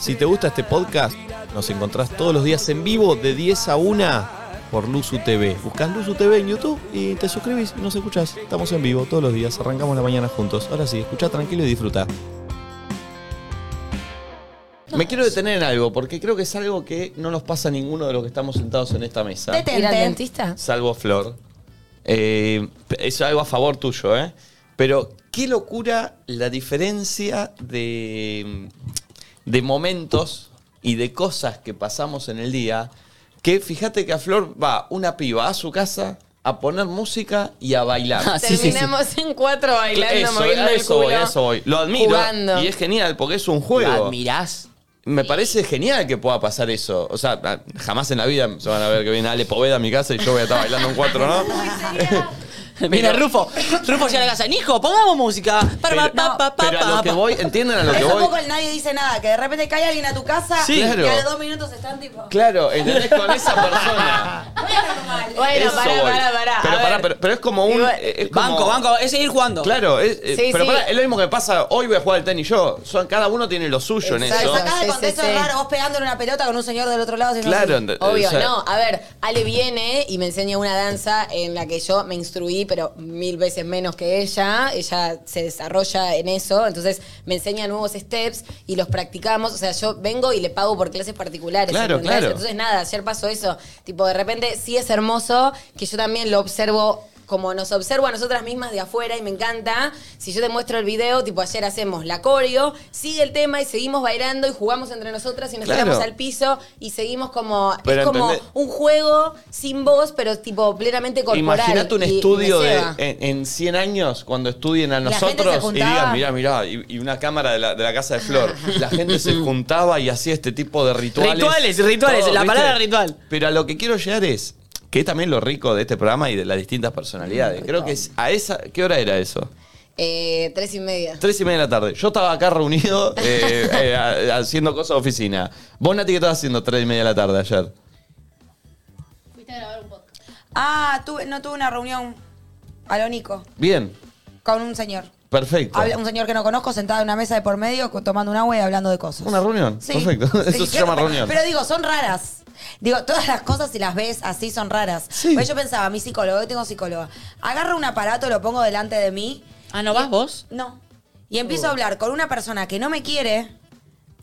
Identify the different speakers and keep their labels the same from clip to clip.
Speaker 1: Si te gusta este podcast, nos encontrás todos los días en vivo de 10 a 1 por Luzu TV. Buscás Luzu TV en YouTube y te suscribís y nos escuchás. Estamos en vivo todos los días, arrancamos la mañana juntos. Ahora sí, escucha tranquilo y disfruta. Me quiero detener en algo, porque creo que es algo que no nos pasa a ninguno de los que estamos sentados en esta mesa.
Speaker 2: Detente.
Speaker 3: ¿Ir al dentista?
Speaker 1: Salvo Flor. Eh, es algo a favor tuyo, ¿eh? Pero qué locura la diferencia de, de momentos y de cosas que pasamos en el día. Que fíjate que a Flor va una piba a su casa a poner música y a bailar.
Speaker 3: Ah, sí, sí, sí.
Speaker 2: Terminamos en cuatro bailando,
Speaker 1: eso,
Speaker 2: moviendo
Speaker 1: a
Speaker 2: el
Speaker 1: eso
Speaker 2: culo.
Speaker 1: voy, a eso voy. Lo admiro.
Speaker 2: jugando.
Speaker 1: Y es genial porque es un
Speaker 4: ¿La
Speaker 1: juego.
Speaker 4: admirás?
Speaker 1: Me parece genial que pueda pasar eso. O sea, ah, jamás en la vida se van a ver que viene Ale Poveda a mi casa y yo voy a estar bailando en cuatro, ¿no?
Speaker 4: Viene Rufo. Rufo llega a la casa. Nico, pongamos música. Para,
Speaker 1: Pero,
Speaker 4: pa, pa, pa,
Speaker 1: pero a
Speaker 4: pa,
Speaker 1: lo que
Speaker 4: pa.
Speaker 1: voy, entiendan a lo que
Speaker 5: Es un
Speaker 1: voy.
Speaker 5: poco el nadie dice nada, que de repente cae alguien a tu casa
Speaker 1: Sí,
Speaker 5: y
Speaker 1: claro.
Speaker 5: a los dos minutos están tipo.
Speaker 1: Claro, entendés con esa persona.
Speaker 5: No es normal.
Speaker 2: Bueno,
Speaker 1: Eso
Speaker 2: pará,
Speaker 1: voy.
Speaker 2: pará, pará.
Speaker 1: Pero,
Speaker 2: A
Speaker 1: pará,
Speaker 2: ver.
Speaker 1: pero, pero es como un. eh,
Speaker 2: Igual-
Speaker 1: es como-
Speaker 4: Banco, banco. Es seguir jugando.
Speaker 1: Claro, es, eh,
Speaker 2: Sí,
Speaker 1: pero
Speaker 2: sí.
Speaker 1: pará, es lo mismo que pasa. Hoy voy a jugar al tenis yo. Son, cada uno tiene lo suyo
Speaker 5: Te
Speaker 1: en eso.
Speaker 2: Exacto.
Speaker 5: sacás
Speaker 2: Sí,
Speaker 5: de
Speaker 2: sí,
Speaker 5: contexto
Speaker 2: sí.
Speaker 5: es raro, vos pegándole una pelota con un señor del otro lado. si no-
Speaker 1: Claro, ent-
Speaker 3: Obvio,
Speaker 1: o sea,
Speaker 3: no. A ver, Ale viene y me enseña una danza en la que yo me instruí, pero mil veces menos que ella. Ella se desarrolla en eso, entonces me enseña nuevos steps y los practicamos. O sea, yo vengo y le pago por clases particulares.
Speaker 1: Claro,
Speaker 3: ¿entendés?
Speaker 1: claro.
Speaker 3: Entonces, nada, ayer pasó eso. Tipo, de repente sí es hermoso que yo también lo observo. Como nos observo a nosotras mismas de afuera y me encanta, si yo te muestro el video, tipo ayer hacemos la coreo, sigue el tema y seguimos bailando y jugamos entre nosotras y nos
Speaker 1: Claro.
Speaker 3: tiramos al piso y seguimos como
Speaker 1: Pero
Speaker 3: es como
Speaker 1: entendé-
Speaker 3: un juego sin voz, pero tipo plenamente corporal.
Speaker 1: Imagínate un
Speaker 3: y- y me
Speaker 1: estudio de, eh.
Speaker 3: ceba.
Speaker 1: en, en 100 años, cuando estudien a
Speaker 5: La gente se
Speaker 1: nosotros y
Speaker 5: juntaba.
Speaker 1: digan, mirá, mirá, y, y una cámara de la, de la casa de Flor. La gente se juntaba y hacía este tipo de rituales.
Speaker 4: Rituales, rituales, la palabra ritual.
Speaker 1: Pero a lo que quiero llegar es, que es también lo rico de este programa y de las distintas personalidades. Creo que es a esa, ¿qué hora era eso?
Speaker 3: Eh, tres y media.
Speaker 1: Tres y media de la tarde. Yo estaba acá reunido eh, eh, a- haciendo cosas de oficina. Vos, Nati, ¿qué estabas haciendo tres y media de la tarde ayer?
Speaker 5: Ah, tuve, no tuve una reunión a lo Nico
Speaker 1: Bien,
Speaker 5: con un señor.
Speaker 1: perfecto.
Speaker 5: Habla- un señor que no conozco sentado en una mesa de por medio co- tomando un agua y hablando de cosas.
Speaker 1: Una reunión, perfecto. Eso se llama
Speaker 5: pero-
Speaker 1: reunión.
Speaker 5: Pero digo, son raras. Digo, todas las cosas si las ves así son raras.
Speaker 1: Sí.
Speaker 5: Pues yo pensaba, mi psicólogo, yo tengo psicóloga. Agarro un aparato, lo pongo delante de mí.
Speaker 4: Ah, ¿no vas vos?
Speaker 5: No. Y empiezo a hablar con una persona que no me quiere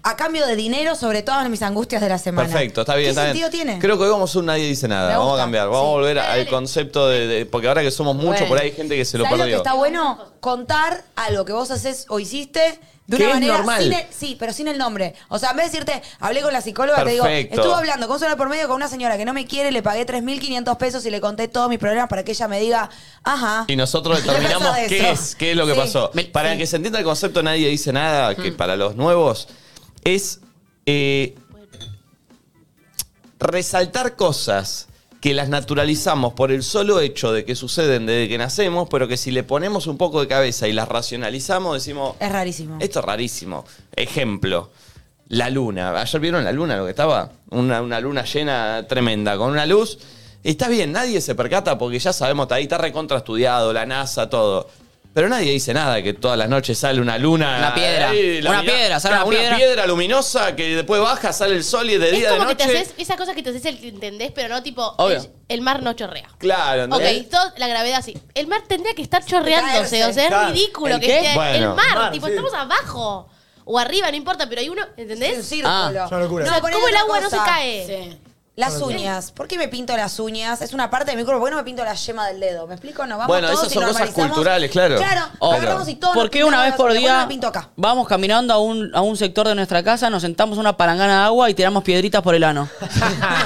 Speaker 5: a cambio de dinero sobre todas mis angustias de la semana.
Speaker 1: Perfecto, está bien,
Speaker 5: ¿Qué
Speaker 1: está bien.
Speaker 5: sentido tiene?
Speaker 1: Creo que hoy vamos a un nadie dice nada.
Speaker 5: Me
Speaker 1: Vamos a
Speaker 5: gusta,
Speaker 1: cambiar, vamos a
Speaker 5: sí.
Speaker 1: volver al concepto de, de- Porque ahora que somos muchos,
Speaker 3: Bueno.
Speaker 1: por ahí hay gente que se lo
Speaker 5: ¿Sabés
Speaker 1: perdió.
Speaker 5: que está bueno? Contar algo que vos haces o hiciste de
Speaker 1: Que
Speaker 5: una
Speaker 1: es
Speaker 5: manera
Speaker 1: normal.
Speaker 5: sin el- sí, pero sin el nombre. O sea, en vez de decirte, hablé con la psicóloga, te digo,
Speaker 1: Perfecto.
Speaker 5: estuve hablando con un celular por medio con una señora que no me quiere, le pagué 3.500 pesos y le conté todos mis problemas para que ella me diga, ajá.
Speaker 1: Y nosotros determinamos
Speaker 5: ¿Qué
Speaker 1: qué
Speaker 5: pasó
Speaker 1: es, qué es lo que
Speaker 5: Sí.
Speaker 1: pasó.
Speaker 4: Me-
Speaker 1: para
Speaker 4: sí. Mm.
Speaker 1: que se entienda el concepto, nadie dice nada, que para los nuevos es eh, resaltar cosas que las naturalizamos por el solo hecho de que suceden desde que nacemos, pero que si le ponemos un poco de cabeza y las racionalizamos, decimos,
Speaker 5: Es rarísimo.
Speaker 1: Esto es rarísimo. Ejemplo. La luna. Ayer vieron la luna, lo que estaba. Una, una luna llena tremenda, con una luz. Está bien, nadie se percata porque ya sabemos, está ahí, está recontraestudiado, la NASA, todo. Pero nadie dice nada que todas las noches sale una luna.
Speaker 4: Una piedra.
Speaker 1: ahí, la
Speaker 4: Una
Speaker 1: mirá-
Speaker 4: piedra, sale una
Speaker 1: Claro,
Speaker 4: piedra.
Speaker 1: luminosa que después baja, sale el sol y de
Speaker 6: Es
Speaker 1: día de
Speaker 6: como que te
Speaker 1: noche.
Speaker 6: haces esa cosa que te haces el que entendés, pero no tipo
Speaker 4: Obvio.
Speaker 6: el, el mar no chorrea.
Speaker 1: Claro,
Speaker 6: Ok,
Speaker 1: ¿entendés?
Speaker 6: todo- la gravedad sí. El mar tendría que estar chorreándose,
Speaker 5: Caerse.
Speaker 6: o sea,
Speaker 4: Claro.
Speaker 6: es ridículo
Speaker 4: ¿El
Speaker 6: que
Speaker 4: qué?
Speaker 6: esté
Speaker 1: Bueno.
Speaker 6: el mar,
Speaker 7: Mar,
Speaker 6: tipo,
Speaker 7: sí.
Speaker 6: estamos abajo o arriba, no importa, pero hay uno,
Speaker 5: Es un
Speaker 6: ¿entendés?
Speaker 5: círculo.
Speaker 4: Ah,
Speaker 7: es una locura.
Speaker 6: O sea,
Speaker 5: ponele
Speaker 6: ¿Cómo el
Speaker 5: otra
Speaker 6: agua no se
Speaker 5: cosa.
Speaker 6: cae?
Speaker 5: Las uñas. ¿Por qué me pinto las uñas? Es una parte de mi cuerpo. ¿Por qué no me pinto la yema del dedo? ¿Me explico? Nos vamos
Speaker 1: Bueno,
Speaker 5: todos
Speaker 1: esas
Speaker 5: y
Speaker 1: son cosas
Speaker 5: normalizamos.
Speaker 1: culturales, claro.
Speaker 5: Claro.
Speaker 1: Obvio.
Speaker 5: agarramos y todo
Speaker 4: ¿Por qué una vez por día
Speaker 5: me pinto acá?
Speaker 4: vamos caminando a un, a un sector de nuestra casa, nos sentamos en una palangana de agua y tiramos piedritas por el ano?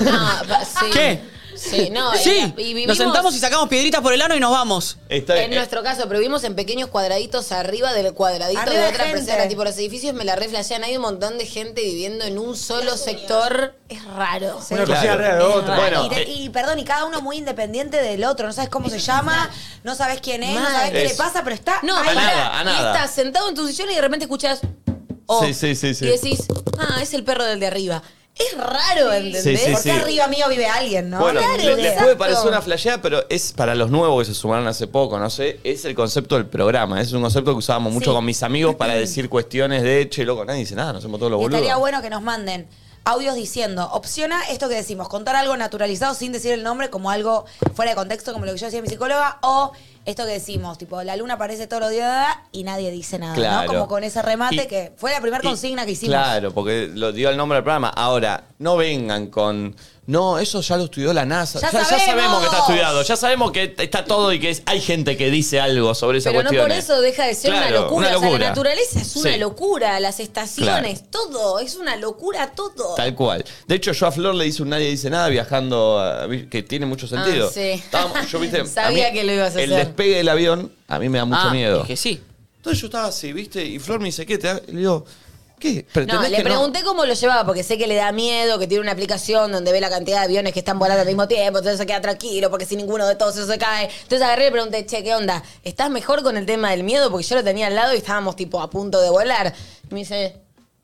Speaker 3: No, pa- sí.
Speaker 4: ¿Qué?
Speaker 3: Sí, no, y-
Speaker 4: sí,
Speaker 3: y,
Speaker 4: nos
Speaker 3: vivimos-
Speaker 4: sacamos y sacamos piedritas por el ano y nos vamos.
Speaker 1: Está-
Speaker 3: En nuestro caso, pero vivimos en pequeños cuadraditos arriba del cuadradito
Speaker 5: Arriba
Speaker 3: de
Speaker 5: de
Speaker 3: otra
Speaker 5: gente.
Speaker 3: persona. Tipo, los edificios me la reflashean. Hay un montón de gente viviendo en un solo sector. Es raro.
Speaker 5: Sí.
Speaker 7: Una
Speaker 1: Claro.
Speaker 7: cosilla arriba de otra.
Speaker 1: Bueno, eh,
Speaker 5: y, te- y, perdón, y cada uno muy independiente del otro. No sabes cómo se llama, no sabes quién es, no
Speaker 3: Mal.
Speaker 5: sabes qué le
Speaker 1: Eso.
Speaker 5: pasa, pero está.
Speaker 3: No,
Speaker 5: ahí.
Speaker 3: pará.
Speaker 1: nada, a nada.
Speaker 3: Y estás sentado en tu sillón oh, y de repente escuchas.
Speaker 1: Sí, sí, sí, sí.
Speaker 3: Y decís, ah, es el perro del de arriba. Es raro, ¿entendés?
Speaker 1: Sí,
Speaker 5: Porque
Speaker 1: sí.
Speaker 5: arriba mío vive alguien, ¿no?
Speaker 1: Bueno,
Speaker 3: Claro,
Speaker 1: le- les
Speaker 3: exacto.
Speaker 1: puede parecer una flasheada, pero es para los nuevos que se sumaron hace poco, no sé, es el concepto del programa. Es un concepto que usábamos mucho
Speaker 3: Sí.
Speaker 1: con mis amigos para decir cuestiones de, che, loco, nadie dice nada, nos hacemos todos los
Speaker 5: Y
Speaker 1: boludos.
Speaker 5: Estaría bueno que nos manden audios diciendo, opciona esto que decimos, contar algo naturalizado sin decir el nombre como algo fuera de contexto, como lo que yo decía a mi psicóloga, o esto que decimos, tipo, la luna aparece todos los días y nadie dice nada,
Speaker 1: Claro.
Speaker 5: ¿no? Como con ese remate
Speaker 1: Y-
Speaker 5: que fue la primera
Speaker 1: Y-
Speaker 5: consigna que hicimos.
Speaker 1: Claro, porque lo dio el nombre del programa. Ahora, no vengan con. No, eso ya lo estudió la NASA.
Speaker 5: ¡Ya
Speaker 1: sabemos
Speaker 5: sabemos
Speaker 1: que está estudiado. Ya sabemos que está todo y que es- hay gente que dice algo sobre esa
Speaker 3: Pero no
Speaker 1: cuestión.
Speaker 3: por eso deja de ser
Speaker 1: Claro,
Speaker 3: una, locura.
Speaker 1: una
Speaker 3: O sea,
Speaker 1: locura.
Speaker 3: la naturaleza es una
Speaker 1: Sí.
Speaker 3: locura. Las estaciones, todo. Es una locura todo.
Speaker 1: Tal cual. De hecho, yo a Flor le hice un nadie dice nada viajando, a- que tiene mucho sentido.
Speaker 3: Ah, sí.
Speaker 1: Estábamos- yo, viste, a
Speaker 3: Sabía que lo ibas a
Speaker 1: El
Speaker 3: hacer.
Speaker 1: despegue del avión a mí me da mucho
Speaker 4: Ah,
Speaker 1: miedo.
Speaker 4: Es que sí.
Speaker 1: Entonces yo estaba así, viste, y Flor me dice, ¿qué? Te da? Y Le digo, ¿qué? ¿Pretendés
Speaker 3: No, le
Speaker 1: que
Speaker 3: pregunté cómo lo llevaba, porque sé que le da miedo, que tiene una aplicación donde ve la cantidad de aviones que están volando al mismo tiempo, entonces se queda tranquilo, porque si ninguno de todos eso se cae. Entonces agarré y le pregunté, che, ¿qué onda? ¿Estás mejor con el tema del miedo? Porque yo lo tenía al lado y estábamos tipo a punto de volar. Y me dice,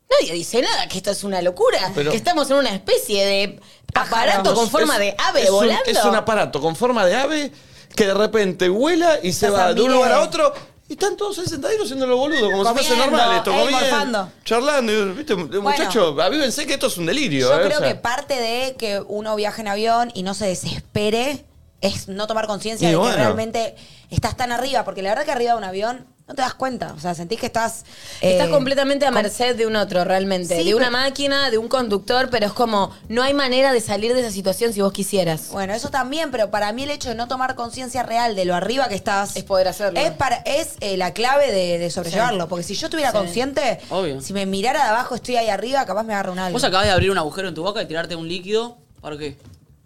Speaker 3: nadie dice nada, que esto es una locura,
Speaker 1: Pero-
Speaker 3: que estamos en una especie de aparato con forma
Speaker 1: Es-
Speaker 3: de ave
Speaker 1: es un-
Speaker 3: volando.
Speaker 1: es un aparato con forma de ave que de repente vuela y se
Speaker 5: Estás
Speaker 1: va de un
Speaker 5: ambiente.
Speaker 1: lugar a otro. Y están todos ahí sentaditos siendo los boludos, como si fuese
Speaker 5: Comiendo,
Speaker 1: normal esto,
Speaker 5: eh,
Speaker 1: comiendo,
Speaker 5: morfando.
Speaker 1: charlando, y, viste, muchachos, avívense que esto es un delirio.
Speaker 5: Yo
Speaker 1: eh, o
Speaker 5: creo
Speaker 1: sea.
Speaker 5: que parte de que uno viaje en avión y no se desespere es no tomar conciencia
Speaker 1: Y
Speaker 5: de
Speaker 1: bueno.
Speaker 5: que realmente estás tan arriba, porque la verdad que arriba de un avión no te das cuenta, o sea, sentís que estás... eh,
Speaker 3: Estás completamente a merced de un otro, realmente.
Speaker 5: Sí,
Speaker 3: de una
Speaker 5: pero-
Speaker 3: máquina, de un conductor, pero es como, no hay manera de salir de esa situación si vos quisieras.
Speaker 5: Bueno, eso también, pero para mí el hecho de no tomar conciencia real de lo arriba que estás.
Speaker 3: Es poder hacerlo.
Speaker 5: Es, para, es eh, la clave de, de sobrellevarlo. Porque si yo estuviera consciente,
Speaker 4: Obvio.
Speaker 5: si me mirara de abajo, estoy ahí arriba, capaz me agarra un algo.
Speaker 4: Vos acabas de abrir un agujero en tu boca y tirarte un líquido. ¿Para qué?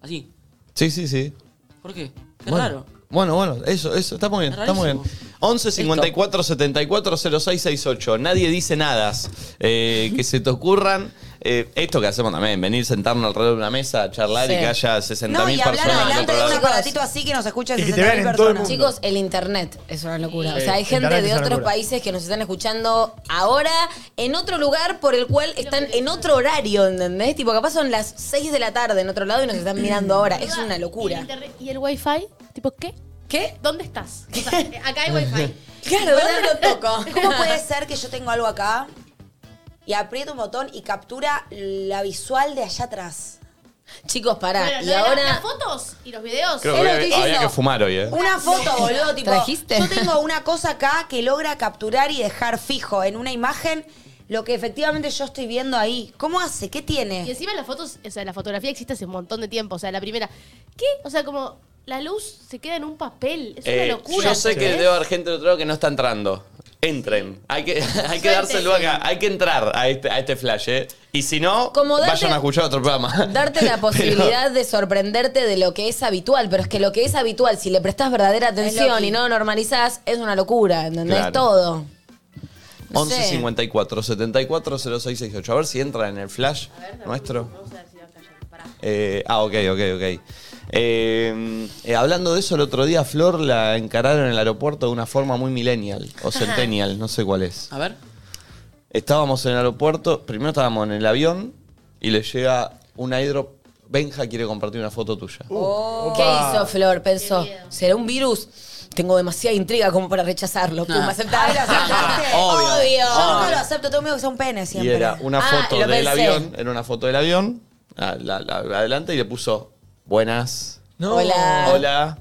Speaker 4: Así.
Speaker 1: Sí, sí, sí.
Speaker 4: ¿Por qué? Qué
Speaker 1: Bueno,
Speaker 4: raro.
Speaker 1: Bueno, bueno, eso, eso, está muy bien,
Speaker 4: Es
Speaker 1: está muy bien.
Speaker 4: rarísimo.
Speaker 1: 11 54 74 06 68. Nadie dice nada. Eh, que se te ocurran. eh, esto que hacemos también, venir, sentarnos alrededor de una mesa, a charlar y
Speaker 3: Sí.
Speaker 1: que haya
Speaker 5: no,
Speaker 1: 60.000
Speaker 5: y hablar
Speaker 1: personas. del
Speaker 5: delante
Speaker 1: otro
Speaker 5: de un
Speaker 1: lado.
Speaker 5: aparatito así que nos escuchen
Speaker 7: Y que te
Speaker 5: 60.000
Speaker 7: vean en todo el
Speaker 5: personas.
Speaker 7: mundo.
Speaker 3: Chicos, el internet es una locura. O sea, hay
Speaker 7: Sí,
Speaker 3: gente
Speaker 7: internet es
Speaker 3: de
Speaker 7: una
Speaker 3: otros
Speaker 7: locura.
Speaker 3: países que nos están escuchando ahora en otro lugar por el cual están en otro horario, ¿entendés? Tipo, capaz son las 6 de la tarde en otro lado y nos están mirando ahora. Es una
Speaker 6: Y el,
Speaker 3: locura.
Speaker 6: internet- y el wifi, tipo, ¿qué?
Speaker 3: ¿Qué?
Speaker 6: ¿Dónde estás? O sea, acá hay wifi.
Speaker 3: Claro, ¿dónde lo toco?
Speaker 5: Eh. ¿Cómo puede ser que yo tengo algo acá y aprieto un botón y captura la visual de allá atrás?
Speaker 3: Chicos, pará.
Speaker 6: Bueno,
Speaker 3: y
Speaker 6: lo de la-
Speaker 3: ahora.
Speaker 6: las fotos y los videos.
Speaker 1: Creo
Speaker 5: Es
Speaker 1: que
Speaker 5: lo que
Speaker 1: había,
Speaker 5: estoy
Speaker 1: había que
Speaker 5: diciendo.
Speaker 1: fumar hoy, ¿eh?
Speaker 5: Una foto, boludo, tipo.
Speaker 3: ¿Trajiste?
Speaker 5: Yo tengo una cosa acá que logra capturar y dejar fijo en una imagen lo que efectivamente yo estoy viendo ahí. ¿Cómo hace? ¿Qué
Speaker 6: Y
Speaker 5: tiene?
Speaker 6: encima las fotos, o sea, la fotografía existe hace un montón de tiempo. O sea, la primera. ¿Qué? O sea, como la luz se queda en un papel. Es
Speaker 1: Eh,
Speaker 6: una locura.
Speaker 1: yo sé que
Speaker 6: ¿entendés?
Speaker 1: debe haber gente del otro lado que no está entrando. Entren. Hay que, hay que
Speaker 6: Suéltense.
Speaker 1: dárselo acá. Hay que entrar a este, a este flash, ¿eh? Y si no,
Speaker 3: Como darte-
Speaker 1: vayan a escuchar otro programa.
Speaker 3: Darte la
Speaker 1: Pero-
Speaker 3: posibilidad de sorprenderte de lo que es habitual, pero es que lo que es habitual, si le prestás verdadera atención
Speaker 5: loqui.
Speaker 3: y no lo normalizás, es una locura, ¿entendés?
Speaker 1: Claro.
Speaker 3: Todo. No
Speaker 1: 11
Speaker 3: sé.
Speaker 1: 54 74 0668. A ver si entra en el flash nuestro. Eh, ah, ok, ok, ok. Eh, eh, hablando de eso, el otro día a Flor la encararon en el aeropuerto de una forma muy millennial o centennial, no sé cuál es.
Speaker 4: A ver.
Speaker 1: Estábamos en el aeropuerto, primero estábamos en el avión y le llega un airdrop. Benja quiere compartir una foto tuya.
Speaker 3: ¿Qué hizo Flor? Pensó, ¿será un virus? Tengo demasiada intriga como para
Speaker 1: Ah.
Speaker 3: rechazarlo. Pum, aceptar.
Speaker 4: Obvio.
Speaker 5: Yo nunca lo
Speaker 3: Obvio.
Speaker 5: acepto, tengo miedo que sea un pene
Speaker 1: Y
Speaker 5: siempre.
Speaker 1: era una
Speaker 3: Ah,
Speaker 1: foto
Speaker 3: lo
Speaker 1: del
Speaker 3: pensé.
Speaker 1: avión, era una foto del avión, a- la- la- adelante y le puso buenas,
Speaker 7: No.
Speaker 3: Hola.
Speaker 1: hola.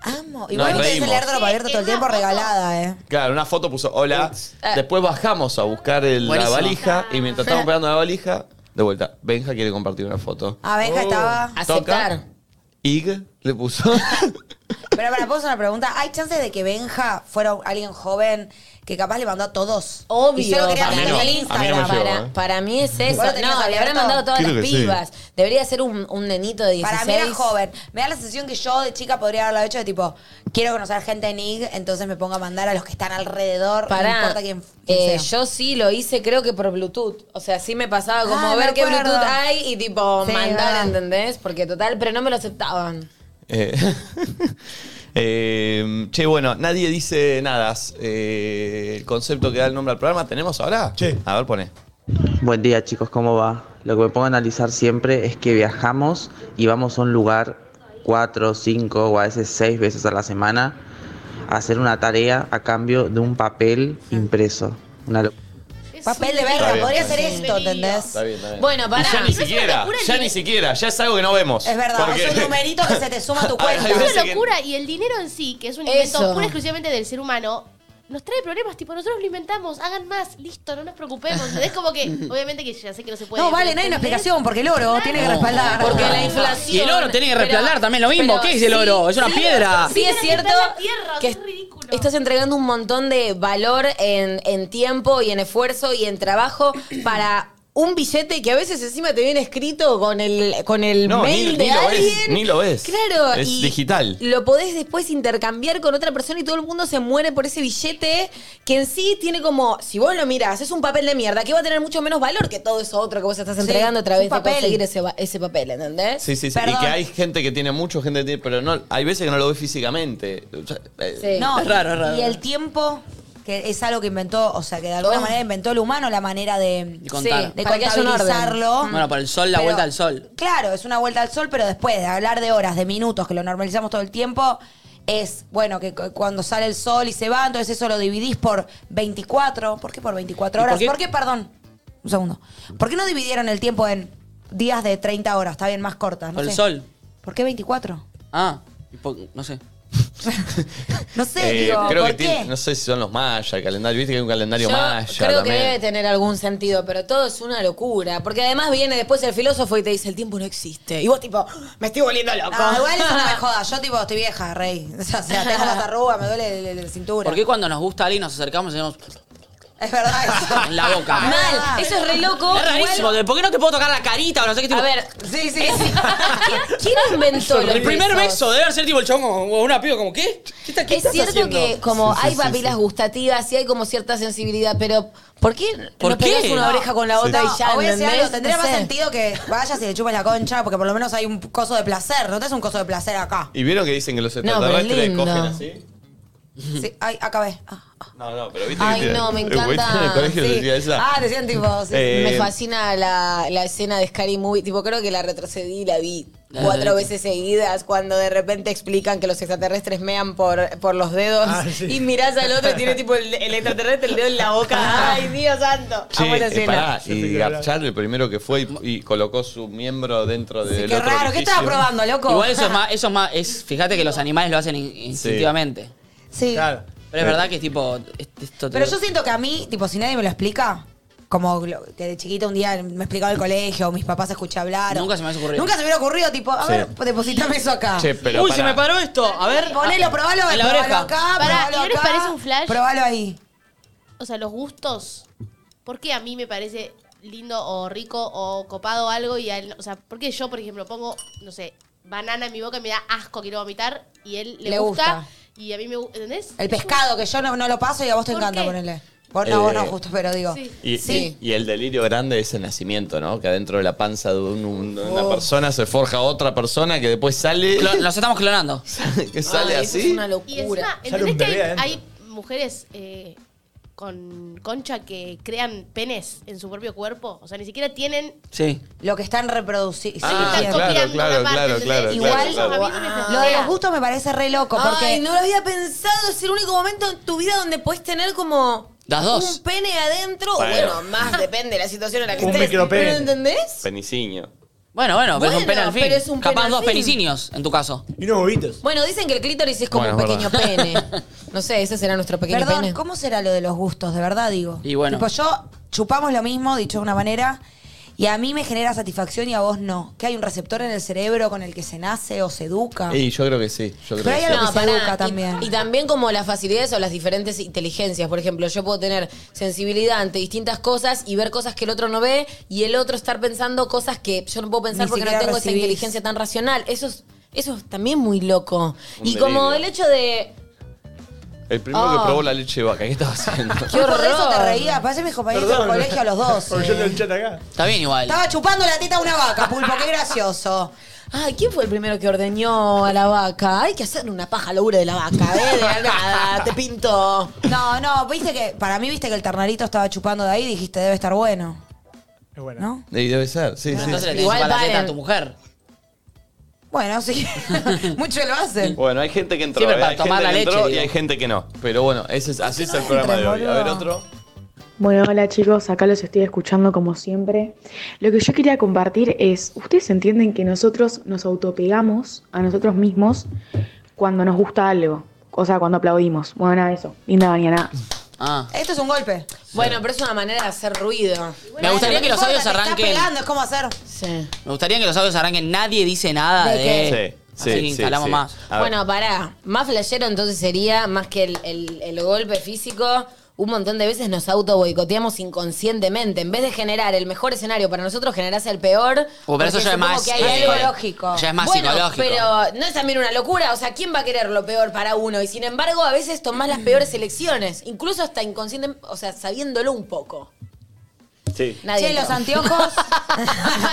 Speaker 5: Amo.
Speaker 1: Nos
Speaker 5: Igual no tenés el
Speaker 1: reímos.
Speaker 5: airdrop abierto todo el tiempo regalada, eh.
Speaker 1: Claro, una foto puso hola.
Speaker 3: Ah.
Speaker 1: Después bajamos a buscar el- la
Speaker 4: Buenísimo.
Speaker 1: valija y mientras estábamos pegando la valija, de vuelta, Benja quiere compartir una foto.
Speaker 5: A Benja estaba.
Speaker 3: Aceptar.
Speaker 1: Toca. Ig le puso.
Speaker 5: Pero para vos una pregunta, ¿hay chances de que Benja fuera alguien joven que capaz le mandó a todos?
Speaker 3: Obvio.
Speaker 5: Y solo quería
Speaker 1: A mí
Speaker 5: meter
Speaker 1: no, a
Speaker 5: el
Speaker 1: mí no me
Speaker 5: Instagram.
Speaker 1: llegó,
Speaker 3: para,
Speaker 1: eh.
Speaker 3: para mí es eso.
Speaker 5: Vos lo tenías
Speaker 3: No, le habrán
Speaker 5: abierto.
Speaker 3: mandado todas
Speaker 1: Creo
Speaker 3: las
Speaker 1: que sí.
Speaker 3: pibas. Debería ser un, un nenito de 16.
Speaker 5: Para mí era joven. Me da la sensación que yo de chica podría haberlo hecho de tipo, quiero conocer gente en IG, entonces me pongo a mandar a los que están alrededor, no
Speaker 3: Pará,
Speaker 5: importa quién, quién
Speaker 3: eh,
Speaker 5: sea.
Speaker 3: yo sí lo hice creo que por Bluetooth. O sea, sí me pasaba como
Speaker 5: Ah, me
Speaker 3: ver qué
Speaker 5: acuerdo.
Speaker 3: Bluetooth hay y tipo
Speaker 5: Sí,
Speaker 3: mandar,
Speaker 5: va.
Speaker 3: ¿entendés? Porque total, pero no me lo aceptaban.
Speaker 1: Eh, eh, che, bueno, nadie dice nada. Eh, el concepto que da el nombre al programa, ¿tenemos ahora?
Speaker 7: Che.
Speaker 1: A ver, pone.
Speaker 8: Buen día chicos, ¿cómo va?
Speaker 7: Lo que me pongo a analizar siempre es que viajamos y vamos a un lugar cuatro, cinco o a veces seis veces a la semana a hacer una tarea a cambio de un papel impreso. Una lo-
Speaker 6: Es
Speaker 5: Papel
Speaker 6: un
Speaker 5: de
Speaker 1: Está
Speaker 5: verga,
Speaker 1: bien,
Speaker 5: podría
Speaker 1: está
Speaker 5: ser
Speaker 6: bien.
Speaker 5: esto, ¿entendés?
Speaker 1: Está bien, está bien.
Speaker 3: Bueno,
Speaker 1: Y
Speaker 3: pará.
Speaker 1: ya ni
Speaker 6: es una
Speaker 1: siquiera,
Speaker 6: locura el
Speaker 1: ya
Speaker 6: dinero.
Speaker 1: ni siquiera, ya es algo que no vemos.
Speaker 5: Es verdad,
Speaker 1: Porque-
Speaker 5: es un numerito que se te suma a tu
Speaker 1: Ay,
Speaker 5: cuenta.
Speaker 1: ay,
Speaker 6: Es
Speaker 1: Parece
Speaker 6: una
Speaker 1: que-
Speaker 6: locura y el dinero en sí, que es un invento
Speaker 3: Eso.
Speaker 6: pura y exclusivamente del ser humano, nos trae problemas. Tipo, nosotros lo inventamos, hagan más, listo, no nos preocupemos. Es como que, obviamente que ya sé que no se puede.
Speaker 5: No, vale,
Speaker 6: pero
Speaker 5: no hay una
Speaker 6: ¿entendés?
Speaker 5: explicación, porque el oro tiene que respaldar.
Speaker 3: Porque la inflación.
Speaker 4: Y el oro tiene que resplandar
Speaker 3: Pero-
Speaker 4: también, lo mismo.
Speaker 3: pero
Speaker 4: ¿Qué es el
Speaker 3: sí,
Speaker 4: oro? Es una
Speaker 3: sí,
Speaker 4: piedra.
Speaker 3: Sí, es
Speaker 6: Piedra que
Speaker 3: cierto.
Speaker 6: está en la tierra,
Speaker 3: que
Speaker 6: es ridículo.
Speaker 3: Estás entregando un montón de valor en, en tiempo y en esfuerzo y en trabajo para un billete que a veces encima te viene escrito con el, con el
Speaker 1: No, ni-
Speaker 3: mail de
Speaker 1: ni lo ves,
Speaker 3: alguien.
Speaker 1: ni lo ves.
Speaker 3: Claro.
Speaker 1: Es
Speaker 3: y
Speaker 1: digital.
Speaker 3: Lo podés después intercambiar con otra persona y todo el mundo se muere por ese billete que en sí tiene como, si vos lo mirás, es un papel de mierda que va a tener mucho menos valor que todo eso otro que vos estás
Speaker 5: Sí,
Speaker 3: entregando a
Speaker 5: un
Speaker 3: través de
Speaker 5: papel.
Speaker 3: conseguir ese, va- ese papel, ¿entendés?
Speaker 1: Sí, sí, sí.
Speaker 5: Perdón.
Speaker 1: Y que hay gente que tiene mucho, gente que tiene, pero no, hay veces que no lo ve físicamente. O sea, eh,
Speaker 3: Sí.
Speaker 5: No,
Speaker 4: Es raro, es raro.
Speaker 5: Y el tiempo, que es algo que inventó, o sea, que de alguna
Speaker 3: Oh.
Speaker 5: manera inventó el humano, la manera de,
Speaker 4: Y contar.
Speaker 5: de
Speaker 3: Para que haya un orden.
Speaker 5: contabilizarlo.
Speaker 4: Bueno, para el sol, la vuelta al sol.
Speaker 5: Claro, es una vuelta al sol, pero después de hablar de horas, de minutos, que lo normalizamos todo el tiempo, es, bueno, que cu- cuando sale el sol y se va, entonces eso lo dividís por 24. ¿Por qué por 24
Speaker 4: ¿Y
Speaker 5: horas?
Speaker 4: por qué?
Speaker 5: ¿Por qué, perdón? Un segundo. ¿Por qué no dividieron el tiempo en días de 30 horas? Está bien, más cortas. No
Speaker 4: Por el
Speaker 5: sé.
Speaker 4: sol.
Speaker 5: ¿Por qué 24?
Speaker 4: Ah, y po- no sé.
Speaker 5: No sé,
Speaker 1: eh,
Speaker 5: digo,
Speaker 1: creo
Speaker 5: ¿por
Speaker 1: que
Speaker 5: qué?
Speaker 1: tiene- no sé si son los mayas, calendario, viste que hay un calendario
Speaker 3: Yo
Speaker 1: maya
Speaker 3: creo
Speaker 1: también.
Speaker 3: que debe tener algún sentido, pero todo es una locura. Porque además viene después el filósofo y te dice, el tiempo no existe. Y vos tipo, me estoy volviendo loco.
Speaker 5: No, Ah, igual eso no me joda. Yo, tipo, estoy vieja, rey. O sea, tengo las arrugas, me duele la- la- la cintura.
Speaker 4: ¿Por qué cuando nos gusta alguien nos acercamos y decimos
Speaker 5: Es verdad eso.
Speaker 4: en la boca?
Speaker 5: Ah,
Speaker 3: Mal, eso es re loco.
Speaker 4: Es rarísimo,
Speaker 3: Igual-
Speaker 4: ¿por qué no te puedo tocar la carita o no sé qué tipo?
Speaker 3: A ver,
Speaker 5: Sí, sí.
Speaker 3: ¿quién, quién inventó los
Speaker 4: el primer beso
Speaker 3: besos?
Speaker 4: debe ser tipo el chongo o una piba como, ¿qué? ¿Qué, está, qué
Speaker 3: Es
Speaker 4: estás
Speaker 3: cierto
Speaker 4: haciendo?
Speaker 3: que como
Speaker 1: Sí, sí,
Speaker 3: hay
Speaker 1: sí,
Speaker 3: papilas
Speaker 1: sí.
Speaker 3: gustativas y hay como cierta sensibilidad, pero ¿por qué
Speaker 4: ¿Por
Speaker 3: no pegas
Speaker 4: qué?
Speaker 3: una
Speaker 4: No,
Speaker 3: oreja con la otra
Speaker 5: No,
Speaker 3: y ya,
Speaker 5: o voy a decir
Speaker 3: ¿entendés?
Speaker 5: algo, tendría
Speaker 3: No
Speaker 5: más
Speaker 3: sé.
Speaker 5: sentido que vayas y le chupes la concha, porque por lo menos hay un coso de placer. No te es un coso de placer acá.
Speaker 1: ¿Y vieron que dicen que los
Speaker 3: pero es
Speaker 1: extraterrestres
Speaker 3: lindo.
Speaker 1: cogen así?
Speaker 5: Sí, ay, acabé. Ah, ah,
Speaker 1: No, no, pero viste
Speaker 3: Ay,
Speaker 1: que
Speaker 3: no, me
Speaker 1: pero viste
Speaker 3: encanta.
Speaker 1: En el colegio
Speaker 5: sí.
Speaker 1: decía esa.
Speaker 5: Ah, decían tipo, sí.
Speaker 1: Eh,
Speaker 3: Me fascina la, la escena de Scary Movie. Tipo, creo que la retrocedí y la vi cuatro veces seguidas cuando de repente explican que los extraterrestres mean por, por los dedos
Speaker 1: Ah,
Speaker 3: y mirás al otro y tiene tipo el, el extraterrestre el dedo en la boca. ¡Ay, Dios santo!
Speaker 1: Che,
Speaker 3: Amo esa
Speaker 1: eh,
Speaker 3: escena.
Speaker 1: pará, y Gapchar, el primero que fue y, y colocó su miembro dentro del
Speaker 5: Ah, qué
Speaker 1: otro
Speaker 5: raro, ¿qué
Speaker 1: orificio.
Speaker 5: estaba probando, loco?
Speaker 4: Igual eso es más, eso es más, es, fíjate que los animales lo hacen in- instintivamente.
Speaker 5: Sí.
Speaker 8: Claro.
Speaker 4: Pero es verdad que es tipo, es- esto te-
Speaker 5: Pero yo siento que a mí, tipo, si nadie me lo explica, como lo- que de chiquita un día me explicaba el colegio, mis papás escuché hablar. o-
Speaker 4: Nunca se me hubiese ocurrido.
Speaker 5: Nunca se me hubiera ocurrido, tipo, a
Speaker 1: Sí.
Speaker 5: ver, depositame eso
Speaker 3: Ah.
Speaker 5: acá.
Speaker 1: Che, pero
Speaker 4: Uy,
Speaker 1: pará.
Speaker 4: se me paró esto. A ver.
Speaker 9: Ah,
Speaker 5: Ponelo, probalo,
Speaker 4: en la
Speaker 5: probalo
Speaker 4: oreja.
Speaker 5: acá,
Speaker 6: Pará,
Speaker 5: probalo
Speaker 6: ¿y no les
Speaker 5: acá.
Speaker 6: parece un flash?
Speaker 5: Probalo ahí.
Speaker 6: O sea, los gustos. ¿Por qué a mí me parece lindo o rico o copado algo y a él no? O sea, ¿por qué yo, por ejemplo, pongo, no sé, banana en mi boca y me da asco, quiero vomitar y él le,
Speaker 5: Le
Speaker 6: gusta,
Speaker 5: gusta.
Speaker 6: y a mí me gusta, ¿entendés?
Speaker 5: El pescado, que yo no, no lo paso y a vos te
Speaker 6: ¿Por
Speaker 5: encanta
Speaker 6: qué?
Speaker 5: ponerle. Vos no,
Speaker 1: Eh,
Speaker 5: vos no, justo, pero digo.
Speaker 6: Sí.
Speaker 1: Y,
Speaker 5: Sí.
Speaker 1: y- y el delirio grande es el nacimiento, ¿no? Que adentro de la panza de un- un- de una persona se forja otra persona que después sale.
Speaker 4: Lo- Los estamos clonando.
Speaker 1: que sale
Speaker 3: Ay, eso es
Speaker 1: así.
Speaker 3: una
Speaker 6: Y encima,
Speaker 3: locura.
Speaker 8: Sale
Speaker 6: ¿entendés
Speaker 8: un
Speaker 6: que
Speaker 8: bebé
Speaker 6: hay,
Speaker 8: adentro.
Speaker 6: hay mujeres eh, con concha que crean penes en su propio cuerpo? O sea, ni siquiera tienen...
Speaker 4: Sí.
Speaker 5: Lo que están reproduciendo.
Speaker 1: Ah,
Speaker 6: están
Speaker 1: claro,
Speaker 6: copiando
Speaker 1: claro,
Speaker 6: una parte,
Speaker 1: claro,
Speaker 6: ¿entendés?
Speaker 1: claro,
Speaker 6: Igual
Speaker 1: claro,
Speaker 6: a mí eso me
Speaker 3: claro.
Speaker 5: Lo de los
Speaker 6: fascina.
Speaker 5: gustos me parece re loco, porque.
Speaker 3: Ay, no lo había pensado. Es el único momento en tu vida donde puedes tener como
Speaker 4: Las dos.
Speaker 3: un pene adentro. o
Speaker 1: Bueno.
Speaker 3: Bueno, más depende de la situación en la que
Speaker 8: Un
Speaker 3: estés.
Speaker 8: micropene.
Speaker 3: ¿Pero entendés?
Speaker 1: Peniciño.
Speaker 4: Bueno, bueno, pero es
Speaker 3: Bueno,
Speaker 4: un pene al fin.
Speaker 3: pero es un pene
Speaker 4: Capaz
Speaker 3: al
Speaker 4: dos
Speaker 3: fin.
Speaker 4: penicinios en tu caso.
Speaker 8: Y unos bobitos.
Speaker 3: Bueno, dicen que el clítoris es como
Speaker 1: Bueno,
Speaker 3: un
Speaker 1: es
Speaker 3: pequeño
Speaker 1: verdad.
Speaker 3: pene. No sé, ese será nuestro pequeño
Speaker 5: Perdón,
Speaker 3: pene.
Speaker 5: ¿cómo será lo de los gustos? De verdad digo.
Speaker 4: Y bueno.
Speaker 5: Tipo, yo chupamos lo mismo, dicho de una manera, y a mí me genera satisfacción y a vos no. Que hay un receptor en el cerebro con el que se nace o se educa.
Speaker 1: Y yo creo que sí. Yo creo
Speaker 5: Pero hay
Speaker 1: que sí.
Speaker 5: algo que se
Speaker 3: pará,
Speaker 5: educa
Speaker 3: y-
Speaker 5: también.
Speaker 3: Y, también como las facilidades o las diferentes inteligencias. Por ejemplo, yo puedo tener sensibilidad ante distintas cosas y ver cosas que el otro no ve y el otro estar pensando cosas que yo no puedo pensar
Speaker 5: Ni
Speaker 3: porque no
Speaker 5: siquiera
Speaker 3: tengo esa
Speaker 5: recibís.
Speaker 3: inteligencia tan racional. Eso es, eso es también muy loco.
Speaker 1: Un
Speaker 3: y como el
Speaker 1: delirio.
Speaker 3: hecho de...
Speaker 1: El primero
Speaker 3: Ah.
Speaker 1: que probó la leche de vaca, ¿qué estaba haciendo?
Speaker 5: Yo por eso te
Speaker 3: horror!
Speaker 5: reía, parece mis compañeros del colegio a los dos.
Speaker 8: Porque yo tengo el chat acá.
Speaker 4: Está bien igual.
Speaker 5: Estaba chupando la teta a una vaca, pulpo, qué gracioso.
Speaker 3: Ay, ¿quién fue el primero que ordeñó a la vaca? Hay que hacer una paja al ubre de la vaca, ¿eh? De la nada, te pinto.
Speaker 5: No, no, viste que, para mí viste que el ternarito estaba chupando de ahí, dijiste, debe estar bueno.
Speaker 2: Es buena.
Speaker 5: ¿no?
Speaker 1: Y debe ser, sí, sí.
Speaker 9: Entonces le
Speaker 3: Igual
Speaker 9: tenés para la teta
Speaker 3: paren.
Speaker 9: a tu mujer.
Speaker 5: Bueno, sí. Muchos lo hacen.
Speaker 1: Bueno, hay gente que entró,
Speaker 9: Siempre
Speaker 1: ¿eh?
Speaker 9: para
Speaker 1: hay
Speaker 9: tomar
Speaker 1: gente
Speaker 9: la
Speaker 1: que
Speaker 9: leche,
Speaker 1: entró y
Speaker 9: digo.
Speaker 1: hay gente que no. Pero bueno, ese es, así es el programa
Speaker 5: entren,
Speaker 1: de hoy. A ver
Speaker 5: boludo.
Speaker 1: otro.
Speaker 10: Bueno, hola chicos, acá los estoy escuchando como siempre. Lo que yo quería compartir es, ¿ustedes entienden que nosotros nos autopegamos a nosotros mismos cuando nos gusta algo? O sea, cuando aplaudimos. Bueno, nada, de eso. Linda mañana.
Speaker 9: Ah.
Speaker 5: Esto es un golpe.
Speaker 3: Bueno, pero es una manera de hacer ruido.
Speaker 9: Me gustaría que los
Speaker 5: Importa,
Speaker 9: audios
Speaker 5: te Está
Speaker 9: arranquen.
Speaker 5: pegando, es como hacer.
Speaker 3: Sí.
Speaker 9: Me gustaría que los audios arranquen. Nadie dice nada de.
Speaker 3: ¿De qué?
Speaker 1: Sí,
Speaker 9: Así
Speaker 1: sí,
Speaker 9: que
Speaker 1: sí,
Speaker 9: instalamos
Speaker 1: sí.
Speaker 9: más.
Speaker 1: A ver.
Speaker 3: Bueno, pará. Más flashero entonces sería, más que el, el- el golpe físico, un montón de veces nos auto boicoteamos inconscientemente. En vez de generar el mejor escenario para nosotros, generás el peor.
Speaker 9: Uh, pero
Speaker 3: porque
Speaker 9: eso ya es
Speaker 3: supongo
Speaker 9: más,
Speaker 3: que hay
Speaker 9: eh,
Speaker 3: algo
Speaker 5: lógico.
Speaker 9: Ya es más
Speaker 3: bueno,
Speaker 9: psicológico.
Speaker 3: pero no es también una locura. O sea, ¿quién va a querer lo peor para uno? Y sin embargo, a veces tomás las peores elecciones. Incluso hasta inconsciente, o sea, sabiéndolo un poco.
Speaker 1: Sí.
Speaker 3: Nadie
Speaker 5: che, los
Speaker 3: entró.
Speaker 5: anteojos.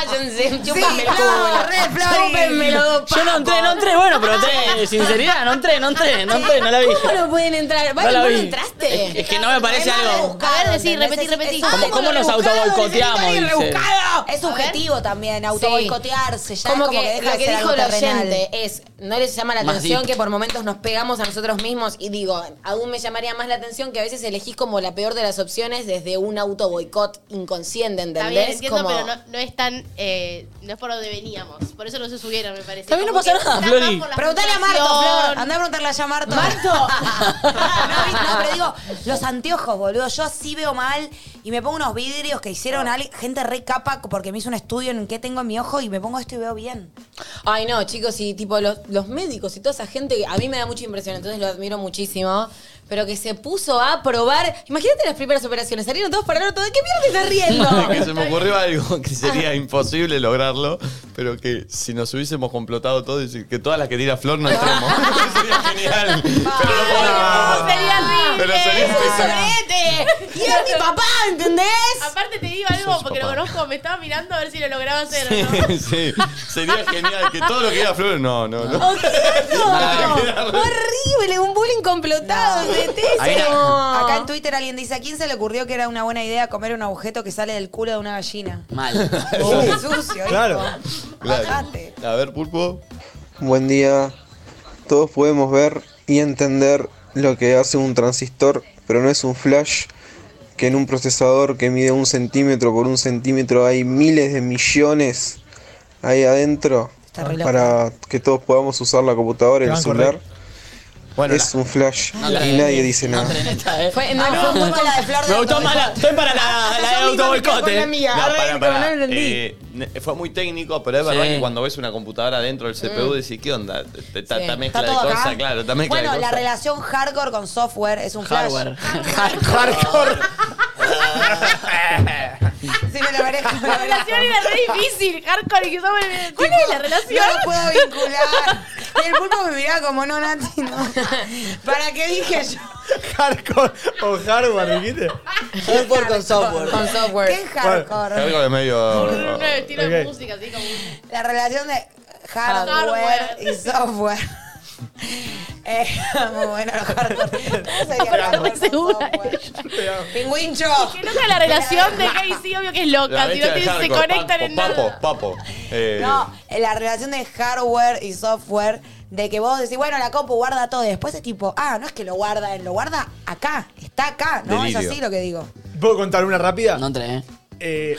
Speaker 3: Yo- chúpame
Speaker 5: Sí,
Speaker 3: el
Speaker 5: no,
Speaker 3: culo.
Speaker 5: re, Flori.
Speaker 3: Chúpenmelo,
Speaker 9: Yo no entré, no entré. Bueno, pero entré. Sinceridad, no entré, no entré, no entré, no la vi.
Speaker 3: ¿Cómo no pueden entrar?
Speaker 9: No
Speaker 3: Vale,
Speaker 9: la
Speaker 3: ¿vos no
Speaker 9: vi.
Speaker 3: entraste?
Speaker 9: Es- es que no me parece
Speaker 5: Es más
Speaker 9: algo-
Speaker 5: rebuscado,
Speaker 6: A ver, decí,
Speaker 5: ¿entendés?
Speaker 6: repetí,
Speaker 5: Es-
Speaker 6: repetí.
Speaker 5: es-
Speaker 9: ¿Cómo-
Speaker 5: es
Speaker 9: cómo nos
Speaker 5: rebuscado,
Speaker 9: autoboicoteamos,
Speaker 5: es
Speaker 9: dice?
Speaker 5: rebuscado. Es subjetivo también, autoboicotearse. Ya
Speaker 3: como
Speaker 5: es
Speaker 3: que, lo que
Speaker 5: deja de ser
Speaker 3: dijo
Speaker 5: algo
Speaker 3: el
Speaker 5: terrenal.
Speaker 3: oyente es, no les llama la
Speaker 9: Más
Speaker 3: atención
Speaker 9: deep.
Speaker 3: que por momentos nos pegamos a nosotros mismos y digo, aún me llamaría más la atención que a veces elegís como la peor de las opciones desde un auto boicot inconsciente,
Speaker 6: Está bien,
Speaker 3: ¿entendés?
Speaker 6: entiendo,
Speaker 3: como,
Speaker 6: pero no, no es tan. eh, no es por donde veníamos. Por eso no se subieron, me parece.
Speaker 9: Está bien, no
Speaker 6: Como
Speaker 9: pasa
Speaker 6: que
Speaker 9: nada,
Speaker 6: están
Speaker 9: Flori.
Speaker 6: más por la
Speaker 5: Preguntale a Marto,
Speaker 6: frustración.
Speaker 5: Flor. Andá a preguntarle allá a Marto. ¿Marto? no, pero digo, los anteojos, boludo. Yo así veo mal y me pongo unos vidrios que hicieron al- gente re capa porque me hizo un estudio en qué tengo en mi ojo y me pongo esto y veo bien.
Speaker 3: Ay, no, chicos, y tipo los, los médicos y toda esa gente, que a mí me da mucha impresión, entonces lo admiro muchísimo. Pero que se puso a probar. Imagínate las primeras operaciones, salieron todos para el orto. ¿De qué mierda estás riendo?
Speaker 1: Que se me ocurrió algo que sería imposible lograrlo, pero que si nos hubiésemos complotado todo, y que todas las que tira Flor no entremos. sería genial. Pero no podemos. Pero sería impecable.
Speaker 3: ¡Sorete! ¡Y es mi papá, ¿entendés?
Speaker 6: Aparte te digo algo
Speaker 1: Sos
Speaker 6: porque lo
Speaker 1: papá.
Speaker 6: conozco, me estaba mirando a ver si lo lograba hacer o no.
Speaker 1: Sí, sí. Sería genial que todo lo que diga Flor, no, no, no.
Speaker 3: ¿O qué es eso?
Speaker 1: Nada que ver.
Speaker 3: Horrible, un bullying complotado.
Speaker 1: Ahí no.
Speaker 5: Acá en Twitter alguien dice, ¿a quién se le ocurrió que era una buena idea comer un objeto que sale del culo de una gallina?
Speaker 9: Mal.
Speaker 5: Oh, qué sucio,
Speaker 2: Claro.
Speaker 5: hijo.
Speaker 1: Claro.
Speaker 5: Mataste.
Speaker 1: A ver, pulpo.
Speaker 7: Buen día. Todos podemos ver y entender lo que hace un transistor, pero no es un flash que en un procesador que mide un centímetro por un centímetro hay miles de millones ahí adentro
Speaker 5: Está re loco.
Speaker 7: para que todos podamos usar la computadora,
Speaker 2: Te
Speaker 7: el
Speaker 2: van a correr.
Speaker 7: celular.
Speaker 1: Bueno,
Speaker 7: es un flash
Speaker 9: No
Speaker 7: y
Speaker 9: entré.
Speaker 7: nadie dice
Speaker 9: No
Speaker 7: nada.
Speaker 9: entré en esta, eh.
Speaker 3: Fue, no,
Speaker 5: Ah,
Speaker 3: fue muy
Speaker 5: no, fue la de Flor de
Speaker 9: Me gustó
Speaker 5: Otro.
Speaker 9: más la. Estoy para
Speaker 2: Ah,
Speaker 9: la, la de autoboicote.
Speaker 1: No, pará, pará.
Speaker 3: no lo entendí.
Speaker 1: Eh, ne- fue muy técnico, pero es verdad
Speaker 9: Sí.
Speaker 1: que cuando ves una computadora dentro del CPU decís, ¿qué onda? Está
Speaker 3: Sí.
Speaker 1: mezcla de
Speaker 5: todo acá.
Speaker 1: cosas, claro, está mezcla
Speaker 5: Bueno,
Speaker 1: de
Speaker 5: la
Speaker 1: cosas.
Speaker 5: relación hardcore con software es un flash.
Speaker 9: Hardware. Hardcore.
Speaker 5: Sí, me lo merezco, me lo
Speaker 6: La relación
Speaker 5: merezco.
Speaker 6: era re difícil, hardcore, y que estaba en- ¿Cuál es la relación?
Speaker 5: No lo puedo vincular. Y el pulpo me miraba como, no, Nati, no. ¿Para qué dije yo?
Speaker 2: Hardcore o hardware, ¿viste?
Speaker 9: Hardcore con software.
Speaker 3: Con software.
Speaker 5: ¿Qué es hardcore?
Speaker 1: Algo de medio.
Speaker 6: Un nuevo estilo de
Speaker 2: Ok.
Speaker 6: música, así como. un-
Speaker 5: La relación de hardware
Speaker 6: Hardware.
Speaker 5: y software. Eh, muy bueno los hardcore. ¿Cómo sería
Speaker 6: Pero
Speaker 5: hardcore
Speaker 6: re
Speaker 5: con
Speaker 6: segura
Speaker 5: software? Pingüincho.
Speaker 6: Que nunca la relación de Casey, obvio que es
Speaker 1: La
Speaker 6: loca, si
Speaker 1: bestia
Speaker 6: no
Speaker 1: del
Speaker 6: tiene- se
Speaker 1: hardcore,
Speaker 6: conectan en
Speaker 1: papo,
Speaker 6: nada.
Speaker 1: Papo, papo. Eh,
Speaker 5: No, la relación de hardware y software, de que vos decís, bueno, la compu guarda todo, y después es tipo, ah, no es que lo guarda, él lo guarda acá, está acá, ¿no? Es
Speaker 1: Delirio.
Speaker 5: así lo que digo.
Speaker 2: ¿Puedo contar una rápida?
Speaker 9: No entré, eh.
Speaker 2: Eh,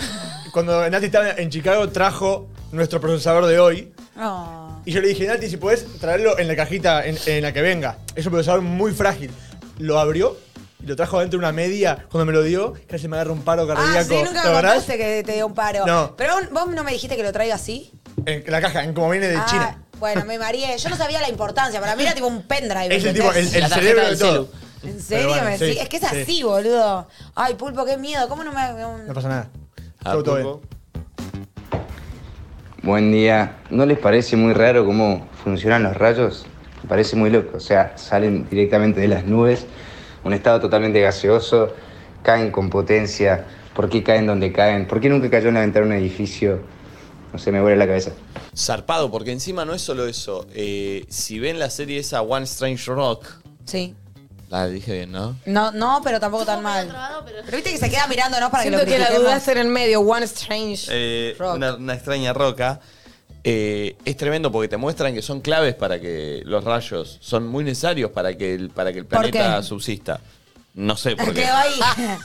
Speaker 2: cuando Nati estaba en Chicago, trajo nuestro procesador de hoy.
Speaker 5: No.
Speaker 2: Y yo le dije, Nati, si podés traerlo en la cajita en, en la que venga. Es un procesador muy frágil. Lo abrió y lo trajo dentro de una media. Cuando me lo dio, casi me agarró un paro cardíaco.
Speaker 5: Ah, sí, nunca
Speaker 2: ¿Te
Speaker 5: me
Speaker 2: acordás?
Speaker 5: contaste que te dio un paro.
Speaker 2: No.
Speaker 5: Pero vos- vos no me dijiste que lo traiga así.
Speaker 2: En la caja, en como viene de
Speaker 5: Ah,
Speaker 2: China.
Speaker 5: Bueno, me mareé. Yo no sabía la importancia. Para mí era tipo un pendrive.
Speaker 2: Es el tipo,
Speaker 5: ¿entendés?
Speaker 2: el, el
Speaker 9: La tarjeta
Speaker 2: cerebro de
Speaker 9: del
Speaker 2: todo.
Speaker 5: ¿En
Speaker 2: Pero
Speaker 5: serio?
Speaker 2: bueno,
Speaker 5: me
Speaker 2: sí,
Speaker 5: decís? es que es
Speaker 2: sí.
Speaker 5: así, boludo. Ay, pulpo, qué miedo. ¿Cómo no me.?
Speaker 2: No pasa nada.
Speaker 1: a
Speaker 2: Todo, todo
Speaker 1: Pulpo.
Speaker 2: bien.
Speaker 11: Buen día. ¿No les parece muy raro cómo funcionan los rayos? Me parece muy loco. O sea, salen directamente de las nubes, un estado totalmente gaseoso, caen con potencia. ¿Por qué caen donde caen? ¿Por qué nunca cayó en la ventana de un edificio? No sé, me vuelve la cabeza.
Speaker 1: Zarpado, porque encima no es solo eso. Eh, si ven la serie esa One Strange Rock,
Speaker 5: Sí.
Speaker 2: La dije bien, ¿no?
Speaker 5: No, no, pero tampoco tan mal. Pero viste que se queda mirándonos para
Speaker 3: Siento
Speaker 5: que lo
Speaker 3: que la
Speaker 5: critiquemos.
Speaker 3: duda es en el medio. One Strange.
Speaker 2: Eh,
Speaker 3: Rock.
Speaker 2: una, una extraña roca. Eh, es tremendo porque te muestran que son claves para que los rayos son muy necesarios para que el, para que el
Speaker 5: ¿Por
Speaker 2: planeta
Speaker 5: qué?
Speaker 2: subsista. No sé por qué.
Speaker 5: Quedó ahí.
Speaker 3: Ah,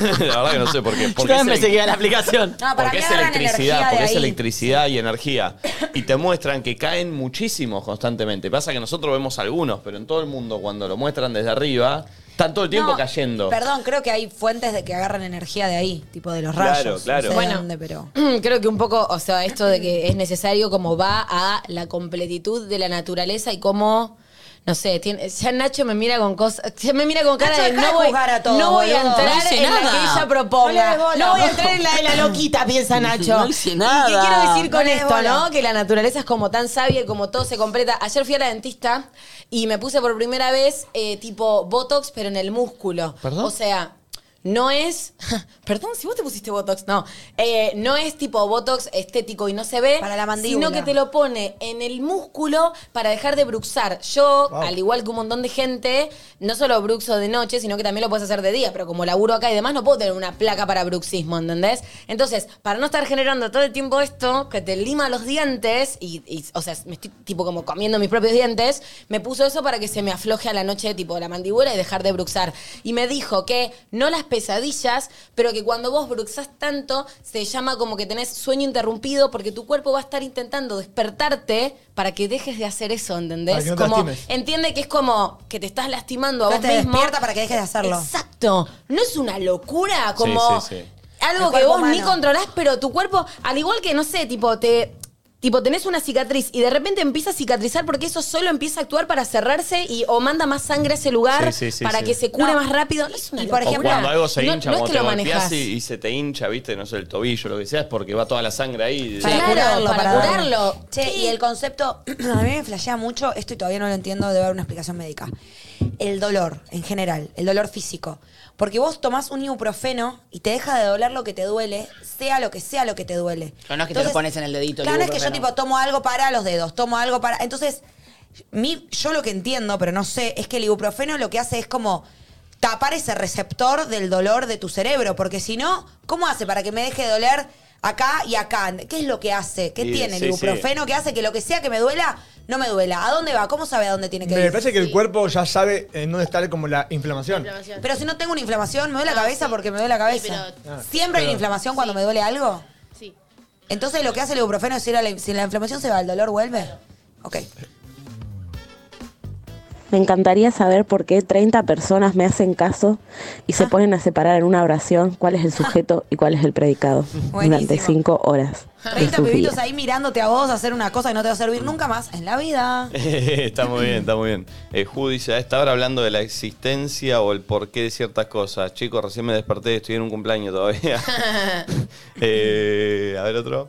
Speaker 2: la verdad que no sé por qué. Porque
Speaker 9: también
Speaker 2: es
Speaker 9: pensé que era la
Speaker 2: electric-
Speaker 9: aplicación.
Speaker 5: No, para
Speaker 2: Porque
Speaker 5: mí
Speaker 2: es
Speaker 5: agarran energía
Speaker 2: electricidad,
Speaker 5: de
Speaker 2: porque es
Speaker 5: ahí.
Speaker 2: electricidad y energía. Y te muestran que caen muchísimos constantemente. Pasa que nosotros vemos algunos, pero en todo el mundo cuando lo muestran desde arriba, están todo el tiempo
Speaker 5: No,
Speaker 2: cayendo.
Speaker 5: Perdón, creo que hay fuentes de que agarran energía de ahí, tipo de los
Speaker 2: Claro,
Speaker 5: rayos. No
Speaker 2: claro.
Speaker 5: sé de
Speaker 2: Bueno.
Speaker 5: dónde, pero.
Speaker 3: Creo que un poco, o sea, esto de que es necesario como va a la completitud de la naturaleza y cómo, no sé, tiene- ya Nacho me mira con cosas, ya me mira con cara
Speaker 5: Nacho,
Speaker 3: de
Speaker 5: deja de
Speaker 3: no voy,
Speaker 5: juzgar a todo,
Speaker 3: no voy a
Speaker 5: boludo.
Speaker 3: entrar
Speaker 9: No hice
Speaker 3: en la
Speaker 9: nada.
Speaker 3: que ella
Speaker 5: No le
Speaker 3: proponga.
Speaker 5: des
Speaker 3: No,
Speaker 5: bola.
Speaker 3: voy a entrar en la de la loquita, piensa Nacho.
Speaker 9: No hice
Speaker 3: ¿Y ¿Qué
Speaker 9: nada.
Speaker 3: quiero decir con
Speaker 5: No le des
Speaker 3: esto,
Speaker 5: bola.
Speaker 3: no? Que la naturaleza es como tan sabia y como todo se completa. Ayer fui a la dentista y me puse por primera vez eh, tipo Botox, pero en el músculo.
Speaker 2: ¿Perdón?
Speaker 3: O sea, no es. Perdón, si vos te pusiste Botox, no. Eh, no es tipo Botox estético y no se ve.
Speaker 5: Para la mandíbula.
Speaker 3: Sino que te lo pone en el músculo para dejar de bruxar. Yo,
Speaker 1: Wow.
Speaker 3: al igual que un montón de gente, no solo bruxo de noche, sino que también lo puedes hacer de día. Pero como laburo acá y demás, no puedo tener una placa para bruxismo, ¿entendés? Entonces, para no estar generando todo el tiempo esto, que te lima los dientes, y, y, o sea, me estoy tipo como comiendo mis propios dientes, me puso eso para que se me afloje a la noche, tipo la mandíbula y dejar de bruxar. Y me dijo que no las pesadillas, pero que cuando vos bruxás tanto, se llama como que tenés sueño interrumpido porque tu cuerpo va a estar intentando despertarte para que dejes de hacer eso,
Speaker 1: Para
Speaker 3: ¿entendés?
Speaker 1: que no te
Speaker 3: como,
Speaker 1: lastimes.
Speaker 3: entiende que es como que te estás lastimando a vos
Speaker 5: Entonces te
Speaker 3: mismo.
Speaker 5: despierta para que dejes de hacerlo.
Speaker 3: Exacto. ¿No es una locura? Como
Speaker 2: sí, sí.
Speaker 5: El
Speaker 3: algo que
Speaker 5: cuerpo
Speaker 3: vos ni
Speaker 5: humano.
Speaker 3: controlás, pero tu cuerpo, al igual que, no sé, tipo, te... Tipo, tenés una cicatriz y de repente empieza a cicatrizar porque eso solo empieza a actuar para cerrarse y o manda más sangre a ese lugar
Speaker 2: Sí, sí, sí,
Speaker 3: para
Speaker 2: sí.
Speaker 3: que se cure
Speaker 5: No.
Speaker 3: más rápido. No es una
Speaker 5: Y por
Speaker 3: locura.
Speaker 2: O
Speaker 5: ejemplo,
Speaker 2: cuando algo se
Speaker 3: No-
Speaker 2: hincha,
Speaker 3: no es
Speaker 2: cuando
Speaker 3: que
Speaker 2: te
Speaker 3: lo
Speaker 2: golpeas
Speaker 3: manejás.
Speaker 2: y, y se te hincha, viste, no sé, el tobillo, lo que sea, es porque va toda la sangre ahí.
Speaker 3: Para
Speaker 2: Sí.
Speaker 3: Claro, para
Speaker 5: darlo.
Speaker 3: curarlo.
Speaker 5: Che, y el concepto, a mí me flashea mucho, esto y todavía no lo entiendo, debe haber una explicación médica. El dolor, en general, el dolor físico. Porque vos tomás un ibuprofeno y te deja de doler lo que te duele, sea lo que sea lo que te duele.
Speaker 9: Pero no es que te lo pones en el dedito, el
Speaker 5: Claro, no es que yo
Speaker 9: ibuprofeno.
Speaker 5: tipo tomo algo para los dedos, tomo algo para. Entonces, mi, yo lo que entiendo, pero no sé, es que el ibuprofeno lo que hace es como tapar ese receptor del dolor de tu cerebro. Porque si no, ¿cómo hace para que me deje de doler acá y acá? ¿Qué es lo que hace? ¿Qué
Speaker 2: Y
Speaker 5: tiene
Speaker 2: sí,
Speaker 5: el ibuprofeno que hace que lo que sea que me duela, no me duela? ¿A dónde va? ¿Cómo sabe a dónde tiene que
Speaker 1: Me
Speaker 5: ir?
Speaker 1: parece que el cuerpo ya sabe en dónde está como la inflamación.
Speaker 6: Inflamación.
Speaker 5: Pero si no tengo una inflamación, me duele
Speaker 6: Ah,
Speaker 5: la cabeza
Speaker 6: sí.
Speaker 5: porque me duele la
Speaker 6: Sí,
Speaker 5: cabeza.
Speaker 6: pero-
Speaker 1: Ah,
Speaker 5: ¿Siempre hay una
Speaker 1: Pero-
Speaker 5: inflamación cuando
Speaker 6: Sí.
Speaker 5: me duele algo?
Speaker 6: Sí.
Speaker 5: Entonces lo que hace el ibuprofeno es ir a la, si la inflamación se va, el dolor vuelve. Ok.
Speaker 10: Me encantaría saber por qué 30 personas me hacen caso y se ponen a separar en una oración cuál es el sujeto y cuál es el predicado durante
Speaker 5: Buenísimo.
Speaker 10: 5 horas. de
Speaker 5: 30
Speaker 10: sus
Speaker 5: pibitos
Speaker 10: vidas.
Speaker 5: ahí mirándote a vos hacer una cosa que no te va a servir nunca más en la vida.
Speaker 2: está muy bien, está muy bien. Eh, Ju dice, a esta hora hablando de la existencia o el porqué de ciertas cosas. Chicos, recién me desperté, estoy en un cumpleaños todavía. Eh, a ver otro.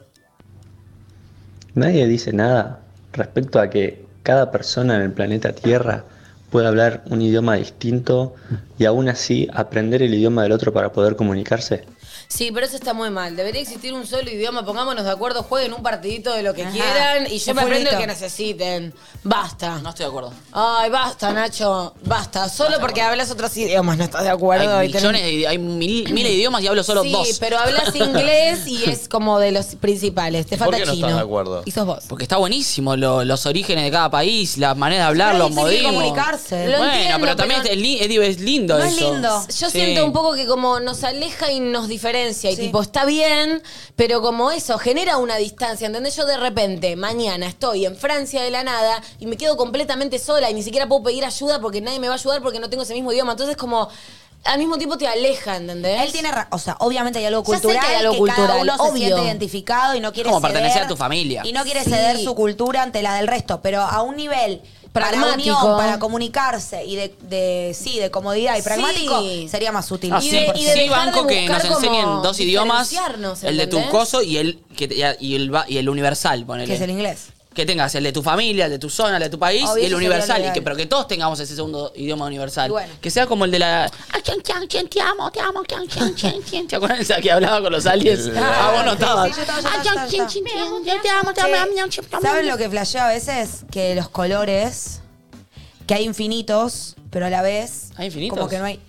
Speaker 7: Nadie dice nada respecto a que cada persona en el planeta Tierra puede hablar un idioma distinto y aún así aprender el idioma del otro para poder comunicarse.
Speaker 3: Sí, pero eso está muy mal. Debería existir un solo idioma. Pongámonos de acuerdo, jueguen un partidito de lo que
Speaker 5: Ajá.
Speaker 3: quieran y yo
Speaker 5: Un
Speaker 3: me aprendo el
Speaker 5: fulbito.
Speaker 3: que necesiten. Basta.
Speaker 9: No estoy de acuerdo.
Speaker 3: Ay, basta, Nacho. Basta. Solo porque hablas otros idiomas no estás de acuerdo.
Speaker 9: Hay
Speaker 3: y tenés-
Speaker 9: millones de idi- hay mil- miles de idiomas y hablo solo
Speaker 3: sí,
Speaker 9: dos.
Speaker 3: pero hablas inglés y es como de los principales. Te
Speaker 2: ¿Por
Speaker 3: falta
Speaker 2: qué no
Speaker 3: chino.
Speaker 2: estás de acuerdo?
Speaker 3: Y sos vos.
Speaker 9: Porque está buenísimo lo- los orígenes de cada país, las maneras de hablar,
Speaker 5: Pero
Speaker 9: los
Speaker 5: dicen que
Speaker 9: modismos.
Speaker 5: comunicarse.
Speaker 3: Lo
Speaker 9: bueno,
Speaker 3: entiendo,
Speaker 9: pero también
Speaker 3: pero-
Speaker 9: Es, li- es digo, es lindo
Speaker 5: No es
Speaker 9: eso.
Speaker 5: lindo.
Speaker 3: Yo
Speaker 9: Sí.
Speaker 3: siento un poco que como nos aleja y nos diferencia. Y
Speaker 5: Sí.
Speaker 3: tipo, está bien, pero como eso, genera una distancia. ¿Entendés? Yo de repente, mañana estoy en Francia de la nada y me quedo completamente sola y ni siquiera puedo pedir ayuda porque nadie me va a ayudar porque no tengo ese mismo idioma. Entonces, como al mismo tiempo te aleja, ¿entendés?
Speaker 5: Él tiene, ra- o sea, obviamente hay algo
Speaker 3: Ya sé que hay
Speaker 5: cultural
Speaker 3: algo
Speaker 5: que
Speaker 3: cultural,
Speaker 5: cada uno se
Speaker 3: obvio.
Speaker 5: siente identificado y no quiere
Speaker 9: Como
Speaker 5: ceder-
Speaker 9: pertenecer a tu familia.
Speaker 5: y no quiere
Speaker 3: Sí.
Speaker 5: ceder su cultura ante la del resto, pero a un nivel para
Speaker 3: Pragmático.
Speaker 5: unión, para comunicarse y de, de- sí, de comodidad y
Speaker 3: Sí.
Speaker 5: pragmático sería más útil.
Speaker 9: Ah,
Speaker 3: Y
Speaker 9: sí,
Speaker 3: de-
Speaker 9: por-
Speaker 3: y de
Speaker 9: sí,
Speaker 3: dejar
Speaker 9: banco
Speaker 3: de
Speaker 9: que
Speaker 3: buscar
Speaker 9: nos enseñen
Speaker 3: como
Speaker 9: dos idiomas,
Speaker 3: diferenciarnos,
Speaker 9: el de tu
Speaker 3: ¿entendés?
Speaker 9: coso y el que te- y el, va- y el universal, ponele.
Speaker 5: que es el inglés.
Speaker 9: Que tengas el de tu familia, el de tu zona, el de tu país
Speaker 5: Obvio,
Speaker 9: y el
Speaker 5: eso sería
Speaker 9: universal.
Speaker 5: lo
Speaker 9: Y que,
Speaker 5: ideal.
Speaker 9: pero que todos tengamos ese segundo idioma universal.
Speaker 5: Y bueno.
Speaker 9: Que sea como el de la. Ay, chan, chan, chan, te amo, te amo, chan, chan, chan, chan. ¿Te acuerdas esa que hablaba con los aliens? Ah, vos no estabas.
Speaker 5: Sí, yo estaba, yo
Speaker 3: Ah,
Speaker 5: estaba, yo estaba, yo
Speaker 9: Ay, chan, chan,
Speaker 5: estaba.
Speaker 9: chan, chan, yo te amo, te amo, te amo, te amo, te amo.
Speaker 5: ¿Saben lo que flasheo a veces? Que los colores que hay infinitos, pero a la vez.
Speaker 9: ¿Hay infinitos?
Speaker 5: Como que no hay.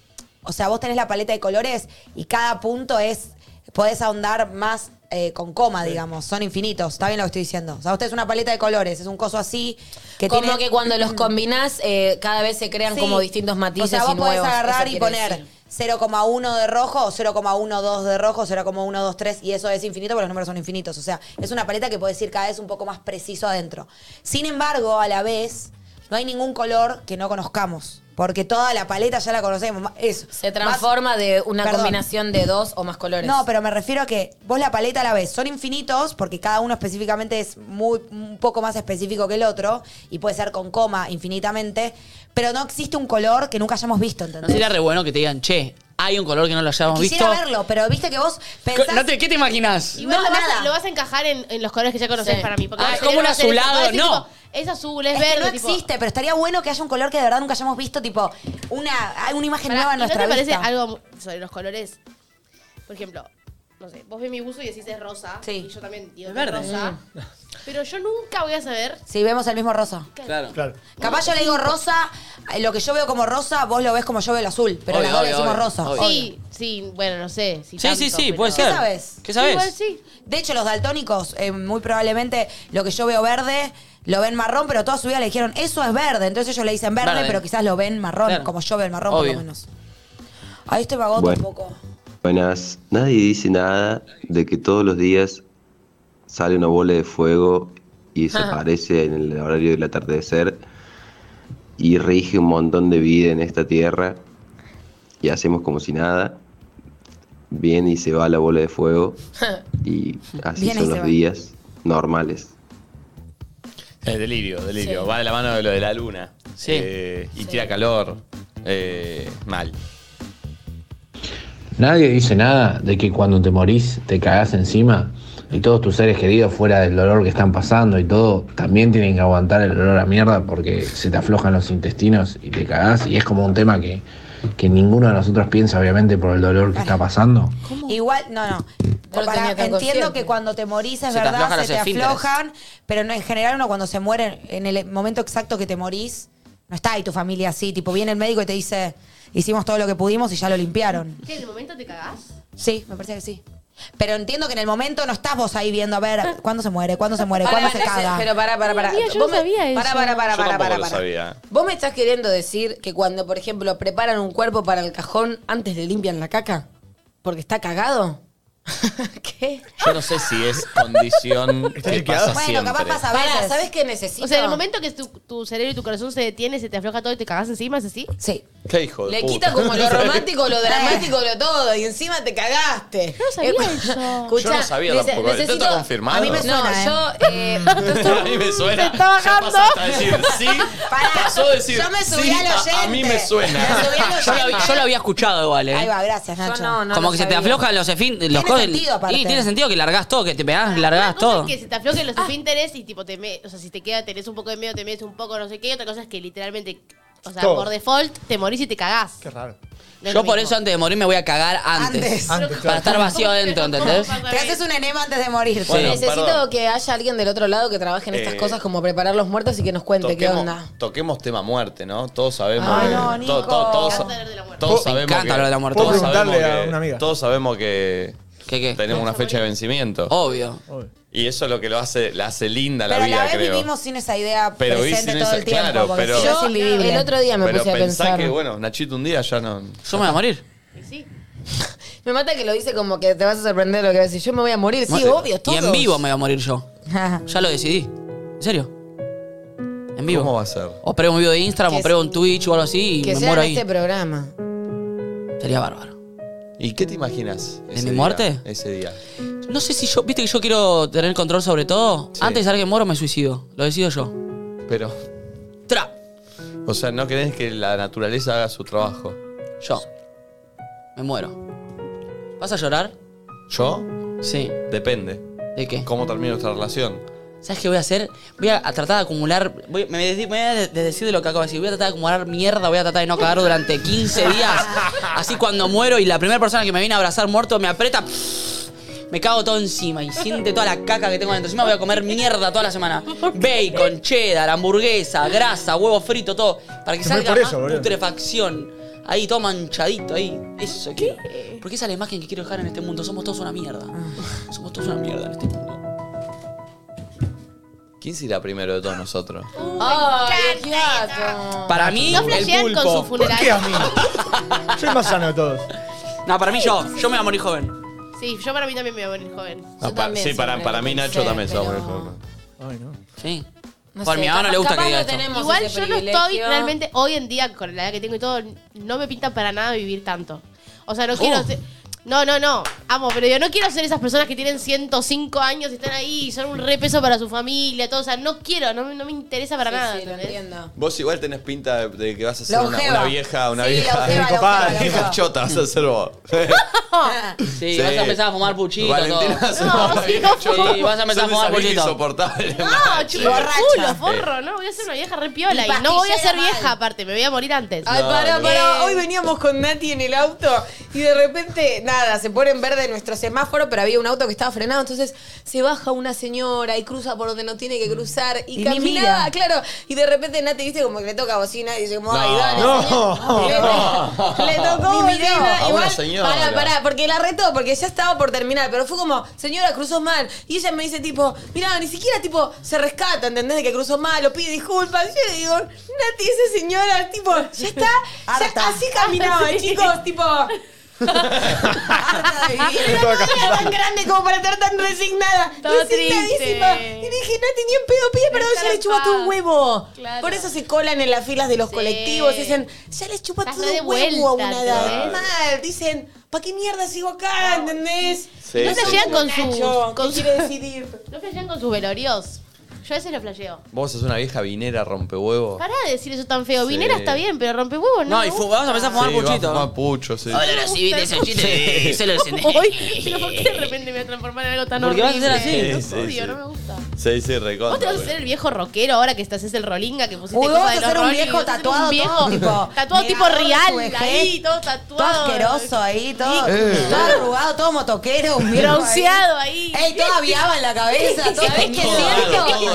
Speaker 5: O sea, vos tenés la paleta de colores y cada punto es. Podés ahondar más eh, con coma, digamos. Son infinitos. Está bien lo que estoy diciendo. O sea, usted es una paleta de colores, es un coso así. Que
Speaker 3: como
Speaker 5: tiene-
Speaker 3: que cuando los combinás, eh, cada vez se crean
Speaker 5: Sí.
Speaker 3: como distintos matices.
Speaker 5: O sea, vos
Speaker 3: y
Speaker 5: podés
Speaker 3: nuevos,
Speaker 5: agarrar
Speaker 3: eso
Speaker 5: y
Speaker 3: quiere
Speaker 5: poner
Speaker 3: decir.
Speaker 5: 0,1 de rojo, 0,12 de rojo, 0,123 y eso es infinito porque los números son infinitos. O sea, es una paleta que podés ir cada vez un poco más preciso adentro. Sin embargo, a la vez, no hay ningún color que no conozcamos. Porque toda la paleta ya la conocemos. Ma- Eso.
Speaker 3: Se transforma de una
Speaker 5: Perdón.
Speaker 3: combinación de dos o más colores.
Speaker 5: No, pero me refiero a que vos la paleta a la vez. Son infinitos porque cada uno específicamente es muy, un poco más específico que el otro y puede ser con coma infinitamente. Pero no existe un color que nunca hayamos visto,
Speaker 9: No
Speaker 5: ¿entendés?
Speaker 9: sería re bueno que te digan, che, hay un color que no lo hayamos
Speaker 5: Quisiera
Speaker 9: visto.
Speaker 5: verlo, pero viste que vos pensás...
Speaker 9: No te- ¿Qué te imaginas?
Speaker 6: Igual
Speaker 5: No,
Speaker 6: lo, vas a,
Speaker 5: nada.
Speaker 6: lo vas a encajar en, en los colores que ya conoces
Speaker 5: Sí.
Speaker 6: para mí. Porque
Speaker 5: Ah,
Speaker 6: vas a
Speaker 5: es
Speaker 6: tener
Speaker 5: como un
Speaker 6: que hacer eso.
Speaker 5: azulado,
Speaker 6: Vas a decir,
Speaker 5: no.
Speaker 6: tipo, Es azul, es,
Speaker 5: Es
Speaker 6: verde.
Speaker 5: que no
Speaker 6: tipo-
Speaker 5: existe, pero estaría bueno que haya un color que de verdad nunca hayamos visto, tipo una, hay una imagen
Speaker 6: Pará,
Speaker 5: nueva
Speaker 6: ¿y
Speaker 5: en nuestra
Speaker 6: ¿No te
Speaker 5: vista.
Speaker 6: parece algo sobre los colores? Por ejemplo, no sé, vos ves mi buzo y decís es rosa. Y yo también digo
Speaker 5: Es
Speaker 6: que es
Speaker 5: verde.
Speaker 6: rosa. Pero yo nunca voy a saber.
Speaker 5: Si vemos el mismo rosa.
Speaker 9: Claro.
Speaker 5: Capaz yo le digo rosa, eh, lo que yo veo como rosa, vos lo ves como yo veo el azul, pero
Speaker 9: Obvio,
Speaker 5: las dos le
Speaker 9: obvio,
Speaker 5: decimos
Speaker 9: obvio,
Speaker 5: rosa.
Speaker 9: obvio.
Speaker 6: Sí, sí, bueno, no sé. Si
Speaker 9: Sí, sí,
Speaker 6: tanto,
Speaker 9: sí, puede
Speaker 6: pero-
Speaker 9: ser.
Speaker 5: ¿Qué sabes?
Speaker 9: ¿Qué sabes?
Speaker 6: Igual sí.
Speaker 5: De hecho, los daltónicos, eh, muy probablemente lo que yo veo verde, lo ven marrón, pero toda su vida le dijeron, eso es verde. Entonces ellos le dicen verde,
Speaker 12: Verde.
Speaker 5: pero quizás lo ven marrón,
Speaker 12: Claro.
Speaker 5: como yo veo el marrón, por
Speaker 12: Obvio.
Speaker 5: lo menos. Ahí estoy vagando
Speaker 12: Bueno.
Speaker 5: un poco.
Speaker 12: Buenas, nadie dice nada de que todos los días sale una bola de fuego y se
Speaker 5: Ajá.
Speaker 12: aparece en el horario del atardecer y rige un montón de vida en esta tierra y hacemos como si nada. Viene y se va la bola de fuego y así
Speaker 2: Viene y
Speaker 12: son
Speaker 2: se
Speaker 12: los
Speaker 2: va.
Speaker 12: días normales.
Speaker 2: Eh, delirio, delirio.
Speaker 12: Sí.
Speaker 2: Va de la mano de lo de la luna. Eh, y tira calor. Eh, mal.
Speaker 7: Nadie dice nada de que cuando te morís te cagás encima y todos tus seres queridos fuera del dolor que están pasando y todo, también tienen que aguantar el dolor a mierda porque se te aflojan los intestinos y te cagás y es como un tema que, que ninguno de nosotros piensa obviamente por el dolor que está pasando.
Speaker 5: Igual, no, no.
Speaker 3: lo
Speaker 5: Pará,
Speaker 3: tenía tan
Speaker 5: entiendo
Speaker 3: consciente.
Speaker 5: que cuando te morís es
Speaker 7: Se te aflojan
Speaker 5: verdad,
Speaker 7: los
Speaker 5: se te
Speaker 7: esfínteres.
Speaker 5: aflojan, pero no, en general uno cuando se muere, en el momento exacto que te morís, no está ahí tu familia así. Tipo, viene el médico y te dice, hicimos todo lo que pudimos y ya lo limpiaron.
Speaker 6: ¿Qué, en el momento te cagás?
Speaker 5: Sí, me parece que sí. Pero entiendo que en el momento no estás vos ahí viendo, a ver, ¿cuándo se muere? ¿Cuándo se muere?
Speaker 3: Pará,
Speaker 5: ¿Cuándo se
Speaker 3: no sé,
Speaker 5: caga?
Speaker 3: Pero pará, pará, pará.
Speaker 5: Ay, amiga, yo
Speaker 3: Vos
Speaker 5: no
Speaker 3: me-
Speaker 5: sabía
Speaker 3: Pará,
Speaker 5: eso.
Speaker 3: pará, pará, pará,
Speaker 2: Yo tampoco
Speaker 3: pará,
Speaker 2: lo
Speaker 3: pará.
Speaker 2: sabía.
Speaker 3: ¿Vos me estás queriendo decir que cuando, por ejemplo, preparan un cuerpo para el cajón, antes le limpian la caca? ¿Porque está cagado?
Speaker 2: Yo no sé si es condición que pasa siempre.
Speaker 3: Pará, ¿sabes qué necesito?
Speaker 6: O sea, en el momento que tu, tu cerebro y tu corazón se detiene, se te afloja todo y te cagás encima, ¿es así?
Speaker 5: Sí.
Speaker 2: ¿Qué hijo de
Speaker 3: Le
Speaker 2: puta?
Speaker 3: quita como lo romántico, lo dramático, lo todo. Y encima te cagaste. Eh, Yo no
Speaker 6: sabía eso.
Speaker 2: Yo no sabía tampoco. ¿Esto está confirmado?
Speaker 3: A mí me
Speaker 2: suena,
Speaker 3: No, yo... eh,
Speaker 2: a mí me suena.
Speaker 3: Se está
Speaker 2: Ya
Speaker 3: bajando.
Speaker 2: pasaste a decir sí. pasó a decir
Speaker 3: yo me subí
Speaker 2: sí,
Speaker 3: al
Speaker 2: a- A,
Speaker 3: oyente.
Speaker 2: mí me suena.
Speaker 9: Me subí al Yo la vi- oyente. yo la había escuchado igual, ¿eh?
Speaker 5: Ahí va, gracias, Nacho.
Speaker 9: como que se te aflojan los efín- los
Speaker 5: Tiene
Speaker 9: cosas-
Speaker 5: sentido, aparte.
Speaker 9: Y tiene sentido que largás todo, que te pegás, largás todo. Ah.
Speaker 6: Que se te aflojen los esfínteres y tipo te me, o sea, si te queda, tenés un poco de miedo, te metes un poco, no sé qué, otra cosa es que literalmente, o sea,
Speaker 9: Todo.
Speaker 6: por default te morís y te cagás. Qué raro.
Speaker 9: Yo por eso antes de morir me voy a cagar antes.
Speaker 6: Antes. Antes,
Speaker 9: para
Speaker 6: claro.
Speaker 9: estar vacío adentro, ¿entendés?
Speaker 5: Te haces un enema antes de morir.
Speaker 9: Sí. Bueno,
Speaker 3: Necesito
Speaker 2: perdón.
Speaker 3: que haya alguien del otro lado que trabaje en estas
Speaker 2: Eh,
Speaker 3: cosas como preparar los muertos y que nos cuente qué onda.
Speaker 2: toquemos tema muerte, ¿no? Todos sabemos.
Speaker 3: Ay,
Speaker 2: que-
Speaker 3: no,
Speaker 2: to-
Speaker 3: Nico.
Speaker 2: to- todos, todos
Speaker 9: Me
Speaker 2: sabemos.
Speaker 9: encanta
Speaker 2: que-
Speaker 9: hablar de la muerte.
Speaker 2: Todos
Speaker 9: Puedo
Speaker 2: sabemos,
Speaker 9: preguntarle a
Speaker 2: que,
Speaker 9: una amiga.
Speaker 2: todos sabemos que tenemos una fecha de vencimiento.
Speaker 9: Obvio.
Speaker 2: Y eso es lo que lo hace, la hace linda
Speaker 5: Pero
Speaker 2: la
Speaker 5: a
Speaker 2: vida,
Speaker 5: la vez
Speaker 2: creo.
Speaker 5: vivimos sin esa idea
Speaker 2: Pero
Speaker 5: presente
Speaker 2: sin
Speaker 5: todo
Speaker 2: esa-
Speaker 5: el tiempo.
Speaker 2: claro,
Speaker 5: porque
Speaker 2: pero-
Speaker 5: si no es invivible.
Speaker 3: El otro día me
Speaker 2: Pero
Speaker 3: puse a
Speaker 2: pensá
Speaker 3: pensar.
Speaker 2: que, bueno, Nachito un día ya no.
Speaker 9: Yo me voy a morir.
Speaker 3: Me mata que lo dice como que te vas a sorprender lo que vas a decir. Yo me voy a morir. Sí, obvio, todo.
Speaker 9: Y en vivo me voy a morir yo. Ya lo decidí. ¿En serio? En vivo. ¿Cómo
Speaker 2: va a ser?
Speaker 9: O prego un video de Instagram,
Speaker 3: Que
Speaker 9: o prego un Twitch o algo así y
Speaker 3: que
Speaker 9: me
Speaker 3: sea en
Speaker 9: muero ahí.
Speaker 3: este programa.
Speaker 9: Sería bárbaro.
Speaker 2: ¿Y qué te imaginas?
Speaker 9: ¿De
Speaker 2: ese
Speaker 9: mi
Speaker 2: día?
Speaker 9: muerte?
Speaker 2: Ese día.
Speaker 9: No sé si yo, viste que yo quiero tener control sobre todo. Antes de saber que muero me suicido. Lo decido yo.
Speaker 2: Pero.
Speaker 9: ¡Tra!
Speaker 2: O sea, no querés que la naturaleza haga su trabajo.
Speaker 9: Yo. Me muero. ¿Vas a llorar?
Speaker 2: ¿Yo?
Speaker 9: Sí.
Speaker 2: Depende.
Speaker 9: ¿De qué?
Speaker 2: ¿Cómo termina nuestra relación?
Speaker 9: ¿Sabes qué voy a hacer? Voy a, a tratar de acumular. voy- me deci- me voy a de- desdecir de lo que acabo de decir. Voy a tratar de acumular mierda. Voy a tratar de no cagar durante 15 días. Así cuando muero y la primera persona que me viene a abrazar muerto me aprieta. pff, me cago todo encima y siente toda la caca que tengo dentro. Encima voy a comer mierda toda la semana. Bacon, cheddar, hamburguesa, grasa, huevo frito, todo. Para que
Speaker 8: Te morís
Speaker 9: salga
Speaker 8: por eso,
Speaker 9: más
Speaker 8: boludo.
Speaker 9: putrefacción. Ahí, todo manchadito, ahí. Eso, ¿qué? Porque esa es la imagen que quiero dejar en este mundo. Somos todos una mierda. Somos todos una mierda en este mundo.
Speaker 1: ¿Quién será primero de todos nosotros?
Speaker 3: Ay, qué asco.
Speaker 9: Para mí,
Speaker 6: No
Speaker 9: el
Speaker 6: flashean
Speaker 9: pulpo.
Speaker 6: con su funeral.
Speaker 8: ¿Por qué a mí? Soy el más sano de todos.
Speaker 9: No, para mí yo. Yo me voy a morir joven.
Speaker 6: Sí, yo para mí también me voy a morir joven.
Speaker 1: Ah, pa- sí, para, para mí Nacho también eh, se va a morir joven.
Speaker 8: Ay, no.
Speaker 9: Sí.
Speaker 6: No
Speaker 9: Por
Speaker 6: sé,
Speaker 9: mi mamá no le gusta
Speaker 3: capaz
Speaker 9: que diga
Speaker 3: no
Speaker 9: esto.
Speaker 3: tenemos
Speaker 6: Igual
Speaker 3: ese
Speaker 6: yo no estoy
Speaker 3: privilegio.
Speaker 6: realmente hoy en día con la edad que tengo y todo, no me pinta para nada vivir tanto. O sea, no
Speaker 9: Oh.
Speaker 6: quiero ser- No, no, no. Amo, pero yo no quiero ser esas personas que tienen 105 años y están ahí y son un repeso para su familia, todo. O sea, no quiero, no, me- no me interesa para
Speaker 3: Sí,
Speaker 6: nada.
Speaker 3: sí, lo
Speaker 6: ¿entendés?
Speaker 3: entiendo.
Speaker 1: Vos igual tenés pinta de, de que vas a ser
Speaker 3: La
Speaker 1: una,
Speaker 3: ojeva.
Speaker 1: una vieja, una
Speaker 3: Sí, la
Speaker 1: vieja.
Speaker 3: ojeva, la
Speaker 1: copada,
Speaker 3: ojeva, la
Speaker 1: vieja
Speaker 3: ojeva.
Speaker 1: chota, vas a ser vos.
Speaker 9: Sí,
Speaker 3: Ah.
Speaker 1: Sí.
Speaker 9: vas a empezar a fumar puchito,
Speaker 1: Valentina
Speaker 9: todo.
Speaker 1: va a ser una vieja chota.
Speaker 9: Sí, vas a empezar a
Speaker 1: Sos de esa
Speaker 9: fumar
Speaker 1: vieja
Speaker 9: puchito.
Speaker 1: insoportable.
Speaker 6: No, chupo el
Speaker 3: Borracha.
Speaker 6: culo, forro, no, voy a ser una vieja re piola
Speaker 3: Y
Speaker 6: y no voy a ser
Speaker 3: pastillera
Speaker 6: vieja
Speaker 3: mal.
Speaker 6: aparte, me voy a morir antes.
Speaker 3: Ay,
Speaker 1: No,
Speaker 3: pará,
Speaker 1: no.
Speaker 3: pará. Hoy veníamos con Nati en el auto y de repente, nada, se pone en verde nuestro semáforo, pero había un auto que estaba frenado. Entonces se baja una señora y cruza por donde no tiene que cruzar y,
Speaker 5: Y ni
Speaker 3: camina,
Speaker 5: mira.
Speaker 3: claro. Y de repente Nati, viste, como que le toca bocina y dice, como, ay, dale.
Speaker 8: No.
Speaker 3: Le tocó
Speaker 5: Ni miró.
Speaker 3: bocina.
Speaker 1: A una
Speaker 3: Igual,
Speaker 1: señora.
Speaker 3: Pará, pará, porque la retó, porque ya estaba por terminar. Pero fue como, señora, cruzó mal. Y ella me dice, tipo, mirá, ni siquiera, tipo, se rescata, ¿entendés? De que cruzó mal, lo pide disculpas. Y yo le digo, Nati, esa señora, tipo, ya está. ya
Speaker 5: Harta.
Speaker 3: así caminaba,
Speaker 6: Sí.
Speaker 3: chicos, tipo...
Speaker 5: Harta de vivir.
Speaker 3: Era una vida tan grande como para estar tan resignada.
Speaker 6: Estaba
Speaker 3: Resignadísima.
Speaker 6: triste.
Speaker 3: Y dije, Nati, ni en pedo, pide perdón,
Speaker 6: Déjala
Speaker 3: ya le
Speaker 6: en
Speaker 3: chupaste
Speaker 6: paz.
Speaker 3: un huevo.
Speaker 6: Claro.
Speaker 3: Por eso se colan en las filas de los
Speaker 6: Sí.
Speaker 3: colectivos. Dicen, ya les chupa
Speaker 6: Estás
Speaker 3: todo
Speaker 6: re de
Speaker 3: un huevo a
Speaker 6: vuelta,
Speaker 3: una edad.
Speaker 6: ¿entendés?
Speaker 3: Mal. Dicen, ¿para qué mierda sigo acá? ¿Entendés?
Speaker 1: Sí,
Speaker 6: No se
Speaker 1: sí.
Speaker 6: llegan con
Speaker 3: Nacho,
Speaker 6: sus.
Speaker 3: ¿qué
Speaker 6: Con su-
Speaker 3: quiere decidir?
Speaker 6: no flashean con sus velorios. Yo a veces lo flasheo.
Speaker 1: Vos sos una vieja vinera rompehuevo.
Speaker 6: Pará de decir eso tan feo.
Speaker 1: Sí.
Speaker 6: Vinera está bien, pero rompehuevos no.
Speaker 9: No, y fu- vamos a empezar a fumar
Speaker 1: Sí, va a
Speaker 9: puchito.
Speaker 1: fumar pucho, sí.
Speaker 9: Ahora sí, viste ese chiste. Se lo
Speaker 6: Ay, pero ¿por qué de repente me voy a transformar en algo tan
Speaker 9: Porque vas a
Speaker 6: horrible?
Speaker 9: ser así.
Speaker 6: No,
Speaker 1: Sí,
Speaker 6: odio,
Speaker 1: sí.
Speaker 6: no me gusta.
Speaker 1: Sí, sí, recontra.
Speaker 6: Vos te vas a hacer el viejo rockero ahora que estás es el rolinga que pusiste
Speaker 5: Uy,
Speaker 6: cosas
Speaker 5: vos vas
Speaker 6: de
Speaker 5: a
Speaker 6: los
Speaker 5: ser un
Speaker 6: Rolling,
Speaker 5: viejo
Speaker 6: vas a ser
Speaker 5: tatuado,
Speaker 6: un viejo
Speaker 5: todo tipo,
Speaker 6: tatuado tipo
Speaker 5: negador de su
Speaker 6: real,
Speaker 5: vejez,
Speaker 6: ahí, todo
Speaker 5: Todo
Speaker 6: tatuado.
Speaker 5: asqueroso ahí, todo,
Speaker 1: Eh.
Speaker 5: todo arrugado, todo motoquero, un viejo ahí.
Speaker 6: Bronceado ahí.
Speaker 5: Ey, todo aviaba en la cabeza, todo.
Speaker 3: ¿Sabés qué
Speaker 1: Todo
Speaker 3: siento?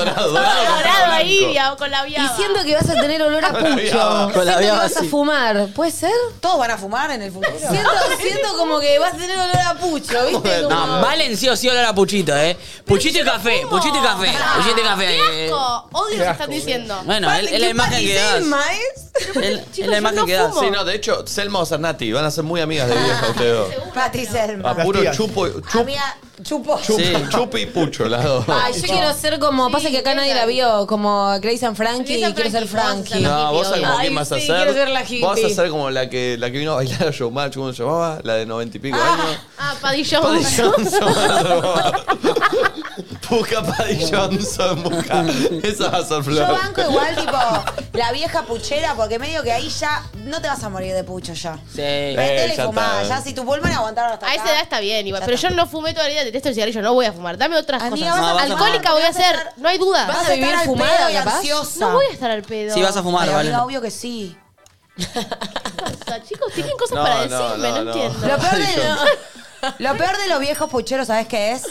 Speaker 1: dorado, todo dorado,
Speaker 6: Todo dorado ahí,
Speaker 1: blanco.
Speaker 6: via- con la
Speaker 3: Y
Speaker 6: viaba.
Speaker 3: siento que vas a tener olor a
Speaker 1: Con la viaba.
Speaker 3: pucho.
Speaker 9: Con la
Speaker 3: Siento que
Speaker 9: viaba,
Speaker 3: vas a
Speaker 9: sí.
Speaker 3: fumar. ¿Puede ser?
Speaker 5: Todos van a fumar en el futuro.
Speaker 3: Siento, siento como que vas a tener olor a pucho, ¿viste? Como-
Speaker 9: No, Valen sí o sí olor a puchito, eh. Puchito y café, puchito y Eh, café, puchito y
Speaker 6: ¡Qué
Speaker 9: café. eh.
Speaker 6: asco! Odio lo
Speaker 8: Qué
Speaker 6: que
Speaker 8: asco,
Speaker 6: están diciendo.
Speaker 9: Bueno, es es la
Speaker 3: ¿Qué
Speaker 9: imagen que das.
Speaker 3: patisema es?
Speaker 9: Es- Es
Speaker 6: Chicos, yo
Speaker 9: la imagen
Speaker 6: no
Speaker 9: que das.
Speaker 6: fumo.
Speaker 1: Sí, no, de hecho, Selma o Cernati van a ser muy amigas de vieja ustedes dos.
Speaker 5: Pati Selma.
Speaker 1: A puro
Speaker 8: Las tías.
Speaker 1: chupo, y- chup,
Speaker 5: Amiga, chupo.
Speaker 1: chup-
Speaker 9: Sí.
Speaker 1: chupi y pucho las dos.
Speaker 3: Ay, yo quiero ser como,
Speaker 6: Sí,
Speaker 3: pasa que acá nadie
Speaker 6: venga.
Speaker 3: la vio, como Grace and Frankie,
Speaker 6: Grace and
Speaker 3: quiero ser
Speaker 6: Frankie,
Speaker 3: Frankie.
Speaker 6: vamos
Speaker 1: No, vos sabés como
Speaker 3: Ay,
Speaker 1: quién vas a
Speaker 3: sí,
Speaker 1: ser.
Speaker 3: quiero ser la
Speaker 1: Vos vas a
Speaker 3: hippie.
Speaker 1: ser como la que, la que vino a bailar a Showmatch, ¿cómo se llamaba? La de noventa y pico años.
Speaker 6: Ah, Padillón.
Speaker 1: Paddy Johnson. Busca Paddy Johnson, busca. Esa va a ser
Speaker 5: Yo
Speaker 1: flor.
Speaker 5: banco igual, tipo, la vieja puchera, porque medio que ahí ya no te vas a morir de pucho ya.
Speaker 9: Sí.
Speaker 5: Vete
Speaker 1: ya
Speaker 5: y fumá,
Speaker 1: está.
Speaker 5: ya si tu pulmón aguantaron hasta
Speaker 6: A esa
Speaker 5: acá.
Speaker 6: edad está bien, igual.
Speaker 5: Ya
Speaker 6: Pero
Speaker 5: está.
Speaker 6: yo no fumé toda la vida, detesto el cigarrillo, no voy a fumar. Dame otras
Speaker 5: Amiga,
Speaker 6: cosas.
Speaker 9: vas a fumar.
Speaker 6: Alcohólica voy a
Speaker 5: Vas a
Speaker 6: ser,
Speaker 5: estar-
Speaker 6: no hay duda.
Speaker 5: Vas a
Speaker 3: vivir
Speaker 5: estar al
Speaker 3: fumada,
Speaker 5: pedo y
Speaker 3: capaz?
Speaker 5: ansiosa.
Speaker 6: No voy a estar al pedo.
Speaker 9: Sí, vas a fumar,
Speaker 5: Ay,
Speaker 9: Valen.
Speaker 5: amiga, obvio que sí.
Speaker 6: Cosa, Chicos, tienen cosas para decirme, no, entiendo.
Speaker 5: Lo peor,
Speaker 1: Paddy
Speaker 5: de
Speaker 1: Johnson.
Speaker 5: lo- lo peor de los viejos pucheros, ¿sabes qué es?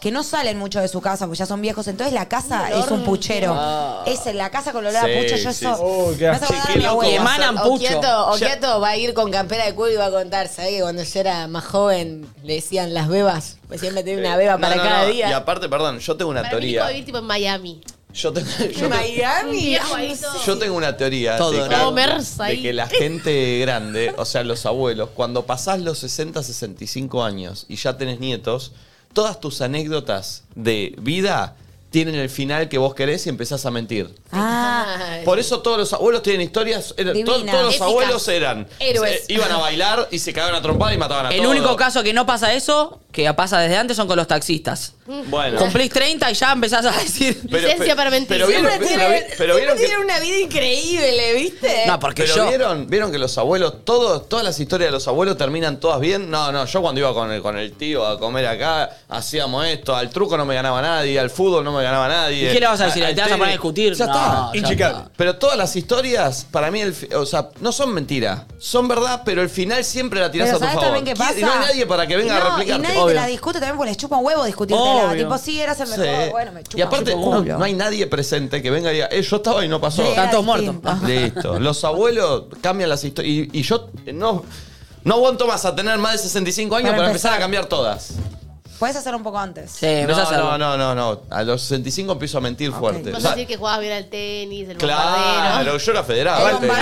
Speaker 5: Que no salen mucho de su casa, porque ya son viejos. Entonces la casa es un puchero.
Speaker 3: Ah.
Speaker 5: Es en la casa con olor
Speaker 1: Sí,
Speaker 5: a pucho. Yo
Speaker 1: sí,
Speaker 5: eso...
Speaker 1: sí.
Speaker 8: Oh, qué
Speaker 5: me hace
Speaker 8: asco.
Speaker 5: acordar a
Speaker 1: Che, qué
Speaker 5: mi
Speaker 1: loco.
Speaker 5: abuela.
Speaker 9: Y emanan pucho.
Speaker 3: Oquieto, Oquieto va a ir con campera de cuero y va a contar, ¿sabés? Que cuando yo era más joven le decían las bebas. Me decían meter una beba
Speaker 1: No,
Speaker 3: para
Speaker 1: no,
Speaker 3: cada
Speaker 1: no. Y
Speaker 3: día.
Speaker 1: aparte, perdón, yo tengo una
Speaker 6: Para mí,
Speaker 1: teoría.
Speaker 6: tipo, vivir tipo en Miami.
Speaker 1: Yo tengo, yo, te-
Speaker 6: Un
Speaker 3: Miami.
Speaker 6: viejo ahí todo.
Speaker 1: yo tengo una teoría
Speaker 9: Todo,
Speaker 1: de,
Speaker 9: ¿no?
Speaker 1: que,
Speaker 6: Todo mersa
Speaker 1: de
Speaker 6: ahí.
Speaker 1: que la gente grande, o sea, los abuelos, cuando pasás los 60, 65 años y ya tenés nietos, todas tus anécdotas de vida tienen el final que vos querés y empezás a mentir.
Speaker 3: Ah,
Speaker 1: Por eso todos los abuelos tienen historias, era- to-
Speaker 5: Divina.
Speaker 1: todos los
Speaker 3: Épicas.
Speaker 1: abuelos eran
Speaker 3: Héroes.
Speaker 1: se- iban a bailar y se cagaban a trompar y mataban a
Speaker 9: El
Speaker 1: todos.
Speaker 9: único caso que no pasa eso, que pasa desde antes, son con los taxistas.
Speaker 1: Bueno.
Speaker 9: Cumplís 30 y ya empezás a decir.
Speaker 6: Licencia para mentir.
Speaker 1: Pero vieron,
Speaker 3: siempre
Speaker 1: pero
Speaker 3: tiene,
Speaker 1: vi- pero
Speaker 3: siempre
Speaker 1: vieron que-
Speaker 3: tiene una vida increíble, ¿viste?
Speaker 9: No, porque
Speaker 1: Pero
Speaker 9: yo.
Speaker 1: vieron, vieron que los abuelos, todos, todas las historias de los abuelos terminan todas bien. No, no, yo cuando iba con el, con el tío a comer acá, hacíamos esto, al truco no me ganaba nadie, al fútbol no me me ganaba nadie.
Speaker 9: ¿Y qué le vas a decir? ¿Te vas a
Speaker 1: Tere.
Speaker 9: poner a discutir?
Speaker 1: Ya
Speaker 9: No,
Speaker 1: está.
Speaker 9: ya
Speaker 1: Inchecable. Pero todas las historias, para mí, el fi- o sea, no son mentiras. Son verdad, pero el final siempre la tirás
Speaker 5: Pero
Speaker 1: a tu
Speaker 5: ¿sabés
Speaker 1: favor.
Speaker 5: también qué
Speaker 1: ¿Quién-
Speaker 5: pasa?
Speaker 1: Y no hay nadie para que venga
Speaker 5: Y no,
Speaker 1: a
Speaker 5: Y
Speaker 1: replicarte.
Speaker 5: nadie te la discute también porque les chupa un huevo discutírtela.
Speaker 1: Obvio.
Speaker 5: Tipo, sí, eras el mejor.
Speaker 1: Sí.
Speaker 5: Bueno, me chupa
Speaker 1: Y aparte,
Speaker 5: un
Speaker 1: no,
Speaker 5: huevo.
Speaker 1: no hay nadie presente que venga y diga, eh, yo estaba y no pasó.
Speaker 5: Era Están todos muertos.
Speaker 1: Listo. Los abuelos cambian las historias. Y, y yo no, no aguanto más a tener más de 65 años
Speaker 5: Para
Speaker 1: para, empezar.
Speaker 5: empezar.
Speaker 1: a cambiar todas.
Speaker 5: Puedes hacer un poco antes.
Speaker 9: Eh,
Speaker 1: no, no, no, no, no. A los 65 empiezo a mentir fuerte. O
Speaker 6: Vas
Speaker 1: sea,
Speaker 6: a decir que jugabas bien al tenis, el bombardero.
Speaker 1: Claro, yo era federal.
Speaker 6: El
Speaker 1: antes.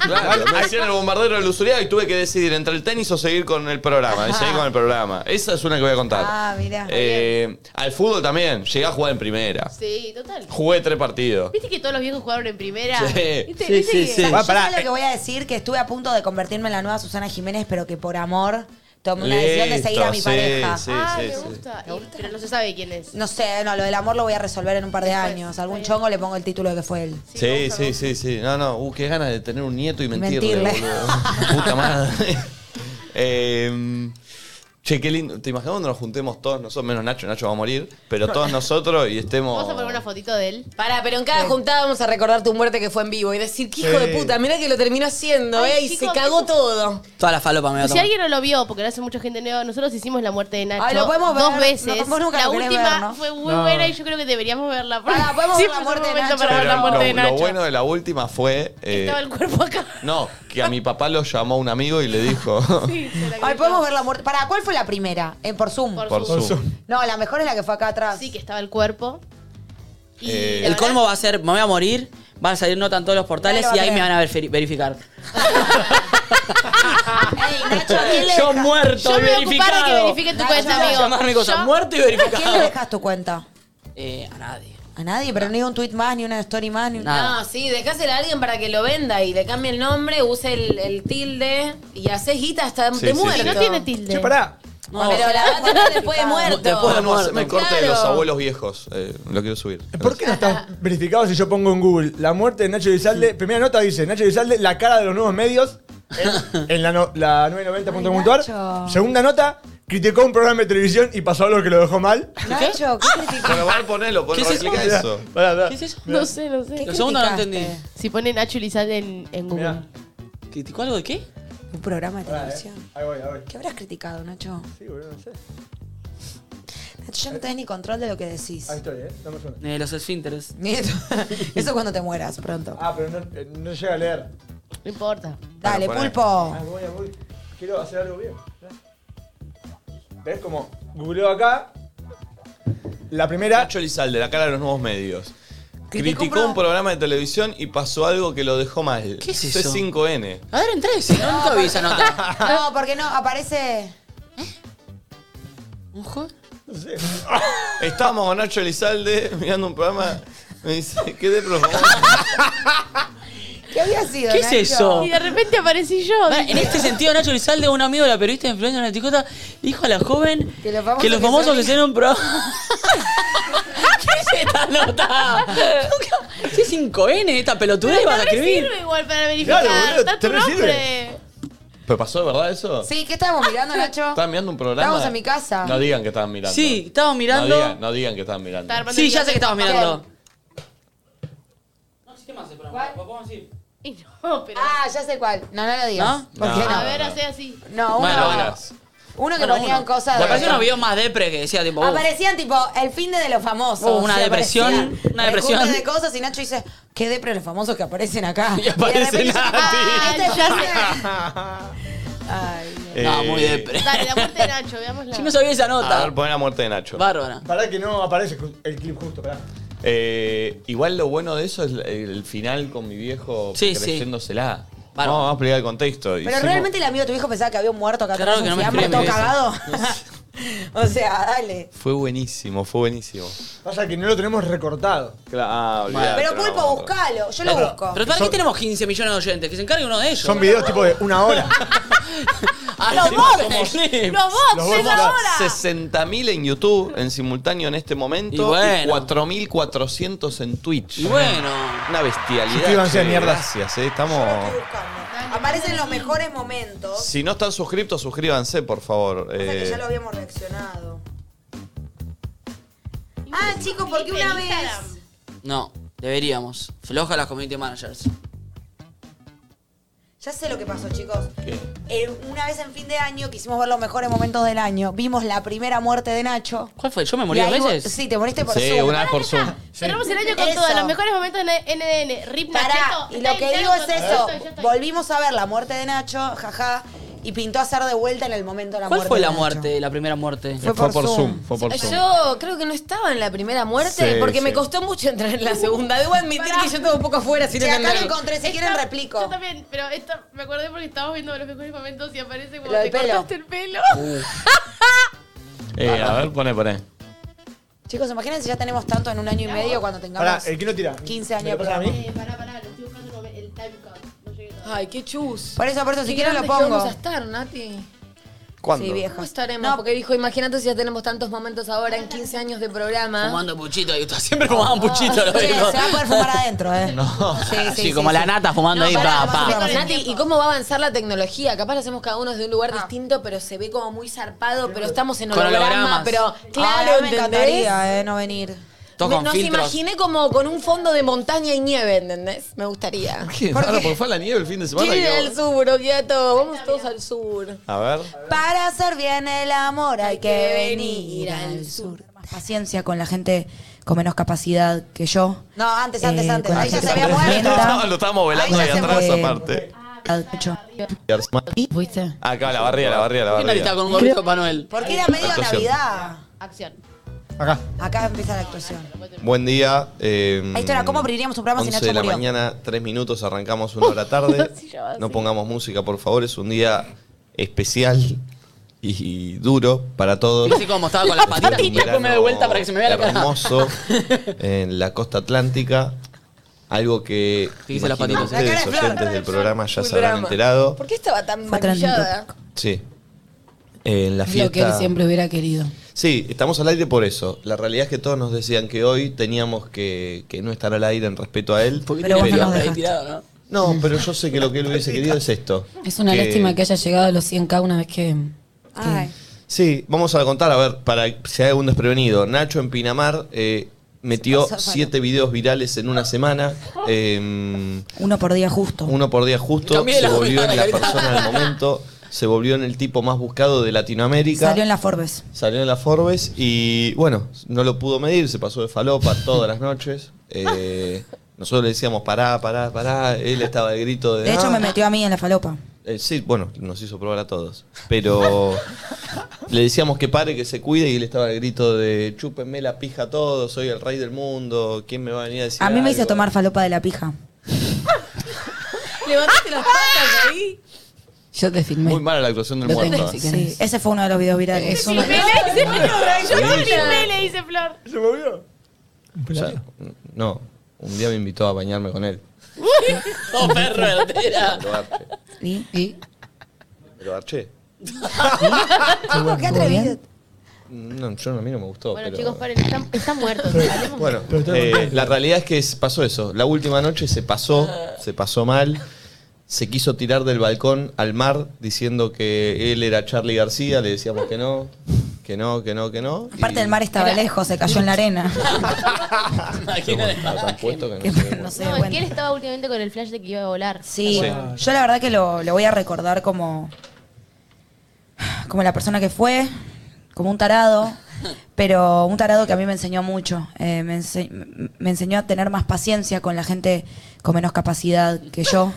Speaker 1: Claro, me hacían el bombardero del Usuriaga y tuve que decidir entre el tenis o seguir con el programa. Y seguí con el programa. Esa es una que voy a contar.
Speaker 5: Ah, mirá.
Speaker 1: Eh, al fútbol también, llegué a jugar en primera.
Speaker 6: Sí, total.
Speaker 1: Jugué tres partidos.
Speaker 6: ¿Viste que todos los viejos jugaron en primera?
Speaker 1: Sí.
Speaker 6: ¿Viste?
Speaker 1: Sí,
Speaker 6: ¿Viste
Speaker 1: sí,
Speaker 6: que-
Speaker 1: sí.
Speaker 5: Yo
Speaker 1: Ah, pará.
Speaker 5: sé lo que voy a decir, que estuve a punto de convertirme en la nueva Susana Jiménez, pero que por amor tomé una decisión de seguir a mi
Speaker 1: Listo, sí,
Speaker 5: pareja.
Speaker 1: sí,
Speaker 6: Ah,
Speaker 1: sí,
Speaker 6: me
Speaker 1: sí.
Speaker 6: gusta. Y- pero no se sabe quién es.
Speaker 5: No sé, no, lo del amor lo voy a resolver en un par de años. Algún chongo le pongo el título de que fue él.
Speaker 1: Sí, sí, sí, sí. No, no, uh, qué ganas de tener un nieto y mentirle,
Speaker 5: Mentirle.
Speaker 1: boludo. Puta madre. Eh, che, qué lindo. ¿Te imaginas cuando nos juntemos todos nosotros, menos Nacho, Nacho va a morir, pero todos nosotros y estemos...
Speaker 6: Vamos a poner una fotito de él.
Speaker 3: Pará, pero en cada juntada vamos a recordar tu muerte que fue en vivo y decir, qué hijo
Speaker 9: Sí.
Speaker 3: de puta, mira que lo terminó haciendo,
Speaker 6: Ay,
Speaker 3: ¿eh? Y
Speaker 6: chicos,
Speaker 3: se cagó
Speaker 6: eso-
Speaker 3: todo.
Speaker 9: Toda la falopa me va a
Speaker 6: Y si
Speaker 9: tomar.
Speaker 6: alguien no lo vio, porque lo hace mucha gente nueva, nosotros hicimos la muerte de Nacho
Speaker 5: Ay, lo podemos ver.
Speaker 6: dos veces.
Speaker 5: No, vos nunca
Speaker 6: la
Speaker 5: lo querés
Speaker 6: última
Speaker 5: ver, ¿no?
Speaker 6: fue muy
Speaker 1: No.
Speaker 6: buena y yo creo que deberíamos verla.
Speaker 5: Pará, podemos ver la
Speaker 6: Siempre es un
Speaker 5: muerte de
Speaker 6: momento
Speaker 5: Nacho.
Speaker 6: para ver la
Speaker 1: Pero
Speaker 6: muerte de
Speaker 1: lo,
Speaker 6: Nacho.
Speaker 1: lo bueno de la última fue... eh,
Speaker 6: Estaba el cuerpo acá.
Speaker 1: no, que a mi papá lo llamó un amigo y le dijo...
Speaker 5: Ay, podemos ver la muerte. Pará, ¿cuál fue la primera? En por Zoom.
Speaker 1: Por Por Zoom. Zoom.
Speaker 5: No, la mejor es la que fue acá atrás. Sí,
Speaker 6: que estaba el cuerpo.
Speaker 1: eh,
Speaker 9: El colmo va a ser, me voy a morir, van a salir nota en todos los portales
Speaker 5: Nadie lo
Speaker 9: y
Speaker 5: va a
Speaker 9: ahí me
Speaker 5: creer.
Speaker 9: van a ver- veri- verificar.
Speaker 5: Nacho, ¿a quién le
Speaker 9: Yo
Speaker 5: dejas?
Speaker 9: muerto,
Speaker 6: Yo me voy a ocupar de que
Speaker 9: verificado. Ah,
Speaker 6: verifiquen tu cuenta,
Speaker 5: no,
Speaker 6: amigo.
Speaker 9: Llamar mi cosa,
Speaker 6: Yo-
Speaker 9: muerto y
Speaker 5: ¿A quién le
Speaker 9: verificado.
Speaker 5: dejas tu cuenta?
Speaker 9: Eh, a nadie.
Speaker 5: A nadie, pero ni un tweet más, ni una story más, ni un-
Speaker 3: No, sí, dejásela a alguien para que lo venda y le cambie el nombre, use el, el tilde y haces guita hasta
Speaker 1: Sí,
Speaker 3: de
Speaker 1: sí,
Speaker 3: muerto.
Speaker 1: sí. No tiene
Speaker 6: tilde.
Speaker 8: Che, pará.
Speaker 3: Bueno, pero la va a tener después de muerto.
Speaker 1: no, no, haceme el corte de los
Speaker 3: Claro.
Speaker 1: abuelos viejos. Eh, lo quiero subir.
Speaker 8: ¿Por qué no estás verificado si yo pongo en Google la muerte de Nacho Guisalde? Primera nota dice, Nacho Guisalde, la cara de los nuevos medios en, en la, no- la 990.com.ar.
Speaker 5: Nacho.
Speaker 8: Segunda nota, criticó un programa de televisión y pasó algo que lo dejó mal.
Speaker 5: Nacho, ¿qué criticas?
Speaker 1: Pero a ponelo,
Speaker 8: ¿Qué
Speaker 1: ponelo,
Speaker 8: es eso?
Speaker 1: replica eso.
Speaker 8: Pará, pará.
Speaker 9: ¿Qué es eso?
Speaker 6: No sé, no sé.
Speaker 5: ¿Qué
Speaker 9: Lo segundo no
Speaker 5: criticaste?
Speaker 9: entendí.
Speaker 6: Si pone Nacho Elizalde en, en Google.
Speaker 9: ¿Criticó algo de qué?
Speaker 1: Ah.
Speaker 5: Un programa de
Speaker 8: Pará, eh.
Speaker 5: televisión.
Speaker 8: Ahí voy, ahí voy.
Speaker 5: ¿Qué habrás criticado, Nacho?
Speaker 8: Sí, boludo, no sé.
Speaker 5: Nacho, ya no tenés ni control de lo que decís.
Speaker 8: Ahí estoy, eh. No me suena.
Speaker 9: Eh, los esfínteres.
Speaker 5: Ni Eso eso cuando te mueras, pronto.
Speaker 8: Ah, pero no, eh, no llega a leer.
Speaker 6: No importa.
Speaker 5: Dale,
Speaker 1: poné.
Speaker 5: pulpo.
Speaker 8: Ah, voy, voy. Quiero hacer algo bien. ¿Ves como googleo acá? La primera.
Speaker 1: Nacho Lizalde, la cara de los nuevos medios.
Speaker 5: Criticó un
Speaker 1: Criticó un programa de televisión y pasó algo que lo dejó mal.
Speaker 9: ¿Qué es eso?
Speaker 1: C5N.
Speaker 9: A ver, entré. Si no, nunca vi esa nota.
Speaker 5: No, porque no, aparece.
Speaker 9: ¿Un juego?
Speaker 8: No sé.
Speaker 1: Estábamos con Nacho Elizalde mirando un programa. Me dice, ¿qué de programa?
Speaker 5: ¿Qué había sido?
Speaker 9: ¿Qué es
Speaker 5: Nacho?
Speaker 9: eso?
Speaker 6: Y de repente aparecí yo.
Speaker 9: Pará, En
Speaker 6: Dije,
Speaker 9: este sentido, Nacho Lizalde, un amigo de la periodista de influencia en la Ticota, dijo a la joven
Speaker 5: Que los famosos
Speaker 9: que los
Speaker 5: que
Speaker 9: famosos
Speaker 5: son-
Speaker 9: que hicieron un programa. ¿Qué es esta nota? Nunca- Si es 5N esta pelotudez
Speaker 6: Pero
Speaker 9: vas a
Speaker 6: te re
Speaker 9: escribir.
Speaker 6: sirve igual para verificar.
Speaker 1: Claro, boludo,
Speaker 6: Está
Speaker 1: te
Speaker 6: tu
Speaker 1: re sirve.
Speaker 6: nombre.
Speaker 1: ¿Pero pasó de verdad eso?
Speaker 5: Sí, ¿qué estábamos mirando, Nacho?
Speaker 1: ¿Estaban mirando un programa?
Speaker 5: Estábamos en mi casa.
Speaker 1: No digan que estaban mirando.
Speaker 9: Sí, estábamos
Speaker 1: No digan,
Speaker 9: mirando.
Speaker 1: no digan que estaban mirando.
Speaker 6: Está armando
Speaker 9: Sí,
Speaker 6: el
Speaker 9: ya sé
Speaker 6: guión.
Speaker 9: que estabas mirando.
Speaker 6: Y no, pero.
Speaker 5: Ah, ya sé cuál. No, no lo digas.
Speaker 9: ¿No?
Speaker 5: ¿Por qué
Speaker 1: No.
Speaker 5: no?
Speaker 6: a ver, hace así.
Speaker 5: No, uno,
Speaker 9: Bueno,
Speaker 1: Verás.
Speaker 5: uno que
Speaker 9: Bueno,
Speaker 5: ponían
Speaker 9: uno.
Speaker 5: cosas
Speaker 9: Me
Speaker 5: de.
Speaker 9: apareció unos videos más depre que decía tipo. uh,
Speaker 5: Aparecían tipo el fin de de los famosos.
Speaker 9: Uh, una
Speaker 5: Y
Speaker 9: depresión,
Speaker 5: aparecían
Speaker 9: una depresión.
Speaker 5: rejuntes de cosas y Nacho dice, qué depre los famosos que aparecen acá.
Speaker 9: Y aparece
Speaker 5: de repente yo digo,
Speaker 9: Nati.
Speaker 5: "Ah, este es
Speaker 6: Ya
Speaker 5: Jorge". Ay,
Speaker 9: uh, No, muy
Speaker 1: Eh,
Speaker 9: depre.
Speaker 6: Dale, la muerte de Nacho, veámosla.
Speaker 9: Yo no sabía esa
Speaker 1: A
Speaker 9: nota.
Speaker 1: ver, poné la muerte de Nacho.
Speaker 9: Bárbara.
Speaker 8: Pará que no aparece ju- el clip justo, pará.
Speaker 1: Eh, igual lo bueno de eso es el, el final con mi viejo
Speaker 9: Sí, sí.
Speaker 1: creyéndosela.
Speaker 9: Bárbaro.
Speaker 1: Vamos, vamos a explicar el contexto.
Speaker 5: Pero realmente el amigo de tu viejo pensaba que había un muerto acá
Speaker 9: Qué
Speaker 5: atrás,
Speaker 9: raro
Speaker 5: un
Speaker 9: que no me
Speaker 5: fiambre todo
Speaker 9: escribe
Speaker 5: cagado. o sea, dale.
Speaker 1: Fue buenísimo, fue buenísimo.
Speaker 8: Pasa que no lo tenemos recortado.
Speaker 1: Claro, ah, olvidate,
Speaker 5: Pero
Speaker 1: no,
Speaker 5: pulpo,
Speaker 1: no.
Speaker 5: buscalo. Yo lo busco.
Speaker 9: Pero ¿para qué tenemos 15 millones de oyentes? Que se encargue uno de ellos.
Speaker 8: Son videos tipo de una hora.
Speaker 9: ¡A los bots!
Speaker 6: ¡Los bots!
Speaker 8: Los
Speaker 6: ¡Es
Speaker 8: bots.
Speaker 6: ahora!
Speaker 1: 60.000 en YouTube en simultáneo en este momento
Speaker 9: Y bueno.
Speaker 1: y 4.400 en Twitch.
Speaker 9: Y bueno.
Speaker 1: Una bestialidad.
Speaker 8: Suscríbanse,
Speaker 1: che,
Speaker 8: mierda.
Speaker 1: Gracias, eh, estamos...
Speaker 6: Oh.
Speaker 5: Aparecen los mejores momentos.
Speaker 1: Si no están suscriptos, suscríbanse, por favor.
Speaker 5: Pasa que
Speaker 1: eh.
Speaker 5: ya lo habíamos reaccionado. Ah, chicos, porque una vez.
Speaker 9: No, deberíamos. Floja las community managers.
Speaker 5: Ya sé lo que pasó, chicos. Eh, una vez en fin de año quisimos ver los mejores momentos del año. Vimos la primera muerte de Nacho.
Speaker 9: ¿Cuál fue? ¿Yo me morí
Speaker 5: Y
Speaker 9: dos
Speaker 5: ahí vos-
Speaker 9: veces?
Speaker 5: Sí, te moriste por
Speaker 2: Sí,
Speaker 5: Zoom.
Speaker 2: una vez por Zoom.
Speaker 6: Cerramos el año con
Speaker 5: Eso.
Speaker 6: todos los mejores momentos E-, de NDN. Rip
Speaker 5: Pará,
Speaker 6: Nacheto.
Speaker 5: y
Speaker 6: Está
Speaker 5: lo que
Speaker 6: ahí,
Speaker 5: digo
Speaker 6: ya
Speaker 5: es
Speaker 6: estoy, ya
Speaker 5: eso.
Speaker 6: estoy, ya estoy.
Speaker 5: Volvimos a ver la muerte de Nacho, jaja, y pintó hacer de vuelta en el momento de la
Speaker 9: ¿Cuál
Speaker 5: muerte.
Speaker 9: fue
Speaker 5: de
Speaker 9: la
Speaker 5: Nacho.
Speaker 9: muerte, la primera muerte?
Speaker 5: Fue Fue por por Zoom. Zoom,
Speaker 2: fue por
Speaker 3: Yo creo que no estaba en la primera muerte
Speaker 9: Sí,
Speaker 3: porque me
Speaker 9: sí.
Speaker 3: costó mucho entrar en la segunda. Debo admitir que yo tengo un poco afuera sin
Speaker 5: Sí, acá
Speaker 3: entender.
Speaker 5: lo encontré, si quieren replico.
Speaker 6: Yo también, pero esto me acordé porque estábamos viendo los mejores momentos y aparece como
Speaker 5: Lo
Speaker 6: te
Speaker 5: del pelo.
Speaker 6: cortaste el pelo.
Speaker 2: Eh, a ver, pone, pone.
Speaker 5: Chicos, imagínense, ya tenemos tanto en un año y medio cuando tengamos
Speaker 13: Pará, ¿el quién lo tira?
Speaker 5: 15
Speaker 13: ¿Me
Speaker 5: años
Speaker 13: lo
Speaker 5: de
Speaker 13: pasa a
Speaker 5: programa.
Speaker 6: Eh,
Speaker 13: mí?
Speaker 6: Ah,
Speaker 3: Ay, qué chus.
Speaker 5: Por eso, por eso, si
Speaker 3: Qué
Speaker 5: quieren lo
Speaker 3: grandes que
Speaker 5: pongo.
Speaker 3: vamos a estar, Nati?
Speaker 9: ¿Cuándo?
Speaker 3: Sí, vieja. ¿Cómo estaremos? No, porque dijo, imagínate si ya tenemos tantos momentos ahora en 15 años de programa.
Speaker 9: Fumando puchito, y ustedes siempre fumaban puchito, lo
Speaker 3: Sí,
Speaker 9: digo.
Speaker 3: se va a poder
Speaker 5: fumar adentro, ¿eh?
Speaker 9: No.
Speaker 3: Sí, sí,
Speaker 9: Sí,
Speaker 3: sí,
Speaker 9: como
Speaker 3: sí.
Speaker 9: la nata fumando ahí,
Speaker 3: pará,
Speaker 9: pa,
Speaker 3: vamos a
Speaker 9: pa.
Speaker 3: ver, Nati, ¿y cómo va a avanzar la tecnología? Capaz lo hacemos cada uno desde un lugar distinto, pero se ve como muy zarpado, pero estamos en
Speaker 9: Con
Speaker 3: holograma,
Speaker 9: hologramas.
Speaker 3: pero
Speaker 5: Claro,
Speaker 3: claro,
Speaker 5: me
Speaker 3: ¿entendés?
Speaker 5: encantaría, eh, no venir.
Speaker 9: Todo
Speaker 3: Me-
Speaker 9: con
Speaker 3: nos
Speaker 9: filtros.
Speaker 3: imaginé como con un fondo de montaña y nieve, ¿entendés? Me gustaría.
Speaker 2: ¿Qué? Ahora, porque fue a la nieve el fin de semana.
Speaker 3: Sí,
Speaker 2: que-
Speaker 3: al sur, Okiato. Vamos todos al sur.
Speaker 2: A ver.
Speaker 5: Para hacer bien el amor hay que venir al sur. Más paciencia con la gente con menos capacidad que yo. No, antes, antes, antes. Ahí ya se había muerto.
Speaker 2: lo estábamos velando ahí atrás, aparte.
Speaker 9: ¿Viste?
Speaker 2: Acá, la barriga, la barriga, la
Speaker 9: ¿Quién
Speaker 2: barriga.
Speaker 9: está con un gorrito de Manuel?
Speaker 5: Porque era medio
Speaker 2: Actuación.
Speaker 5: Navidad.
Speaker 6: Acción.
Speaker 1: Acá.
Speaker 5: Acá empieza la actuación.
Speaker 1: Buen día. Eh,
Speaker 5: Ahí está, ¿cómo abriríamos un programa si
Speaker 1: 11
Speaker 5: Nacho
Speaker 1: de la
Speaker 5: murió?
Speaker 1: mañana, 3 minutos, arrancamos una hora tarde. no pongamos música, por favor, es un día especial y, duro para todos.
Speaker 9: No sé cómo, estaba con las patitas.
Speaker 1: Un verano
Speaker 9: Come de vuelta para que se me vea la cara.
Speaker 1: Hermoso en la costa atlántica. Algo que
Speaker 9: hice las
Speaker 1: imagino
Speaker 9: patitas, ¿eh? La
Speaker 1: ustedes,
Speaker 9: cara de Flor.
Speaker 1: oyentes del programa, ya
Speaker 3: Full
Speaker 1: se habrán
Speaker 3: drama.
Speaker 1: enterado.
Speaker 3: ¿Por qué estaba tan maquillada?
Speaker 1: Sí. En la
Speaker 3: Es
Speaker 1: fiesta.
Speaker 3: lo que él siempre hubiera querido.
Speaker 1: Sí, estamos al aire por eso. La realidad es que todos nos decían que hoy teníamos que, que no estar al aire en respeto a él. eh,
Speaker 9: Pero vos no nos dejaste.
Speaker 1: ¿no? pero yo sé que lo que él hubiese querido es esto.
Speaker 14: Es una lástima que haya llegado a los 100k una vez que...
Speaker 1: Sí, vamos a contar, a ver, para que se haga un desprevenido. Nacho en Pinamar eh, metió
Speaker 5: Se pasó,
Speaker 1: siete videos virales en una semana. eh,
Speaker 5: Uno por día justo.
Speaker 1: uno por día justo.
Speaker 5: Cambié
Speaker 1: Se
Speaker 5: la-
Speaker 1: volvió en la
Speaker 5: la carita.
Speaker 1: persona del momento. Se volvió en el tipo más buscado de Latinoamérica.
Speaker 5: Salió en la Forbes.
Speaker 1: Salió en la Forbes y bueno, no lo pudo medir, se pasó de falopa todas las noches. Eh, nosotros le decíamos pará, pará, pará. Él estaba de grito de.
Speaker 5: De hecho,
Speaker 1: "Ah".
Speaker 5: me metió a mí en la falopa.
Speaker 1: Eh, sí, bueno, nos hizo probar a todos. Pero le decíamos que pare, que se cuide y él estaba de grito de chúpenme la pija a todos, soy el rey del mundo, ¿quién me va a venir a decir?
Speaker 5: A mí me hizo
Speaker 1: algo?".
Speaker 5: tomar falopa de la pija.
Speaker 3: Levantaste las patas ahí.
Speaker 14: Yo te filmé.
Speaker 2: Muy mala la actuación del
Speaker 14: Lo
Speaker 2: muerto.
Speaker 14: tengo,
Speaker 2: ¿eh?
Speaker 14: si
Speaker 5: Sí, ese fue uno de los videos virales.
Speaker 14: Es uno-
Speaker 6: Me la hice, yo
Speaker 1: Buenísimo.
Speaker 6: me filmé, le hice Flor.
Speaker 13: ¿Se movió?
Speaker 1: O sea, no, un día me invitó a bañarme con él.
Speaker 9: Todo perro de altera.
Speaker 1: Lo arché.
Speaker 14: ¿Y?
Speaker 5: Ah,
Speaker 14: ¿Y?
Speaker 1: Lo arché.
Speaker 5: Qué atrevido.
Speaker 1: No, yo no- a mí no me gustó.
Speaker 6: Bueno,
Speaker 1: pero-
Speaker 6: chicos, paren, están, están muertos. Hablemos.
Speaker 1: Bueno, eh, la realidad es que es- pasó eso. La última noche se pasó, se pasó mal. Se quiso tirar del balcón al mar diciendo que él era Charlie García. Le decíamos que no, que no, que no, que no. Y
Speaker 5: Aparte del mar estaba lejos, se cayó en la arena.
Speaker 1: estaba tan puesto que no
Speaker 5: Que
Speaker 1: sé.
Speaker 5: no se dio
Speaker 6: No, es que
Speaker 5: cuenta.
Speaker 6: él estaba últimamente con el flash de que iba a volar.
Speaker 5: Sí,
Speaker 6: ¿Te acuerdas?
Speaker 5: yo la verdad que lo, lo voy a recordar como. como la persona que fue, como un tarado, pero un tarado que a mí me enseñó mucho. Eh, me, ense- me- me enseñó a tener más paciencia con la gente con menos capacidad que yo,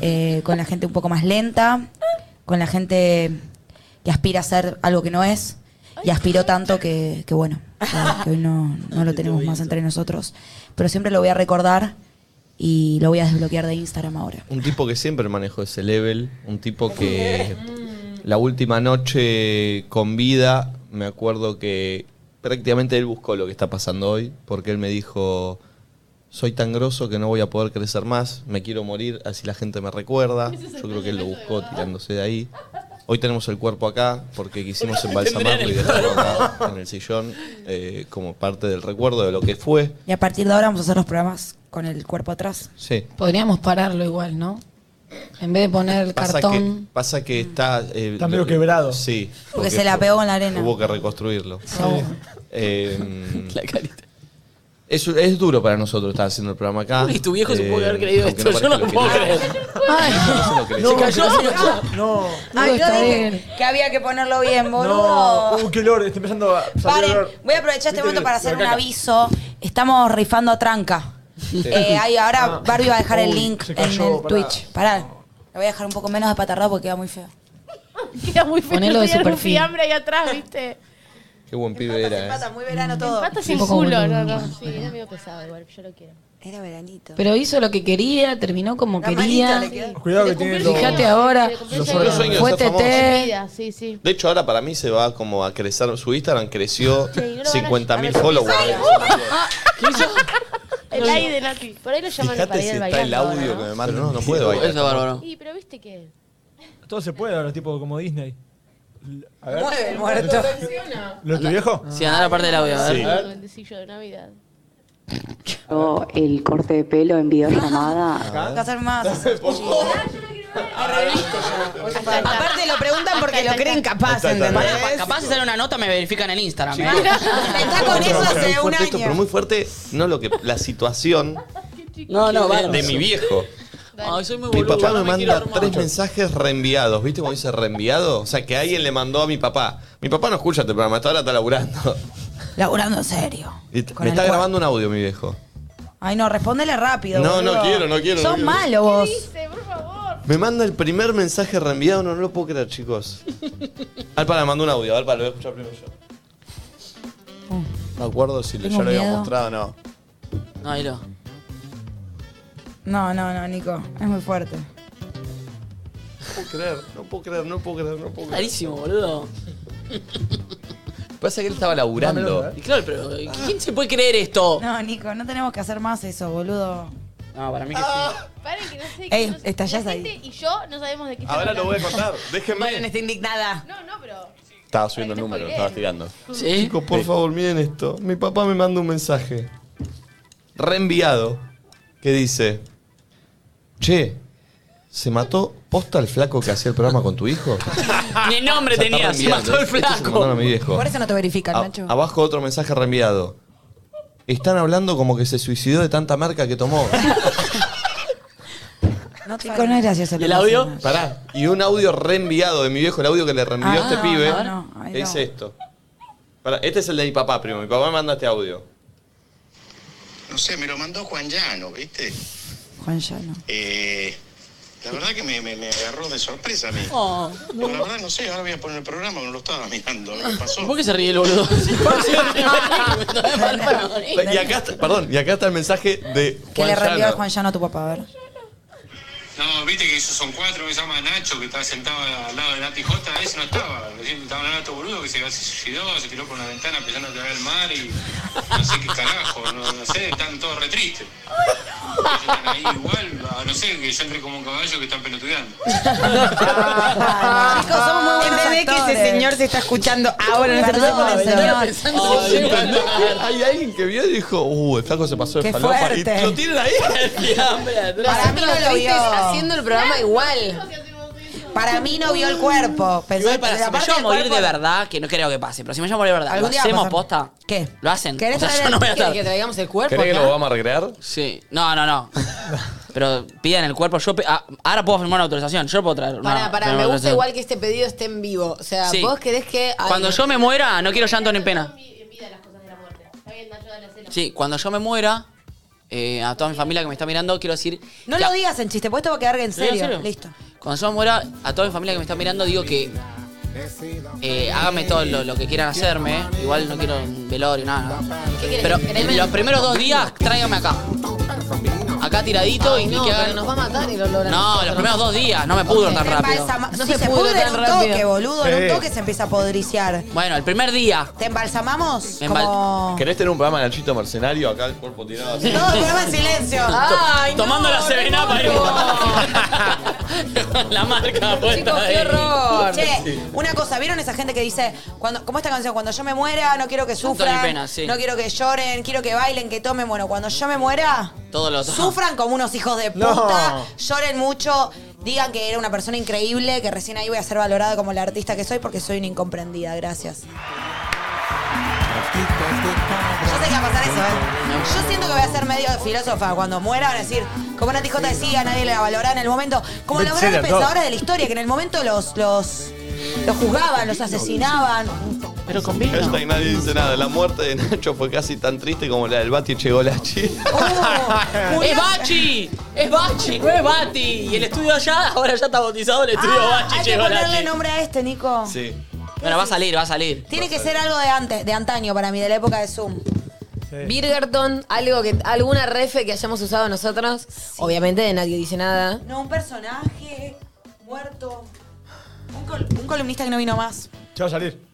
Speaker 5: eh, con la gente un poco más lenta, con la gente que aspira a ser algo que no es. Y aspiró tanto que, que bueno, eh, que hoy no, no lo tenemos más entre nosotros. Pero siempre lo voy a recordar y lo voy a desbloquear de Instagram ahora.
Speaker 1: Un tipo que siempre manejó ese level, un tipo que la última noche con vida, me acuerdo que prácticamente él buscó lo que está pasando hoy, porque él me dijo, soy tan grosso que no voy a poder crecer más, me quiero morir, así la gente me recuerda. Yo creo que él lo buscó tirándose de ahí. Hoy tenemos el cuerpo acá porque quisimos embalsamarlo y dejarlo acá en el sillón eh, como parte del recuerdo de lo que fue.
Speaker 5: Y a partir de ahora vamos a hacer los programas con el cuerpo atrás.
Speaker 1: Sí.
Speaker 14: Podríamos pararlo igual, ¿no?
Speaker 15: En vez de poner el
Speaker 1: Pasa
Speaker 15: cartón.
Speaker 1: que, pasa que está. eh,
Speaker 16: Está medio
Speaker 1: lo-
Speaker 16: quebrado.
Speaker 1: Sí.
Speaker 15: Porque se la pegó en la arena.
Speaker 1: Hubo que reconstruirlo.
Speaker 15: No.
Speaker 1: la carita. Es, es duro para nosotros estar haciendo el programa acá.
Speaker 17: Y tu viejo se puede haber creído
Speaker 1: Eh, aunque
Speaker 17: esto, yo no
Speaker 1: parezca, lo
Speaker 17: puedo
Speaker 1: cree. No se lo cree.
Speaker 16: No,
Speaker 17: Se cayó,
Speaker 16: no,
Speaker 17: se cayó.
Speaker 16: No.
Speaker 5: Ay, Ah, yo dije que había que ponerlo bien, boludo.
Speaker 16: No. Uh, qué olor. Está empezando a salir
Speaker 5: Paren,
Speaker 16: olor.
Speaker 5: voy a aprovechar este
Speaker 16: Viste
Speaker 5: momento
Speaker 16: que-
Speaker 5: para hacer
Speaker 16: la
Speaker 5: un
Speaker 16: caca.
Speaker 5: aviso. Estamos rifando a tranca. Eh, ahí ahora
Speaker 16: Ah.
Speaker 5: Barbie va a dejar el
Speaker 16: Uy,
Speaker 5: link
Speaker 16: se
Speaker 5: en
Speaker 16: cayó,
Speaker 5: el
Speaker 16: pará.
Speaker 5: Twitch. Pará. Lo voy a dejar un poco menos de patarrado porque queda muy feo.
Speaker 6: Queda muy feo.
Speaker 15: Ponelo de
Speaker 6: tenía
Speaker 15: su
Speaker 6: algún
Speaker 15: perfil.
Speaker 6: fiambre ahí atrás, ¿viste?
Speaker 1: Qué buen pibe era. eh.
Speaker 5: muy verano todo.
Speaker 6: Patas
Speaker 15: Un
Speaker 6: sin
Speaker 15: poco
Speaker 6: culo,
Speaker 15: boludo.
Speaker 6: no, no. Sí, era medio pesado igual, yo lo quiero.
Speaker 5: Era veranito.
Speaker 15: Pero hizo lo que quería, terminó como
Speaker 5: La manita
Speaker 15: quería.
Speaker 5: le quedó.
Speaker 16: Cuidado que tiene los-
Speaker 15: Fíjate ahora,
Speaker 1: Los sueños de ser
Speaker 15: fue
Speaker 1: famoso.
Speaker 15: TT.
Speaker 6: Sí, sí.
Speaker 1: De hecho, ahora para mí se va como a crecer. Su Instagram creció
Speaker 6: Sí, no lo van a
Speaker 1: 50.000
Speaker 6: llevar.
Speaker 1: followers.
Speaker 5: uh.
Speaker 6: El aire de Nati. Por ahí lo llaman para
Speaker 1: Fíjate
Speaker 6: ir
Speaker 1: si
Speaker 6: al
Speaker 1: está el
Speaker 6: bailando ahora,
Speaker 1: audio
Speaker 6: ¿no?
Speaker 1: que me mandan. No, no puedo bailar.
Speaker 9: Eso es bárbaro.
Speaker 6: Y, pero viste que...
Speaker 16: Todo se puede ahora, tipo como Disney. A ver. Ah.
Speaker 5: Mueve el muerto.
Speaker 16: ¿Lo de tu viejo?
Speaker 9: Sí, anda la parte del audio, a ver.
Speaker 16: A ver.
Speaker 6: El duendecillo de Navidad.
Speaker 18: Yo el corte de pelo en videollamada.
Speaker 5: Hay que hacer más. Aparte lo preguntan porque lo creen capaz, ¿entendés?
Speaker 9: Pará, pa- Capaz si sale una nota me verifican el Instagram. ¿eh?
Speaker 5: Está con eso
Speaker 1: Muy fuerte
Speaker 5: hace un
Speaker 1: esto, pero
Speaker 5: año.
Speaker 1: muy fuerte, no lo que la situación
Speaker 9: No, no,
Speaker 1: de,
Speaker 9: bárbaro.
Speaker 1: de mi viejo.
Speaker 9: Ay, soy muy
Speaker 1: Mi
Speaker 9: boludo.
Speaker 1: papá me
Speaker 9: no quiero
Speaker 1: manda
Speaker 9: armar.
Speaker 1: tres mensajes reenviados. ¿Viste cómo dice reenviado? O sea, que alguien le mandó a mi papá. Mi papá no escucha este programa, hasta ahora está laburando.
Speaker 5: Laburando en serio.
Speaker 1: Y
Speaker 5: Con
Speaker 1: me
Speaker 5: el
Speaker 1: está
Speaker 5: cuerpo.
Speaker 1: grabando un audio, mi viejo.
Speaker 5: Ay, no, respóndele rápido.
Speaker 1: No, no
Speaker 5: boludo.
Speaker 1: quiero, no quiero, no
Speaker 5: Sos
Speaker 1: quiero.
Speaker 5: malo vos.
Speaker 1: Me manda el primer mensaje reenviado, no, no lo puedo creer, chicos. Alpa le mandó un audio, Alpa lo voy a escuchar primero yo. No me acuerdo si yo
Speaker 5: Oh. Tengo
Speaker 1: lo había
Speaker 5: miedo.
Speaker 1: mostrado o no.
Speaker 9: No, ahí lo.
Speaker 5: No, no, no, Nico. Es muy fuerte.
Speaker 1: No puedo creer, no puedo creer, no puedo creer, no puedo creer.
Speaker 9: Clarísimo, boludo.
Speaker 19: Pasa que él estaba laburando.
Speaker 9: Y claro, pero ¿quién se puede creer esto?
Speaker 5: No, Nico, no tenemos que hacer más eso, boludo.
Speaker 9: No, para mí que sí.
Speaker 6: Paren que no sé...
Speaker 5: Ey,
Speaker 6: que no sé-
Speaker 5: estallás
Speaker 6: la
Speaker 5: ahí.
Speaker 6: gente Y yo no sabemos de qué
Speaker 1: Ahora lo voy a
Speaker 6: contar.
Speaker 1: contar, déjenme.
Speaker 5: Bueno, está indignada.
Speaker 6: No, no, pero...
Speaker 1: Estaba subiendo el número, lo estaba tirando.
Speaker 9: ¿Sí?
Speaker 1: Chicos, por favor, miren esto. Mi papá me manda un mensaje. Reenviado. Que dice. Che, ¿se mató posta el flaco que hacía el programa con tu hijo?
Speaker 9: Ni el nombre
Speaker 1: Ya está
Speaker 9: tenía, se
Speaker 1: reenviando,
Speaker 9: mató el
Speaker 1: ¿eh? Se mandaron a
Speaker 9: flaco.
Speaker 1: mi viejo.
Speaker 5: Por eso no te verifican,
Speaker 1: A-
Speaker 5: Nacho.
Speaker 1: abajo otro mensaje reenviado. Están hablando como que se suicidó de tanta marca que tomó.
Speaker 5: No, Nico, no es gracioso.
Speaker 9: ¿Y
Speaker 5: no
Speaker 9: el
Speaker 5: pasa
Speaker 9: audio?
Speaker 5: nada.
Speaker 1: Pará. Y un audio reenviado de mi viejo, el audio que le reenvió
Speaker 5: Ah,
Speaker 1: este
Speaker 5: no,
Speaker 1: pibe.
Speaker 5: no, no, ay,
Speaker 1: que
Speaker 5: no.
Speaker 1: dice esto. Pará, este es el de mi papá, primo. Mi papá me manda este audio.
Speaker 2: No sé, me lo mandó Juan Llano, ¿viste?
Speaker 5: Juan Llano.
Speaker 2: Eh, la verdad que me, me- me agarró de sorpresa a mí.
Speaker 9: Oh,
Speaker 2: Pero la verdad no sé, ahora voy a poner el programa, no lo estaba mirando, ¿qué pasó?
Speaker 9: ¿Por qué se ríe el boludo?
Speaker 1: Y acá, está- perdón, y acá está el mensaje de
Speaker 5: Que
Speaker 1: Juan
Speaker 5: le reenvió a
Speaker 1: Llano.
Speaker 5: Juan Llano a tu papá, a ver.
Speaker 10: No, viste que esos son cuatro que se llama Nacho, que estaba sentado al lado de Nati J, ese no estaba. Recién estaba hablando de otro boludo que se, se suicidó, se tiró por la ventana empezando a caer el mar y no sé qué carajo, no, no sé, están todos re tristes. Ellos están ahí igual, a no sé, que yo entré como un caballo que están pelotudeando.
Speaker 5: Chicos, somos muy buenos
Speaker 15: Entendé que ese señor
Speaker 5: se está escuchando ahora
Speaker 15: en este programa,
Speaker 5: señor.
Speaker 1: Ay, ¿entendés? Eh, Hay alguien que vio y dijo, uh, el flaco se pasó de
Speaker 5: Qué
Speaker 1: falopa. Y
Speaker 5: fuerte.
Speaker 1: lo tienen ahí.
Speaker 5: Para mí no lo vio.
Speaker 3: haciendo el programa igual.
Speaker 5: Para mí no vio el cuerpo. Pensó
Speaker 9: Igual para
Speaker 5: pero
Speaker 9: si me
Speaker 5: aparte
Speaker 9: llevo a
Speaker 5: del
Speaker 9: morir
Speaker 5: cuerpo-
Speaker 9: de verdad, que no creo que pase, pero si me llevo a morir de verdad, ¿lo
Speaker 5: Algún día va a
Speaker 9: hacemos
Speaker 5: pasar.
Speaker 9: posta?
Speaker 5: ¿Qué?
Speaker 9: ¿Lo hacen?
Speaker 5: ¿Querés
Speaker 9: O sea,
Speaker 5: traer
Speaker 9: yo no
Speaker 5: el-
Speaker 9: voy a
Speaker 3: ¿Quiere
Speaker 9: estar.
Speaker 3: que traigamos el cuerpo? acá?
Speaker 1: a recrear?
Speaker 9: Sí. No, no, no. Pero pidan el cuerpo. Yo pe- ah, ahora puedo firmar una autorización. Yo puedo traer. una-
Speaker 3: Pará, pará,
Speaker 9: una
Speaker 3: me gusta
Speaker 9: autorización.
Speaker 3: igual que este pedido esté en vivo. O sea,
Speaker 9: Sí.
Speaker 3: vos querés que. ay,
Speaker 9: Cuando
Speaker 3: no.
Speaker 9: yo me muera, no quiero llanto ni pena. Sí, cuando yo me muera, eh, a toda mi familia que me está mirando, quiero decir.
Speaker 5: No
Speaker 9: que
Speaker 5: lo
Speaker 9: a-
Speaker 5: digas en chiste, porque esto va a quedar en
Speaker 9: ¿Lo digo en
Speaker 5: serio.
Speaker 9: serio?
Speaker 5: Listo.
Speaker 9: Cuando yo me muera, a toda mi familia que me está mirando, digo que. eh, hágame todo lo, lo que quieran hacerme. Igual no quiero un velorio, nada.
Speaker 3: querés?
Speaker 9: Pero
Speaker 3: ¿Querés
Speaker 9: los primeros dos días, tráigame acá. Acá tiradito y,
Speaker 3: Ay,
Speaker 9: y
Speaker 3: no,
Speaker 9: que
Speaker 3: pero
Speaker 9: hagan.
Speaker 3: nos va a matar el olor a
Speaker 9: No, los
Speaker 3: nosotros.
Speaker 9: primeros dos días, no me pudro tan
Speaker 5: Trepa
Speaker 9: rápido.
Speaker 5: esa ma-
Speaker 3: No
Speaker 5: si
Speaker 3: se
Speaker 5: se
Speaker 3: pudre
Speaker 5: pudre en
Speaker 3: tan
Speaker 5: un
Speaker 3: rápido.
Speaker 5: toque, boludo. En un
Speaker 1: Sí.
Speaker 5: toque se empieza a podriciar.
Speaker 9: Bueno, el primer día.
Speaker 5: ¿Te embalsamamos?
Speaker 9: Me embal-
Speaker 5: Como...
Speaker 1: ¿Querés tener un programa Nachito Mercenario? Acá el cuerpo tirado así.
Speaker 5: Todo el programa en silencio.
Speaker 3: Ay, no,
Speaker 9: Tomando la
Speaker 3: no,
Speaker 9: Serena
Speaker 3: no.
Speaker 9: para la marca puesta
Speaker 3: Chicos,
Speaker 9: ahí.
Speaker 3: qué horror.
Speaker 5: Che, una cosa, ¿vieron esa gente que dice, cuando, como esta canción, cuando yo me muera, no quiero que sufran,
Speaker 9: pena, sí.
Speaker 5: no quiero que lloren, quiero que bailen, que tomen? Bueno, cuando yo me muera,
Speaker 9: Todo lo
Speaker 5: sufran como unos hijos de
Speaker 16: No.
Speaker 5: puta, lloren mucho, Digan que era una persona increíble, que recién ahí voy a ser valorada como la artista que soy porque soy una incomprendida. Gracias. Yo sé que va a pasar eso, ¿eh? Yo siento que voy a ser medio filósofa. Cuando muera van a decir, como Nati J decía, nadie la valorará en el momento. Como los
Speaker 3: Bestseller,
Speaker 5: grandes
Speaker 3: no.
Speaker 5: pensadores de la historia, que en el momento los, los, los juzgaban, los asesinaban. Uh,
Speaker 9: Pero con
Speaker 2: Hashtag nadie dice nada. La muerte de Nacho fue casi tan triste como la del Bati Chegolachi.
Speaker 9: ¡Es Bachi! ¡Es Bachi! ¡No es Bati! Y el estudio allá, ahora ya está bautizado el estudio
Speaker 5: Ah,
Speaker 9: Bachi,
Speaker 5: hay que
Speaker 9: llegó
Speaker 5: ponerle
Speaker 9: Bachi.
Speaker 5: nombre a este, Nico.
Speaker 2: Sí.
Speaker 9: Bueno, va a salir, va a salir.
Speaker 5: Tiene que ser algo de antes, de antaño para mí, de la época de Zoom.
Speaker 3: Birgerton, algo que, alguna refe que hayamos usado nosotros. Obviamente de nadie dice nada.
Speaker 5: No, un personaje muerto. Un, col- un columnista que no vino más.
Speaker 20: Ya va a salir.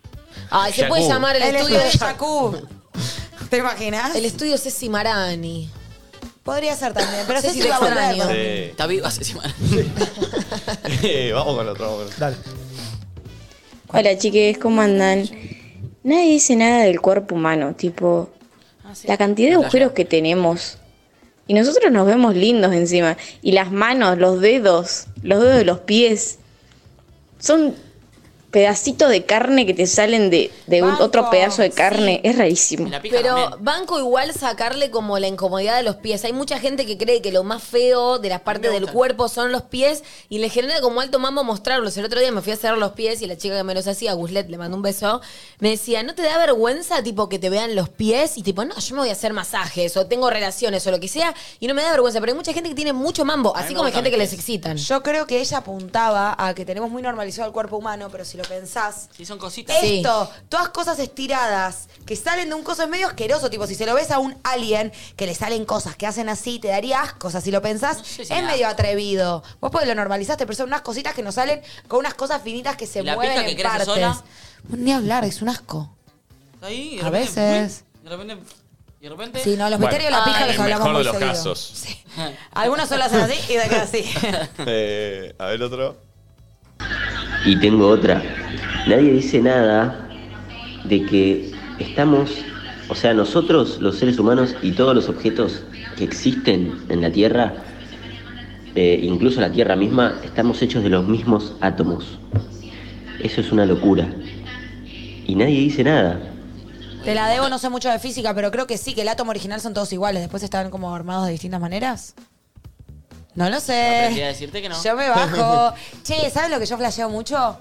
Speaker 3: Ay, se puede
Speaker 20: Shakur.
Speaker 3: llamar el,
Speaker 5: El
Speaker 3: estudio de
Speaker 5: estudio
Speaker 3: Jacob.
Speaker 5: ¿Te imaginas?
Speaker 3: El estudio Ceci Marani.
Speaker 5: Podría ser también, pero
Speaker 3: Sí,
Speaker 5: sé si
Speaker 3: sí,
Speaker 5: va a
Speaker 3: te
Speaker 5: volver.
Speaker 3: extraño.
Speaker 2: Sí.
Speaker 9: Está vivo hace semana.
Speaker 2: Eh, vamos con otro. Vamos
Speaker 20: Dale.
Speaker 10: Hola chiques, ¿cómo andan? Nadie dice nada del cuerpo humano, tipo la cantidad de agujeros que tenemos. Y nosotros nos vemos lindos encima. Y las manos, los dedos, los dedos de los pies, son pedacitos de carne que te salen de, de un- otro pedazo de carne. Es rarísimo.
Speaker 3: Pero banco igual sacarle como la incomodidad de los pies. Hay mucha gente que cree que lo más feo de las partes del cuerpo son los pies y le genera como alto mambo mostrarlos. El otro día me fui a cerrar los pies y la chica que me los hacía, Guslet, le mandó un beso, me decía, ¿no te da vergüenza tipo que te vean los pies? Y tipo, no, yo me voy a hacer masajes o tengo relaciones o lo que sea y no me da vergüenza. Pero hay mucha gente que tiene mucho mambo, así
Speaker 5: me
Speaker 3: como hay
Speaker 5: gustan
Speaker 3: gente que
Speaker 5: los
Speaker 3: les excitan.
Speaker 5: Yo creo que ella apuntaba a que tenemos muy normalizado el cuerpo humano, pero si lo pensás.
Speaker 9: Sí, son cositas.
Speaker 5: Esto, todas cosas estiradas que salen de un coso es medio asqueroso. Tipo, si se lo ves a un alien que le salen cosas que hacen así, te daría asco. O sea, si lo pensás,
Speaker 9: si
Speaker 5: es
Speaker 9: me
Speaker 5: medio atrevido. Vos pues lo normalizaste, pero son unas cositas que nos salen con unas cosas finitas que se
Speaker 9: ¿Y la
Speaker 5: mueven
Speaker 9: pija que
Speaker 5: en
Speaker 9: crece
Speaker 5: partes.
Speaker 9: sola?
Speaker 5: Ni hablar, es un asco.
Speaker 9: Está ahí, y de
Speaker 5: A
Speaker 9: repente,
Speaker 5: veces.
Speaker 9: ¡pum! De repente. Y de repente.
Speaker 5: Sí, no, los misterios de la pija los hablamos muy seguido.
Speaker 2: Sí.
Speaker 5: Algunos solo hacen así y de acá así.
Speaker 2: Eh, a ver otro.
Speaker 7: Y tengo otra. Nadie dice nada de que estamos, o sea, nosotros los seres humanos y todos los objetos que existen en la Tierra, eh, incluso la Tierra misma, estamos hechos de los mismos átomos. Eso es una locura. Y nadie dice nada.
Speaker 5: Te la debo, no sé mucho de física, pero creo que sí, que el átomo original son todos iguales. Después están como armados de distintas maneras. No lo sé.
Speaker 9: Aprendí a decirte que no.
Speaker 5: Yo me bajo. che, ¿sabes lo que yo flasheo mucho?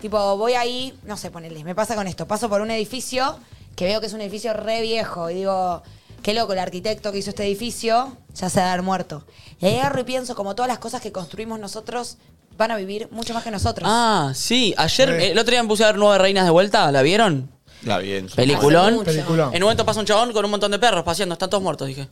Speaker 5: Tipo, voy ahí, no sé, ponele, me pasa con esto. Paso por un edificio que veo que es un edificio re viejo y digo, qué loco, el arquitecto que hizo este edificio ya se va a dar muerto. Y ahí agarro y pienso, como todas las cosas que construimos nosotros van a vivir mucho más que nosotros.
Speaker 9: Ah, sí. Ayer, el otro día me puse a ver Nueve Reinas de vuelta. ¿La vieron?
Speaker 2: La bien.
Speaker 9: Peliculón. En un momento pasa un chabón con un montón de perros paseando. Están todos muertos, dije.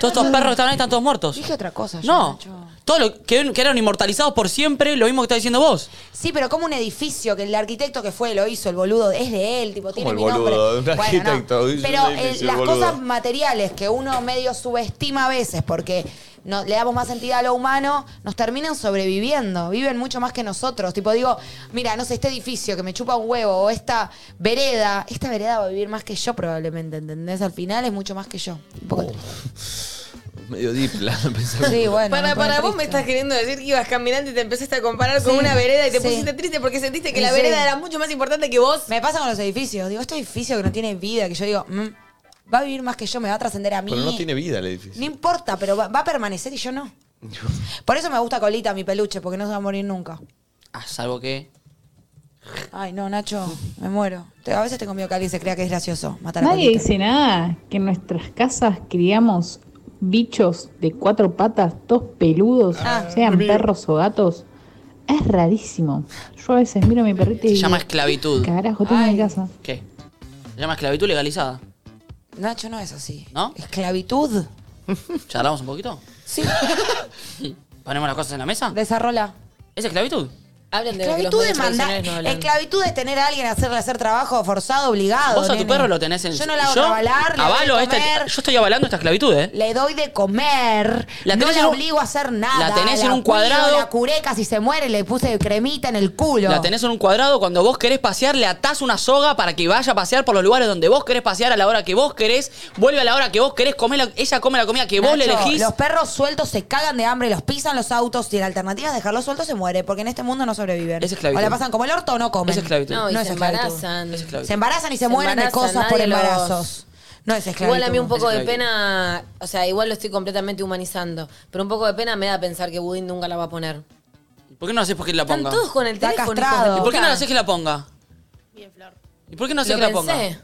Speaker 9: Todos estos perros que estaban ahí están todos muertos.
Speaker 5: Dije otra cosa. yo,
Speaker 9: No.
Speaker 5: Nacho.
Speaker 9: Todos los que, que eran inmortalizados por siempre, lo mismo que está diciendo vos.
Speaker 5: Sí, pero como un edificio que el arquitecto que fue lo hizo, el boludo, es de él, tipo, tiene
Speaker 2: el
Speaker 5: mi
Speaker 2: boludo?
Speaker 5: nombre.
Speaker 2: Un
Speaker 5: Bueno, no.
Speaker 2: arquitecto hizo un
Speaker 5: Pero eh,
Speaker 2: edificio,
Speaker 5: las
Speaker 2: el boludo.
Speaker 5: cosas materiales que uno medio subestima a veces porque no, le damos más sentido a lo humano, nos terminan sobreviviendo, viven mucho más que nosotros. Tipo, digo, mira, no sé, este edificio que me chupa un huevo o esta vereda, esta vereda va a vivir más que yo probablemente, ¿entendés? Al final es mucho más que yo.
Speaker 2: Oh. Medio dipla.
Speaker 5: Sí, bueno.
Speaker 3: Para,
Speaker 5: me pone
Speaker 3: para vos me
Speaker 5: triste.
Speaker 3: estás queriendo decir que ibas caminando y te empezaste a comparar con
Speaker 5: Sí,
Speaker 3: una vereda y te
Speaker 5: sí.
Speaker 3: pusiste triste porque sentiste que la
Speaker 5: Sí.
Speaker 3: vereda era mucho más importante que vos.
Speaker 5: Me pasa con los edificios. Digo, este edificio que no tiene vida, que yo digo, mm, va a vivir más que yo, me va a trascender a mí.
Speaker 2: Pero no tiene vida el edificio.
Speaker 5: No importa, pero va, va a permanecer y yo no. Por eso me gusta Colita, mi peluche, porque no se va a morir nunca.
Speaker 9: Ah, salvo que.
Speaker 5: Ay, no, Nacho, me muero. Te- A veces te comió que alguien se crea que es gracioso matar a
Speaker 21: Nadie
Speaker 5: Colita.
Speaker 21: dice nada, que en nuestras casas criamos bichos de cuatro patas, todos peludos, sean perros o gatos. Es rarísimo. Yo a veces miro a mi perrito y
Speaker 9: Se
Speaker 21: digo,
Speaker 9: llama esclavitud.
Speaker 21: carajo, tengo en mi casa.
Speaker 9: ¿Qué? Se llama esclavitud legalizada.
Speaker 5: Nacho no es así.
Speaker 9: ¿No?
Speaker 5: Esclavitud.
Speaker 9: ¿Charlamos un poquito? Sí. ¿Ponemos las cosas en la mesa?
Speaker 5: Desarrola.
Speaker 9: ¿Es esclavitud?
Speaker 3: Hablen de lo que los
Speaker 5: Esclavitud
Speaker 3: medios
Speaker 5: es, mandar,
Speaker 3: tradicionales no hablan.
Speaker 5: esclavitud es tener a alguien hacerle hacer trabajo forzado, obligado.
Speaker 9: Vos a tu
Speaker 5: nene.
Speaker 9: perro lo tenés en.
Speaker 5: Yo no la hago avalar, le
Speaker 9: avalo
Speaker 5: doy de
Speaker 9: esta-
Speaker 5: comer,
Speaker 9: Yo estoy avalando esta esclavitud, ¿eh?
Speaker 5: le doy de comer,
Speaker 9: La
Speaker 5: no
Speaker 9: tenés
Speaker 5: la
Speaker 9: en un-
Speaker 5: obligo a hacer nada.
Speaker 9: la tenés en un
Speaker 5: cuido,
Speaker 9: cuadrado.
Speaker 5: La cureca, si se muere, le puse cremita en el culo.
Speaker 9: La tenés en un cuadrado, cuando vos querés pasear, le atás una soga para que vaya a pasear por los lugares donde vos querés pasear a la hora que vos querés, vuelve a la hora que vos querés, come la- ella come la comida que vos le
Speaker 5: Nacho,
Speaker 9: elegís.
Speaker 5: Los perros sueltos se cagan de hambre, los pisan los autos y la alternativa es dejarlos sueltos se muere, porque en este mundo no sobreviven.
Speaker 9: Es esclavitud.
Speaker 5: O la pasan como el orto o no comen.
Speaker 9: Es esclavitud.
Speaker 3: No, y se
Speaker 5: esclavitud.
Speaker 3: embarazan.
Speaker 5: Se embarazan y se, mueren de
Speaker 3: embarazan,
Speaker 5: cosas por
Speaker 3: nadie los-
Speaker 5: embarazos. No es esclavitud.
Speaker 3: Igual a mí un poco de
Speaker 5: Es esclavitud.
Speaker 3: pena, o sea, igual lo estoy completamente humanizando, pero un poco de pena me da pensar que Budín nunca la va a poner.
Speaker 9: ¿Por qué no haces porque la ponga?
Speaker 3: Están todos con el
Speaker 5: Está
Speaker 3: teléfono.
Speaker 5: castrado.
Speaker 3: hijos de
Speaker 9: ¿Y por qué no
Speaker 3: puta.
Speaker 9: haces que la ponga? ¿Y por qué no haces
Speaker 3: Lo
Speaker 9: que la ponga?
Speaker 3: pensé.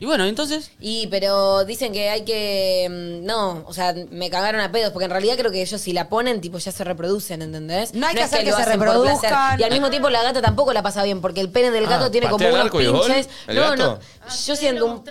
Speaker 9: Y bueno, entonces.
Speaker 3: Y pero dicen que hay que. mm, No, o sea, me cagaron a pedos, porque en realidad creo que ellos si la ponen, tipo, ya se reproducen, ¿entendés?
Speaker 5: No hay que
Speaker 3: es
Speaker 5: hacer que
Speaker 3: lo
Speaker 5: se
Speaker 3: hacen por placer.
Speaker 5: reproduzcan.
Speaker 3: Y al mismo tiempo la gata tampoco la pasa bien, porque el pene del gato
Speaker 1: Ah,
Speaker 3: tiene como
Speaker 1: ¿patea el
Speaker 3: unos
Speaker 1: arco y gol?
Speaker 3: pinches.
Speaker 1: ¿El
Speaker 3: no,
Speaker 1: gato? Ah,
Speaker 3: no. Yo siento un,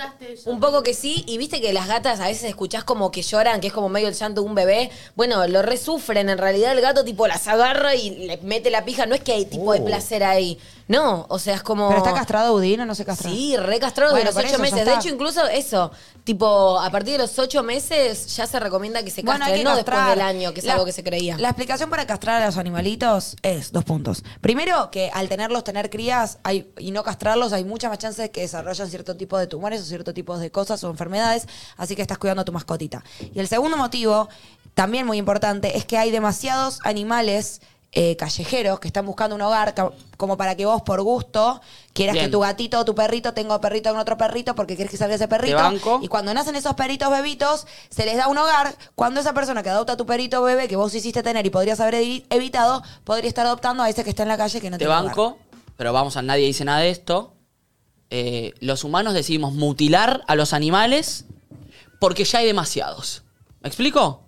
Speaker 3: un poco que sí, y viste que las gatas a veces escuchás como que lloran, que es como medio el llanto de un bebé. Bueno, lo resufren. En realidad el gato, tipo, las agarra y le mete la pija. No es que hay tipo de
Speaker 5: Oh.
Speaker 3: placer ahí. No, o sea, es como.
Speaker 5: Pero está castrado Budín o no se castró.
Speaker 3: Sí, recastrado
Speaker 5: Bueno,
Speaker 3: de los
Speaker 5: por
Speaker 3: ocho
Speaker 5: eso, ya
Speaker 3: meses. De
Speaker 5: está.
Speaker 3: hecho, incluso eso, tipo, a partir de los ocho meses ya se recomienda que se
Speaker 5: Bueno, hay
Speaker 3: castren,
Speaker 5: que
Speaker 3: no
Speaker 5: castrar.
Speaker 3: después del año, que es
Speaker 5: La-
Speaker 3: algo que se creía.
Speaker 5: La explicación para castrar a los animalitos es dos puntos. Primero, que al tenerlos, tener crías hay- y no castrarlos, hay muchas más chances que desarrollan cierto tipo de tumores o cierto tipo de cosas o enfermedades, así que estás cuidando a tu mascotita. Y el segundo motivo, también muy importante, es que hay demasiados animales eh, callejeros que están buscando un hogar ca- como para que vos por gusto quieras
Speaker 9: Bien.
Speaker 5: que tu gatito o tu perrito tenga perrito con otro perrito porque querés que salga ese perrito.
Speaker 9: banco.
Speaker 5: Y cuando nacen esos perritos bebitos, se les da un hogar. Cuando esa persona que adopta a tu perrito bebé que vos hiciste tener y podrías haber evi- evitado, podría estar adoptando a ese que está en la calle que no
Speaker 9: Te
Speaker 5: tiene hogar.
Speaker 9: banco, pero vamos a nadie dice nada de esto. Eh, los humanos decidimos mutilar a los animales porque ya hay demasiados. ¿Me explico?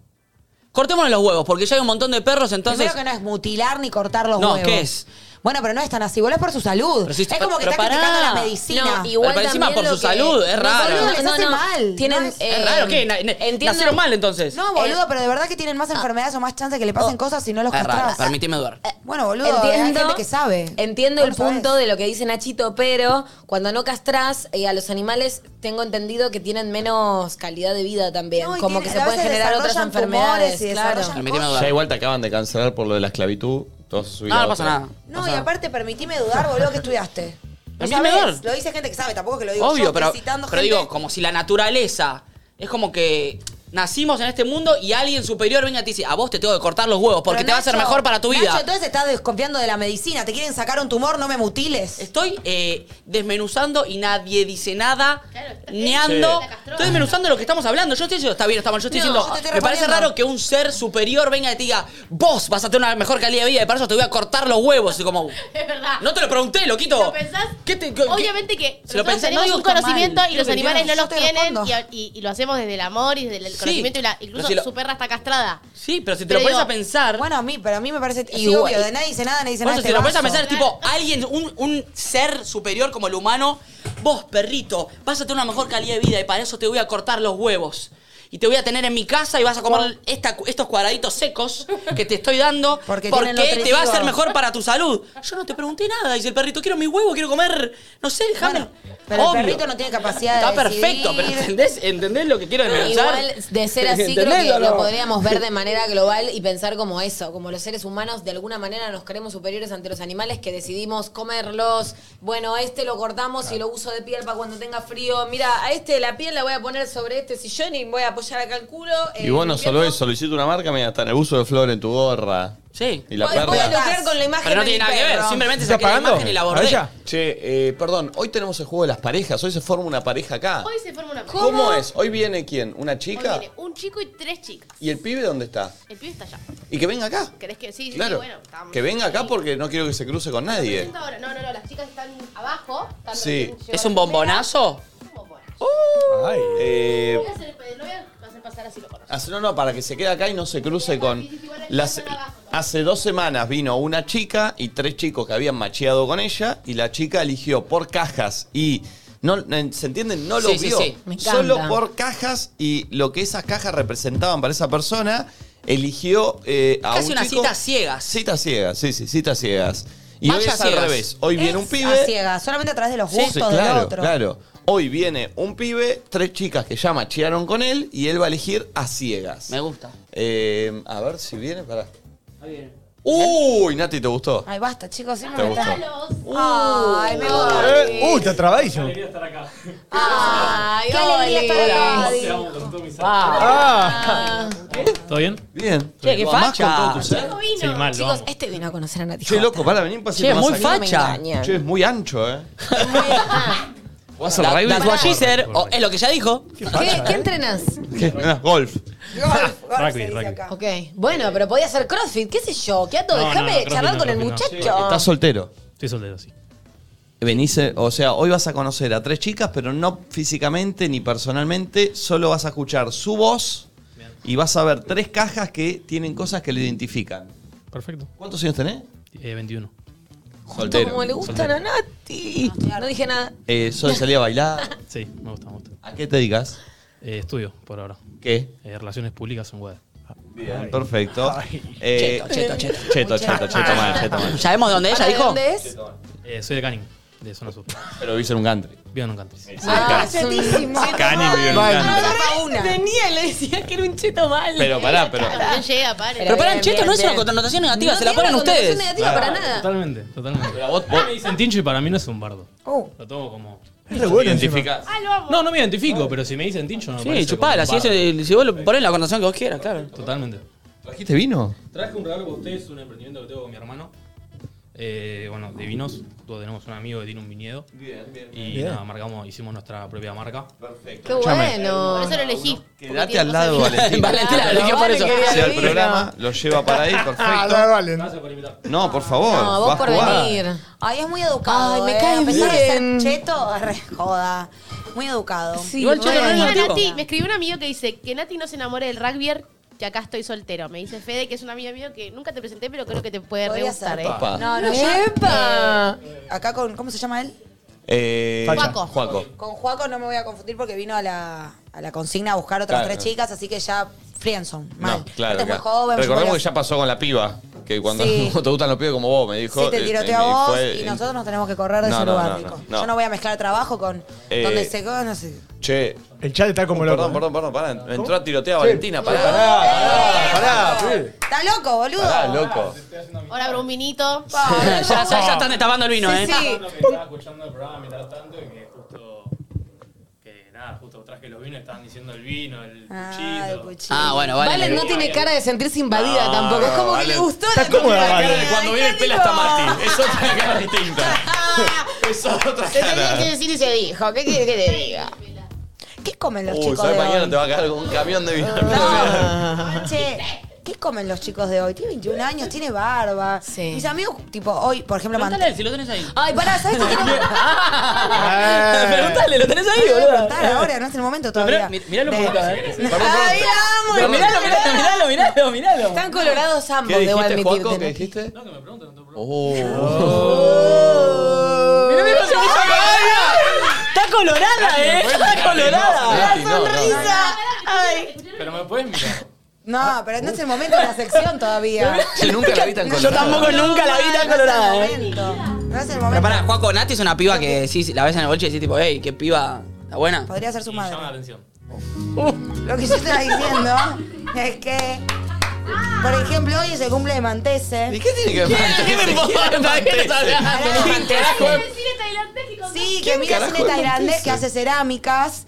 Speaker 9: Cortémonos los huevos, porque ya hay un montón de perros, entonces.
Speaker 5: Primero que no es mutilar ni cortar los
Speaker 9: No,
Speaker 5: huevos.
Speaker 9: ¿qué es?
Speaker 5: Bueno, pero no es tan así. Vos es por su salud.
Speaker 9: Pero si-
Speaker 5: es como que
Speaker 9: pero
Speaker 5: está
Speaker 9: pará.
Speaker 5: criticando la medicina.
Speaker 3: No, igual
Speaker 9: Pero encima
Speaker 3: también
Speaker 9: por
Speaker 3: lo
Speaker 9: su
Speaker 3: que-
Speaker 9: salud, es
Speaker 3: No,
Speaker 9: raro.
Speaker 3: boludo,
Speaker 5: les hace mal.
Speaker 3: Tienen,
Speaker 5: No es-
Speaker 3: eh,
Speaker 9: ¿Es raro qué? Na- na-
Speaker 3: entiendo-
Speaker 9: ¿Nacieron mal entonces?
Speaker 5: No, boludo, pero de verdad que tienen más enfermedades o más chance que le pasen cosas si no los
Speaker 9: Ah. Oh. es raro,
Speaker 5: castrás.
Speaker 9: permíteme dudar.
Speaker 5: Eh, Bueno, boludo, hay
Speaker 3: Entiendo.
Speaker 5: gente que sabe.
Speaker 3: Entiendo
Speaker 5: Vos
Speaker 3: el
Speaker 5: no sabés.
Speaker 3: punto de lo que dice Nachito, pero cuando no castrás eh, a los animales, tengo entendido que tienen menos calidad de vida también.
Speaker 5: No, y
Speaker 3: como
Speaker 5: tienen-
Speaker 3: que
Speaker 5: a
Speaker 3: se pueden
Speaker 5: veces
Speaker 3: generar otras
Speaker 5: desarrollan
Speaker 3: enfermedades.
Speaker 5: tumores y
Speaker 3: claro.
Speaker 5: desarrollan
Speaker 1: Ya Ah, igual te acaban de cancelar por lo de la esclavitud. Te vas a subir
Speaker 9: No,
Speaker 1: a
Speaker 9: no pasa
Speaker 1: otra.
Speaker 9: nada.
Speaker 5: No, y aparte, permitime dudar, boludo, que estudiaste. No
Speaker 9: Permitime
Speaker 5: sabés,
Speaker 9: dudar.
Speaker 5: Lo dice gente que sabe, tampoco que lo digo
Speaker 9: Obvio,
Speaker 5: yo,
Speaker 9: pero,
Speaker 5: estoy citando
Speaker 9: pero
Speaker 5: gente-
Speaker 9: digo, como si la naturaleza es como que nacimos en este mundo y alguien superior venga y te dice, a vos te tengo que cortar los huevos porque
Speaker 5: Pero
Speaker 9: te va a ser
Speaker 5: Nacho,
Speaker 9: mejor para tu vida.
Speaker 5: Nacho, entonces estás desconfiando de la medicina. Te quieren sacar un tumor, no me mutiles.
Speaker 9: Estoy eh, desmenuzando y nadie dice nada, neando.
Speaker 1: Sí.
Speaker 9: Estoy desmenuzando lo que estamos hablando. Yo no estoy diciendo, está bien, está mal. Yo estoy
Speaker 5: No,
Speaker 9: diciendo,
Speaker 5: yo te estoy
Speaker 9: me parece
Speaker 5: respondiendo.
Speaker 9: raro que un ser superior venga y te diga, vos vas a tener una mejor calidad de vida y para eso te voy a cortar los huevos. Y como,
Speaker 6: Es verdad.
Speaker 9: no te lo pregunté, loquito.
Speaker 6: ¿Lo pensás?
Speaker 9: ¿Qué te- qué-
Speaker 6: Obviamente que
Speaker 9: Si lo
Speaker 6: nosotros
Speaker 9: pensás, no
Speaker 6: tenemos
Speaker 9: digo
Speaker 6: un
Speaker 9: que está
Speaker 6: conocimiento
Speaker 9: mal.
Speaker 6: y
Speaker 9: Creo
Speaker 6: los
Speaker 9: que
Speaker 6: animales
Speaker 9: no,
Speaker 6: no
Speaker 9: yo
Speaker 6: los
Speaker 9: te
Speaker 6: tienen
Speaker 9: respondo.
Speaker 6: y, y- y lo hacemos desde el amor y desde el
Speaker 9: Sí.
Speaker 6: conocimiento y la, incluso
Speaker 9: Pero si lo-
Speaker 6: su perra está castrada.
Speaker 9: Sí, pero si te
Speaker 6: Pero
Speaker 9: lo pones
Speaker 6: digo-
Speaker 9: a pensar.
Speaker 5: Bueno, a mí, pero a mí me parece. sí,
Speaker 9: Igual.
Speaker 5: obvio, de nadie dice nada, nadie dice
Speaker 9: Por
Speaker 5: nada.
Speaker 9: eso,
Speaker 5: este
Speaker 9: si lo pones a
Speaker 5: vaso.
Speaker 9: pensar, es tipo, alguien, un, un ser superior como el humano, vos, perrito, vas a tener una mejor calidad de vida y para eso te voy a cortar los huevos. Y te voy a tener en mi casa y vas a comer esta- estos cuadraditos secos que te estoy dando porque,
Speaker 5: Porque tienen
Speaker 9: te va a
Speaker 5: nutritivo.
Speaker 9: hacer mejor para tu salud. Yo no te pregunté nada, dice el perrito, quiero mi huevo, quiero comer, no sé, déjame.
Speaker 5: Pero
Speaker 9: Obvio.
Speaker 5: el perrito no tiene capacidad
Speaker 9: Está
Speaker 5: de.
Speaker 9: perfecto, pero
Speaker 5: decidir.
Speaker 9: ¿entendés, ¿entendés lo que quiero desmenuzar?
Speaker 3: Igual, de ser así, creo
Speaker 9: ¿Entendés
Speaker 3: que
Speaker 9: o
Speaker 3: lo
Speaker 9: no?
Speaker 3: podríamos ver de manera global y pensar como eso, como los seres humanos de alguna manera nos creemos superiores ante los animales que decidimos comerlos. Bueno, a este lo cortamos y lo uso de piel para cuando tenga frío. Mira, a este la piel la voy a poner sobre este sillón y voy a apoyar acá el culo. eh,
Speaker 1: Y vos no solo
Speaker 3: eso
Speaker 1: eso, solicita una marca, mira, está en el buzo de flor en tu gorra.
Speaker 9: Sí.
Speaker 1: Y la
Speaker 3: Voy- voy a
Speaker 1: perra.
Speaker 3: lucrar con la imagen
Speaker 9: Pero no
Speaker 3: de
Speaker 9: tiene
Speaker 3: mi
Speaker 9: nada que ver,
Speaker 3: perro.
Speaker 9: simplemente
Speaker 1: ¿Está
Speaker 9: saqué la
Speaker 1: pagando?
Speaker 9: imagen y la
Speaker 1: ¿A
Speaker 9: abordé.
Speaker 1: ella? Che, eh, perdón, hoy tenemos el juego de las parejas. Hoy se forma una pareja acá.
Speaker 6: Hoy se forma una
Speaker 1: ¿Cómo? es? Hoy viene quién? ¿Una
Speaker 6: Hoy
Speaker 1: chica?
Speaker 6: viene un chico y tres chicas.
Speaker 1: ¿Y el pibe dónde está?
Speaker 6: El pibe está allá.
Speaker 1: Y que venga acá.
Speaker 6: ¿Querés que sí? sí,
Speaker 1: Claro.
Speaker 6: bueno, estamos-
Speaker 1: que venga acá porque no quiero que se cruce con nadie.
Speaker 6: Presento ahora. No, no, no, las chicas están abajo. están
Speaker 1: Sí.
Speaker 6: recién
Speaker 9: ¿Es un ¿eh? bombonazo?
Speaker 1: Ay. Eh,
Speaker 6: No voy a hacer, no voy a hacer pasar así lo conozco.
Speaker 1: Hace, no, no, para que se quede acá y no se cruce con... Las, hace dos semanas vino una chica y tres chicos que habían macheado con ella y la chica eligió por cajas y... No, no, ¿Se entienden? No lo
Speaker 9: Sí, sí,
Speaker 1: vio.
Speaker 9: sí. Me encanta.
Speaker 1: Solo por cajas y lo que esas cajas representaban para esa persona, eligió eh, a
Speaker 9: Casi
Speaker 1: un
Speaker 9: una
Speaker 1: chico-
Speaker 9: cita a ciegas.
Speaker 1: Citas ciegas, sí, sí, citas ciegas. Y hoy
Speaker 5: Vaya
Speaker 1: es
Speaker 5: ciegas.
Speaker 1: al revés. Hoy viene un
Speaker 5: Es
Speaker 1: pibe.
Speaker 5: A ciegas, solamente a través de los
Speaker 1: Sí,
Speaker 5: gustos
Speaker 1: claro,
Speaker 5: del otro.
Speaker 1: claro. Hoy viene un pibe, tres chicas que ya machearon con él y él va a elegir a ciegas. Me
Speaker 9: gusta.
Speaker 1: a ver si viene, pará. Uy, Nati, ¿te gustó?
Speaker 5: Ay, basta, chicos, siempre
Speaker 1: Te
Speaker 5: me
Speaker 1: gustó.
Speaker 5: están- Ay, me voy.
Speaker 8: Uy, está trabadísimo.
Speaker 5: Qué alegría estar acá, Adi.
Speaker 8: Ah.
Speaker 2: ¿Todo bien?
Speaker 1: Bien.
Speaker 5: Che, qué
Speaker 1: Vas
Speaker 5: facha.
Speaker 1: con todo tu ser.
Speaker 2: Sí, mal, lo
Speaker 5: Chicos,
Speaker 2: amo.
Speaker 5: este vino a conocer a Nati
Speaker 1: Che,
Speaker 5: Jota.
Speaker 1: loco, para venir un pasito
Speaker 5: Che,
Speaker 1: más
Speaker 5: muy
Speaker 1: acá.
Speaker 5: facha.
Speaker 1: Che, es muy ancho, eh. Vas al
Speaker 9: That-
Speaker 1: rugby.
Speaker 9: that's what she said, o- es lo que ya dijo.
Speaker 3: ¿Qué, qué entrenás?
Speaker 1: ¿Qué? Ah, Golf.
Speaker 2: Rugby, rugby.
Speaker 3: Ok. Bueno, pero podía hacer crossfit, qué sé yo. ¿Qué ato?
Speaker 2: No, no,
Speaker 3: Déjame
Speaker 2: no, crossfit
Speaker 3: charlar
Speaker 2: no,
Speaker 3: con el
Speaker 2: crossfit
Speaker 3: muchacho.
Speaker 1: Estás soltero.
Speaker 2: Estoy soldado, sí.
Speaker 1: Venís, eh, o sea, hoy vas a conocer a tres chicas, pero no físicamente ni personalmente, solo vas a escuchar su voz y vas a ver tres cajas que tienen cosas que le identifican.
Speaker 2: Perfecto.
Speaker 1: ¿Cuántos años tenés?
Speaker 2: Eh, 21.
Speaker 1: Soltero.
Speaker 3: Como le gustan a Nati. No dije nada.
Speaker 1: Eh, ¿Sol salía a bailar?
Speaker 2: Sí, me gusta, me gusta.
Speaker 1: ¿A qué te dedicas?
Speaker 2: Eh, estudio, por ahora.
Speaker 1: ¿Qué?
Speaker 2: Eh, relaciones públicas en Guadalajara.
Speaker 1: Bien, perfecto. Eh,
Speaker 2: Cheto, cheto, cheto.
Speaker 1: Cheto, cheto, cheto, mal, cheto, mal.
Speaker 9: ¿Sabemos de dónde ella
Speaker 3: ¿Para de
Speaker 9: dijo?
Speaker 3: dónde es?
Speaker 2: Eh, soy de Canning, de Zona Sur.
Speaker 1: Pero vivís en un country.
Speaker 2: Vivo en un country.
Speaker 3: Ah, chetísimo.
Speaker 2: Canning vive en un country.
Speaker 3: Tenía, le decía que era un cheto mal.
Speaker 1: Pero pará, pero-
Speaker 6: También llega, pare.
Speaker 9: Pero pará, cheto no es una connotación negativa, se la ponen ustedes.
Speaker 2: Ah, Totalmente, totalmente. Pero
Speaker 1: vos,
Speaker 2: me dicen tincho y para mí no es un bardo. Lo tomo como.
Speaker 8: Es re bueno
Speaker 1: Identificás.
Speaker 2: No, no me identifico, pero si me dicen tincho no me
Speaker 9: Sí,
Speaker 2: parece
Speaker 9: chupala, si,
Speaker 2: como un bardo.
Speaker 9: eso- si vos lo ponés la connotación que vos quieras, claro.
Speaker 2: Totalmente.
Speaker 1: ¿Trajiste vino?
Speaker 2: Traje un regalo para ustedes, un emprendimiento que tengo con mi hermano. Eh, bueno, de vinos. Todos tenemos un amigo que tiene un viñedo.
Speaker 1: Bien, bien,
Speaker 2: Y
Speaker 1: bien.
Speaker 2: nada, marcamos, hicimos nuestra propia marca.
Speaker 1: Perfecto.
Speaker 3: Qué bueno.
Speaker 6: Por eso lo elegí.
Speaker 1: Quédate al lado de Valentín.
Speaker 9: Valentín la eligió por eso.
Speaker 1: Hacia el programa, lo lleva para ahí,
Speaker 8: Ah,
Speaker 1: perfecto.
Speaker 2: Gracias por invitar.
Speaker 1: No, por favor.
Speaker 3: No, vos
Speaker 1: vas
Speaker 3: por
Speaker 1: a jugar.
Speaker 3: venir.
Speaker 5: Ay, es muy educado.
Speaker 3: Ay, me
Speaker 5: eh.
Speaker 3: cae
Speaker 5: A pesar
Speaker 3: bien.
Speaker 5: de ser cheto, re joda. Muy educado.
Speaker 6: Igual yo no Nati, me escribió un amigo que dice que Nati no se enamore del rugby que acá estoy soltero. Me dice Fede que es un amigo mío que nunca te presenté, pero creo que te puede re
Speaker 5: Podría
Speaker 6: gustar,
Speaker 5: ser.
Speaker 6: ¿eh?
Speaker 1: Papá.
Speaker 5: No, no, ya.
Speaker 3: ¡Epa!
Speaker 5: eh, acá con, ¿cómo se llama él?
Speaker 1: Eh,
Speaker 5: Juaco.
Speaker 1: Juaco.
Speaker 5: Con Juaco no me voy a confundir porque vino a la, a la consigna a buscar otras
Speaker 1: Claro.
Speaker 5: tres chicas, así que ya friendzone, mal.
Speaker 1: No, claro.
Speaker 5: Aparte es muy
Speaker 1: claro.
Speaker 5: joven,
Speaker 1: Recordemos
Speaker 5: muy
Speaker 1: que ya pasó con la piba. Que cuando
Speaker 5: Sí.
Speaker 1: no te gustan los pibes como vos, me dijo.
Speaker 5: Sí, te
Speaker 1: eh,
Speaker 5: tiroteo
Speaker 1: eh,
Speaker 5: a vos
Speaker 1: fue-
Speaker 5: y nosotros nos tenemos que correr de
Speaker 1: No,
Speaker 5: ese
Speaker 1: no,
Speaker 5: lugar,
Speaker 1: no,
Speaker 5: Nico.
Speaker 1: no, no.
Speaker 5: Yo no voy a mezclar trabajo con
Speaker 1: Eh,
Speaker 5: donde se co- no sé.
Speaker 1: Che.
Speaker 8: El chat está como
Speaker 1: Oh,
Speaker 8: loco. ¿eh?
Speaker 1: Perdón, perdón, perdón, pará. Entró a tirotear a Valentina, pará.
Speaker 8: Pará, Phil.
Speaker 5: Está loco, boludo.
Speaker 1: Pará, loco.
Speaker 6: Ahora abro un vinito.
Speaker 5: Ah,
Speaker 9: Ya, ya, ya están destapando el vino,
Speaker 6: Sí,
Speaker 9: ¿eh?
Speaker 6: sí.
Speaker 2: Estaba escuchando el programa mientras tanto y que justo. Que nada, justo traje los vinos, estaban diciendo el vino, el cuchillo.
Speaker 9: Ah, bueno, vale.
Speaker 3: Valen no tiene cara de sentirse invadida tampoco. Es como que le gustó la
Speaker 2: La
Speaker 3: comida.
Speaker 2: cara de cuando viene el pela está Martín. Es otra cara distinta. Es
Speaker 6: Este
Speaker 2: otra
Speaker 3: Se tenía
Speaker 1: cara.
Speaker 3: que decir y se dijo. ¿Qué quieres que te diga?
Speaker 5: ¿Qué comen los
Speaker 1: Uy,
Speaker 5: chicos
Speaker 1: ¿sabes?
Speaker 5: de hoy?
Speaker 1: Mañana te va a caer un camión de vino.
Speaker 5: Che, ¿qué comen los chicos de hoy? Tiene 21 años, tiene barba. Mis amigos, tipo, hoy, por ejemplo,
Speaker 9: Preguntale a él si lo tenés ahí.
Speaker 5: Ay, pará, ¿sabes qué quiero
Speaker 9: Preguntale, lo tenés ahí,
Speaker 5: Voy a
Speaker 9: boludo.
Speaker 5: preguntar ahora, no es el momento
Speaker 9: Mirá,
Speaker 5: todavía.
Speaker 9: mi- miralo un
Speaker 5: De-
Speaker 9: poquito, eh.
Speaker 5: Ay, amo,
Speaker 9: Pero
Speaker 5: mirá.
Speaker 9: Miralo, miralo, miralo, miralo, miralo.
Speaker 5: Están colorados ambos,
Speaker 1: ¿Qué
Speaker 5: debo
Speaker 1: dijiste,
Speaker 5: admitirte.
Speaker 1: Juaco? ¿Qué
Speaker 5: Nati.
Speaker 1: dijiste? Oh, No, que me pregunten, no te
Speaker 9: Mirá, mirá, se me hizo cagar. Está colorada, eh. Está colorada.
Speaker 1: Nati, no, no.
Speaker 5: Sonrisa. Ay.
Speaker 2: Pero me puedes mirar.
Speaker 5: No, pero no es el momento de la sección todavía.
Speaker 1: Che, nunca la vi tan
Speaker 9: Yo tampoco nunca la vi tan
Speaker 5: No,
Speaker 9: colorada,
Speaker 5: No es
Speaker 9: eh.
Speaker 5: el momento. No es el
Speaker 9: Pero
Speaker 5: momento.
Speaker 9: pará, Juaco Nati es una piba que sí, sí, la ves en el bolche y decís tipo, hey, qué piba, está buena.
Speaker 5: Podría ser su madre.
Speaker 2: Llama la atención.
Speaker 5: Lo que yo estaba diciendo es que, por ejemplo, hoy es el cumple de Mantese.
Speaker 1: ¿Y qué tiene que ver?
Speaker 9: ¿Qué me importa? ¿Qué estás
Speaker 1: Ah,
Speaker 9: hablando? eh.
Speaker 5: Sí, que
Speaker 1: ¿Quién
Speaker 5: mira
Speaker 1: carajo
Speaker 5: cine
Speaker 1: es
Speaker 5: tailandés
Speaker 1: Mantese?
Speaker 5: que hace cerámicas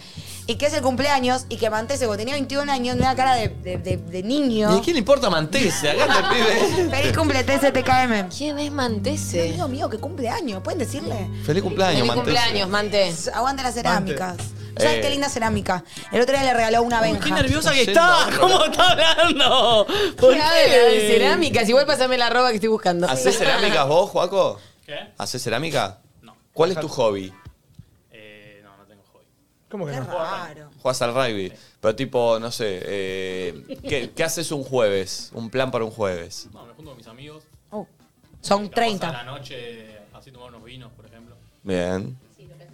Speaker 5: y que es el cumpleaños y que Mantese, cuando tenía 21 años, tenía cara de, de, de- de
Speaker 1: ¿Y a
Speaker 5: niño.
Speaker 1: quién le importa Mantese? Acá está el pibe.
Speaker 5: Feliz cumple Tese TKM.
Speaker 3: ¿Quién es Mantese?
Speaker 5: Dios mío, que cumpleaños, ¿pueden decirle?
Speaker 1: Feliz cumpleaños,
Speaker 3: Feliz
Speaker 1: Mantese.
Speaker 3: cumpleaños, Mante.
Speaker 5: Aguante las cerámicas. ¿Sabes
Speaker 1: Eh.
Speaker 5: qué linda cerámica? El otro día le regaló una
Speaker 9: Qué
Speaker 5: benja.
Speaker 9: nerviosa que
Speaker 1: Yendo a
Speaker 9: está.
Speaker 1: otro
Speaker 9: ¿Cómo
Speaker 1: lado.
Speaker 9: está hablando? ¿Por
Speaker 3: Habla de
Speaker 9: qué?
Speaker 3: cerámicas. Igual pasame la arroba que estoy buscando.
Speaker 1: ¿Hacés cerámicas vos, Juaco?
Speaker 2: ¿Qué?
Speaker 1: ¿Hacés cerámica? No. ¿Cuál es tu hobby?
Speaker 2: Eh, no, no tengo hobby.
Speaker 8: ¿Cómo que no?
Speaker 5: Claro.
Speaker 1: Jugás al rugby. Pero tipo, no sé, eh, ¿qué, qué haces un jueves? Un plan para un jueves.
Speaker 2: No, me junto con mis amigos.
Speaker 5: Oh, Son
Speaker 2: A
Speaker 5: 30.
Speaker 2: la noche, así tomar unos vinos, por ejemplo.
Speaker 1: Bien,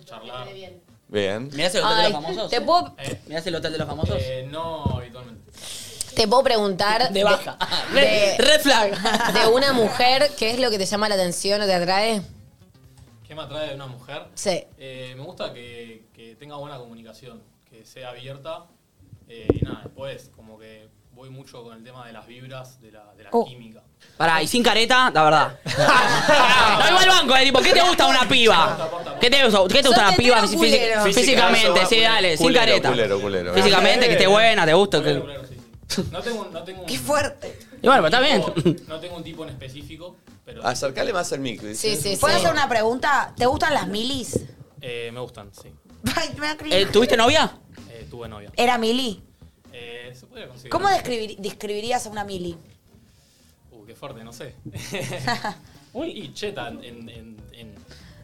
Speaker 2: Charlar.
Speaker 1: bien.
Speaker 9: Mirá ese hotel de
Speaker 3: Ay,
Speaker 9: los famosos.
Speaker 3: te puedo.
Speaker 9: Mirá ese hotel de los famosos.
Speaker 2: Eh, no, habitualmente.
Speaker 3: Te puedo preguntar. De baja.
Speaker 9: Red- red
Speaker 3: flag. De una mujer, ¿qué es lo que te llama la atención o te atrae?
Speaker 2: ¿Qué me atrae de una mujer?
Speaker 3: Sí.
Speaker 2: Eh, me gusta que, que tenga buena comunicación, que sea abierta. eh, y nada, después como que voy mucho con el tema de las vibras, de la, de la
Speaker 9: Oh.
Speaker 2: química.
Speaker 9: Pará, y sin careta, la verdad. Pará, igual banco, eh, tipo, ¿qué te gusta una piba? ¿Qué te gusta, qué te gusta una piba fisi-
Speaker 1: culero.
Speaker 9: fisi- físicamente? Sí, dale, sin
Speaker 1: Culero,
Speaker 9: careta.
Speaker 1: culero, culero.
Speaker 9: Físicamente, que esté buena, te gusta. que-
Speaker 2: No tengo, no tengo un...
Speaker 9: Y bueno, pero está
Speaker 2: tipo- No tengo un tipo en específico, pero...
Speaker 1: Acercale más el micro.
Speaker 5: ¿Puedo hacer una pregunta? ¿Te gustan las milis?
Speaker 2: Eh, me gustan, sí.
Speaker 5: Ay, me da cringe.
Speaker 9: Eh, ¿Tuviste novia?
Speaker 2: Eh, tuve novia.
Speaker 5: Era mili.
Speaker 2: Eh, se puede conseguir.
Speaker 5: ¿Cómo describir- describirías a una mili?
Speaker 2: Uh, qué fuerte, no sé. Uy, y cheta en... en, en, en-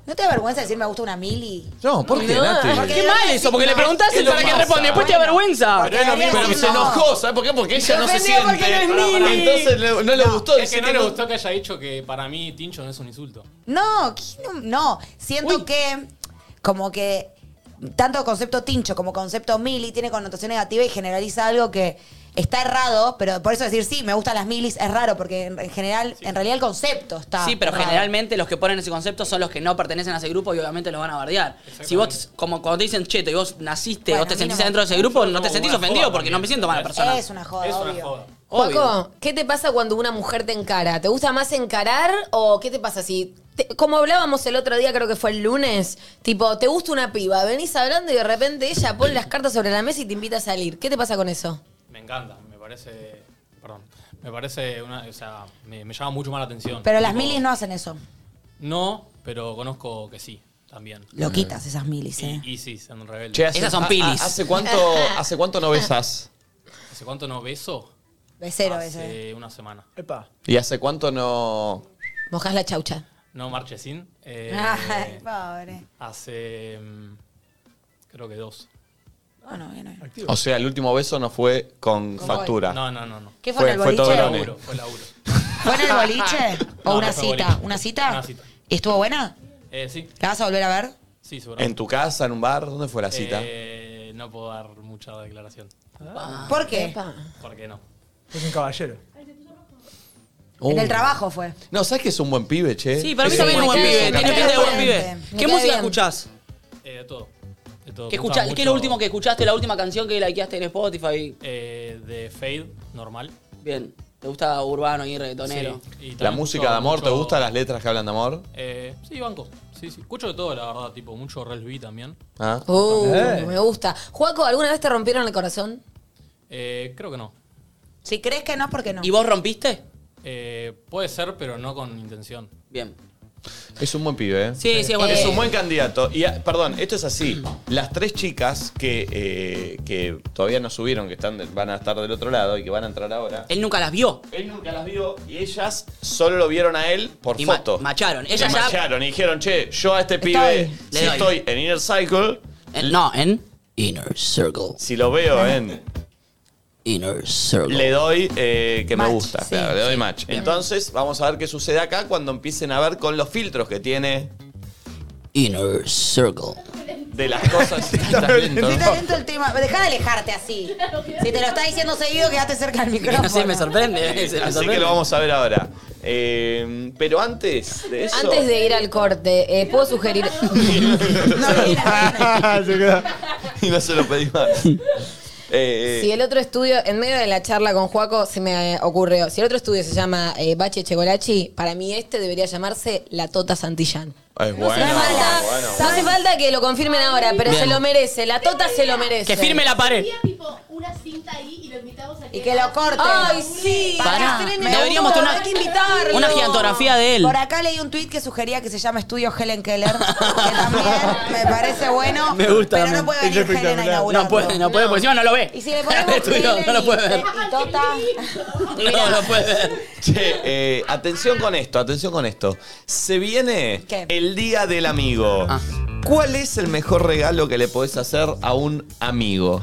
Speaker 5: ¿No te da vergüenza decir me gusta una mili?
Speaker 1: No, ¿por qué, Nati?
Speaker 5: Porque
Speaker 9: Qué mal eso, porque le preguntaste
Speaker 1: Es lo
Speaker 9: para qué
Speaker 1: pasa.
Speaker 9: responde, después te da vergüenza.
Speaker 1: Pero es lo mismo. Pero se enojó, ¿sabes por qué? Porque ella no se
Speaker 9: Defendió porque
Speaker 1: siente.
Speaker 9: no es Mili.
Speaker 1: Entonces le- no le gustó.
Speaker 2: Es
Speaker 1: dice
Speaker 2: que no
Speaker 1: que
Speaker 2: le
Speaker 1: no-
Speaker 2: gustó que haya dicho que para mí Tincho no es un insulto.
Speaker 5: No, ¿quién no, no. siento que como que tanto concepto tincho como concepto mili tiene connotación negativa y generaliza algo que está errado, pero por eso decir sí, me gustan las milis es raro porque en en general, en realidad el concepto está
Speaker 9: Sí, pero
Speaker 5: errado.
Speaker 9: generalmente los que ponen ese concepto son los que no pertenecen a ese grupo y obviamente los van a bardear. Si vos, como cuando te dicen cheto y vos naciste,
Speaker 5: Bueno,
Speaker 9: vos te
Speaker 5: a mí
Speaker 9: sentís
Speaker 5: no me-
Speaker 9: adentro de ese grupo, no te
Speaker 2: como
Speaker 9: sentís
Speaker 2: una
Speaker 9: ofendido
Speaker 2: joda
Speaker 9: porque no me siento mala persona.
Speaker 5: Es una joda, obvio.
Speaker 3: Juaco, ¿qué te pasa cuando una mujer te encara? ¿Te gusta más encarar o qué te pasa si... te- como hablábamos el otro día, creo que fue el lunes, tipo, te gusta una piba, venís hablando y de repente ella pone las cartas sobre la mesa y te invita a salir. ¿Qué te pasa con eso?
Speaker 2: Me encanta, me parece... Perdón. Me parece una... O sea, me, me llama mucho más la atención.
Speaker 5: Pero las
Speaker 2: Tipo,
Speaker 5: milis no hacen eso.
Speaker 2: No, pero conozco que sí, también.
Speaker 5: Loquitas esas milis, eh.
Speaker 2: Y, y sí, son rebeldes.
Speaker 1: Che, hace- a- a- ¿Hace cuánto, hace cuánto no besás?
Speaker 2: ¿Hace cuánto no beso?
Speaker 5: Becero,
Speaker 2: Hace
Speaker 5: becero.
Speaker 2: una semana.
Speaker 1: ¿Y hace cuánto no...?
Speaker 3: Mojás la chaucha.
Speaker 2: No marchesín. eh,
Speaker 5: Ay, pobre.
Speaker 2: hace... mm, Creo que dos.
Speaker 5: No, no, no.
Speaker 1: O sea, el último beso no fue con
Speaker 2: Con
Speaker 1: factura.
Speaker 2: boy. No, no, no, no.
Speaker 5: ¿Qué fue en el
Speaker 1: Fue
Speaker 5: boliche?
Speaker 1: todo
Speaker 2: Laburo,
Speaker 1: grone.
Speaker 2: fue laburo.
Speaker 5: ¿Fue en el boliche? ¿O
Speaker 2: No,
Speaker 5: una,
Speaker 2: no fue
Speaker 5: cita?
Speaker 2: boliche.
Speaker 5: una cita?
Speaker 2: Una cita.
Speaker 5: ¿Y estuvo buena?
Speaker 2: Eh, sí.
Speaker 5: ¿La vas a volver a ver?
Speaker 2: Sí, seguramente.
Speaker 1: ¿En tu casa, en un bar? ¿Dónde fue la cita?
Speaker 2: Eh, no puedo dar mucha declaración.
Speaker 3: Ah,
Speaker 5: ¿Por qué?
Speaker 2: ¿Por qué no?
Speaker 22: Es un caballero.
Speaker 5: En
Speaker 2: Uh.
Speaker 5: el trabajo fue.
Speaker 1: Uh. No, ¿sabes que es un buen pibe, che?
Speaker 9: Sí, para mí
Speaker 1: Es
Speaker 9: también es un buen pibe. Tiene pinta de buen pibe.
Speaker 5: Me
Speaker 9: ¿Qué
Speaker 5: cae
Speaker 9: música
Speaker 5: bien.
Speaker 9: escuchás?
Speaker 2: Eh, de todo. De todo.
Speaker 9: ¿Qué,
Speaker 2: Me
Speaker 9: escuchás?
Speaker 2: gusta
Speaker 9: ¿Qué es lo
Speaker 2: mucho,
Speaker 9: último que escuchaste? La última canción que likeaste en Spotify.
Speaker 2: eh, de Fade, normal.
Speaker 9: Bien. ¿Te gusta urbano y reggaetonero?
Speaker 2: Sí, y
Speaker 1: ¿La
Speaker 2: también
Speaker 1: música
Speaker 2: escucho
Speaker 1: de amor? ¿Te
Speaker 2: mucho-
Speaker 1: gustan las letras que hablan de amor?
Speaker 2: Eh, sí, banco. Sí, sí. Escucho de todo, la verdad. Tipo, mucho Rel B también.
Speaker 1: ¿Ah?
Speaker 3: Uh,
Speaker 1: Eh.
Speaker 3: me gusta. Juaco, ¿alguna vez te rompieron el corazón?
Speaker 2: Eh, creo que no.
Speaker 5: Si crees que no, ¿por qué no?
Speaker 9: ¿Y vos rompiste?
Speaker 2: Eh, puede ser, pero no con intención.
Speaker 9: Bien.
Speaker 1: Es un buen pibe, ¿eh?
Speaker 9: Sí, sí, es buen
Speaker 1: Es
Speaker 9: pibe.
Speaker 1: un buen candidato. Y, ah, perdón, esto es así. Las tres chicas que, eh, que todavía no subieron, que están, de- van a estar del otro lado y que van a entrar ahora,
Speaker 9: Él nunca las vio.
Speaker 1: Él nunca las vio y ellas solo lo vieron a él por
Speaker 9: Y ma-
Speaker 1: foto.
Speaker 9: macharon.
Speaker 1: Y
Speaker 9: Ellas ya-
Speaker 1: macharon y dijeron, che, yo a este
Speaker 9: Estoy.
Speaker 1: pibe,
Speaker 9: Le
Speaker 1: si
Speaker 9: doy.
Speaker 1: estoy en Inner Cycle...
Speaker 9: no, en Inner Circle.
Speaker 1: Si lo veo en...
Speaker 9: Inner Circle.
Speaker 1: Le doy eh, que
Speaker 9: Match,
Speaker 1: me gusta,
Speaker 9: sí,
Speaker 1: claro, le doy
Speaker 9: sí.
Speaker 1: match.
Speaker 9: Bien.
Speaker 1: Entonces, vamos a ver qué sucede acá cuando empiecen a ver con los filtros que tiene
Speaker 9: Inner Circle.
Speaker 1: de las cosas. Estás lento,
Speaker 5: Si
Speaker 1: ¿no?
Speaker 5: está lento el tema, deja de alejarte así. Si te lo está diciendo seguido, quédate cerca del micrófono.
Speaker 9: Sí, me sorprende. se me
Speaker 1: Así
Speaker 9: sorprende.
Speaker 1: que lo vamos a ver ahora. Eh, pero antes de eso.
Speaker 3: Antes de ir al corte, eh, ¿puedo sugerir...?
Speaker 1: y no se lo pedí más. Eh,
Speaker 3: Si el otro estudio, en medio de la charla con Juaco, se me eh, ocurrió, si el otro estudio se llama eh, Bache Checolachi, para mí este debería llamarse La Tota Santillán.
Speaker 1: es bueno. bueno.
Speaker 3: No hace falta que lo confirmen ahora, pero
Speaker 1: Bien.
Speaker 3: se lo merece. La Tota se lo merece.
Speaker 9: Que firme la pared.
Speaker 6: tipo una cinta ahí y lo invitamos a
Speaker 5: Y que lo corten.
Speaker 3: Ay, sí.
Speaker 9: Pará,
Speaker 5: que estrenen
Speaker 9: deberíamos
Speaker 5: auto,
Speaker 9: tener una-
Speaker 5: hay que invitarlo.
Speaker 9: una gigantografía de él.
Speaker 5: Por acá leí un tuit que sugería que se llama Estudio Helen Keller, que también me parece bueno.
Speaker 9: Me gusta
Speaker 5: Pero
Speaker 9: también.
Speaker 5: no puede
Speaker 9: Es
Speaker 5: venir Helen a
Speaker 9: espectacular.
Speaker 5: inaugurarlo.
Speaker 9: No puede, no puede, porque encima no lo ve.
Speaker 5: Y si le ponemos
Speaker 9: Estudio,
Speaker 5: Helen
Speaker 9: no lo puede
Speaker 5: y-
Speaker 9: ver.
Speaker 5: y Tota...
Speaker 9: No, no puede ver.
Speaker 1: Che, eh, atención con esto, atención con esto. Se viene
Speaker 5: ¿Qué?
Speaker 1: el día del amigo.
Speaker 9: Ah.
Speaker 1: ¿Cuál es el mejor regalo que le podés hacer a un amigo?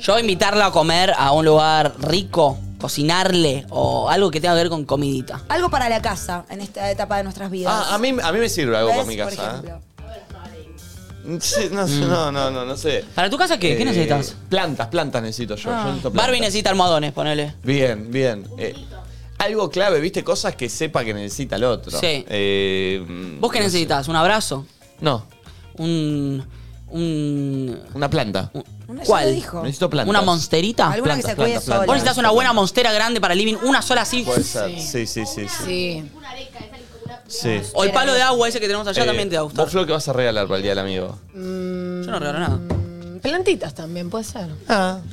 Speaker 9: Yo invitarla a comer a un lugar rico, cocinarle o algo que tenga que ver con comidita.
Speaker 5: Algo para la casa en esta etapa de nuestras vidas.
Speaker 1: Ah, a mí, a mí me sirve algo
Speaker 5: ¿Ves?
Speaker 1: con mi
Speaker 5: Por
Speaker 1: casa. ¿eh?
Speaker 5: ejemplo.
Speaker 1: Sí, No, sé, no, no, no, no sé.
Speaker 9: ¿Para tu casa Mm.
Speaker 1: Eh,
Speaker 9: qué? ¿Qué necesitas?
Speaker 1: Plantas, plantas necesito yo. yo
Speaker 9: Ah.
Speaker 1: necesito plantas.
Speaker 9: Barbie necesita almohadones, ponele.
Speaker 1: Bien, bien. Eh, algo clave, ¿viste? Cosas que sepa que necesita el otro.
Speaker 9: Sí.
Speaker 1: Eh,
Speaker 9: ¿Vos qué
Speaker 1: no sé.
Speaker 9: necesitas? ¿Un abrazo?
Speaker 1: No.
Speaker 9: Un. Un.
Speaker 1: Una planta.
Speaker 9: ¿Cuál?
Speaker 1: ya lo dijo. Necesito plantas.
Speaker 9: ¿Una monsterita?
Speaker 1: Alguna que Ah, Plantas, se cuide plantas, sola. plantas.
Speaker 9: Vos necesitas una buena monstera grande para living, una sola así.
Speaker 1: Puede ser. Sí, sí, sí. sí.
Speaker 23: Sí.
Speaker 1: Sí.
Speaker 9: O el palo de agua ese que tenemos allá
Speaker 1: Eh,
Speaker 9: también te da.
Speaker 1: ¿Vos, Flo, qué vas a regalar para el Día del Amigo?
Speaker 9: Yo no regalo nada.
Speaker 3: Mm, Plantitas también, puede ser.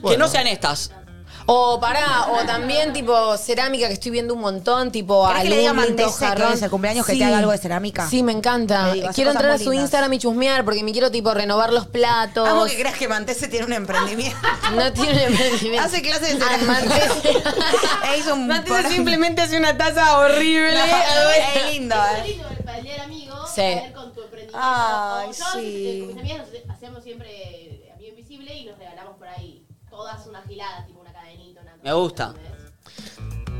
Speaker 9: Que no sean estas.
Speaker 3: Ah. O pará, o también tipo cerámica que estoy viendo un montón, tipo
Speaker 5: ¿Querés que le diga
Speaker 3: algún lindo
Speaker 5: Mantese que
Speaker 3: jarrón?
Speaker 5: hoy es el cumpleaños, que te haga algo de cerámica?
Speaker 3: Sí, me encanta.
Speaker 5: Le digo, hace
Speaker 3: quiero
Speaker 5: cosas
Speaker 3: entrar a
Speaker 5: muy
Speaker 3: su
Speaker 5: lindas.
Speaker 3: Instagram y chusmear porque me quiero tipo renovar los platos.
Speaker 5: Vamos que creas que Mantese tiene un emprendimiento.
Speaker 3: No tiene emprendimiento.
Speaker 5: Hace clases de
Speaker 3: Ah,
Speaker 5: cerámica. E hizo un
Speaker 3: Mantese simplemente hace una taza horrible.
Speaker 5: No,
Speaker 3: A ver.
Speaker 5: es lindo,
Speaker 6: Es
Speaker 5: ¿eh?
Speaker 6: lindo para el día del amigo.
Speaker 3: Sí.
Speaker 6: ver Con tu emprendimiento.
Speaker 5: Ay,
Speaker 6: O yo,
Speaker 5: sí.
Speaker 6: eh, Con mis amigas nos- hacemos siempre eh, amigo invisible y nos regalamos por ahí todas unas giladas, tipo una cadenita, una.
Speaker 9: Me gusta.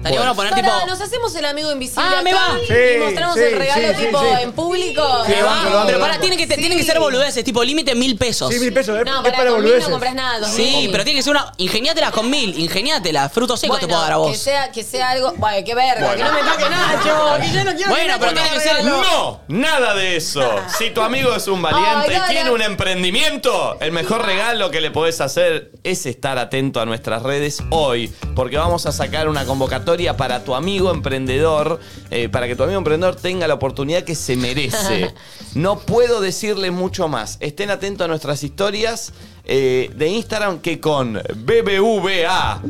Speaker 9: Estaría bueno poner tipo.
Speaker 3: Pará, nos hacemos el amigo invisible.
Speaker 9: Ah, me
Speaker 3: acá
Speaker 9: va.
Speaker 3: Y,
Speaker 9: Sí,
Speaker 3: mostramos
Speaker 9: sí,
Speaker 3: el regalo
Speaker 9: sí, sí,
Speaker 3: tipo
Speaker 9: sí.
Speaker 3: en público.
Speaker 9: Me va, pero pará, tiene que,
Speaker 3: Sí.
Speaker 9: tienen que ser boludeces, tipo límite mil pesos.
Speaker 8: Sí, mil pesos, ¿eh?
Speaker 3: No, pará, con mil no compras nada, dos
Speaker 9: Sí,
Speaker 3: mil.
Speaker 9: pero tiene que ser una. Ingeniátela con mil, ingeniátela. Frutos secos te puedo dar a
Speaker 3: Que
Speaker 9: vos.
Speaker 3: sea, que sea algo. Bueno, qué verga, que no me toque Nacho, que yo no quiero
Speaker 9: Bueno,
Speaker 3: que Nacho
Speaker 9: pero tiene
Speaker 3: me
Speaker 9: que ser-
Speaker 3: regale.
Speaker 1: No, nada de eso. Si tu amigo es un valiente
Speaker 3: Ay,
Speaker 1: y
Speaker 3: dale.
Speaker 1: tiene un emprendimiento, el mejor regalo que le podés hacer es estar atento a nuestras redes hoy, porque vamos a sacar una convocatoria para tu amigo emprendedor, eh, para que tu amigo emprendedor tenga la oportunidad que se merece. No puedo decirle mucho más. Estén atentos a nuestras historias eh, de Instagram que con BBVA.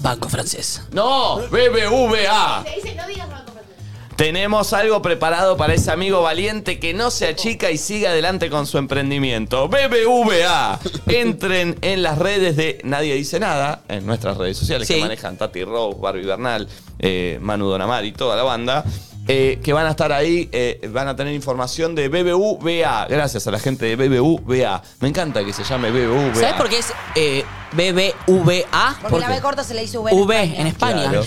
Speaker 9: Banco francés.
Speaker 1: No, BBVA.
Speaker 6: Se dice, no digas banco.
Speaker 1: Tenemos algo preparado para ese amigo valiente que no se achica y sigue adelante con su emprendimiento. BBVA. Entren en las redes de Nadie Dice Nada, en nuestras redes sociales que manejan Tati Rose, Barbie Bernal, eh, Manu Donamar y toda la banda. eh, que van a estar ahí, eh, van a tener información de BBVA. Gracias a la gente de BBVA. Me encanta que se llame BBVA.
Speaker 9: ¿Sabés por qué es eh, BBVA?
Speaker 5: Porque
Speaker 9: Porque
Speaker 5: la B corta se le hizo V.
Speaker 9: V en España.
Speaker 1: Claro.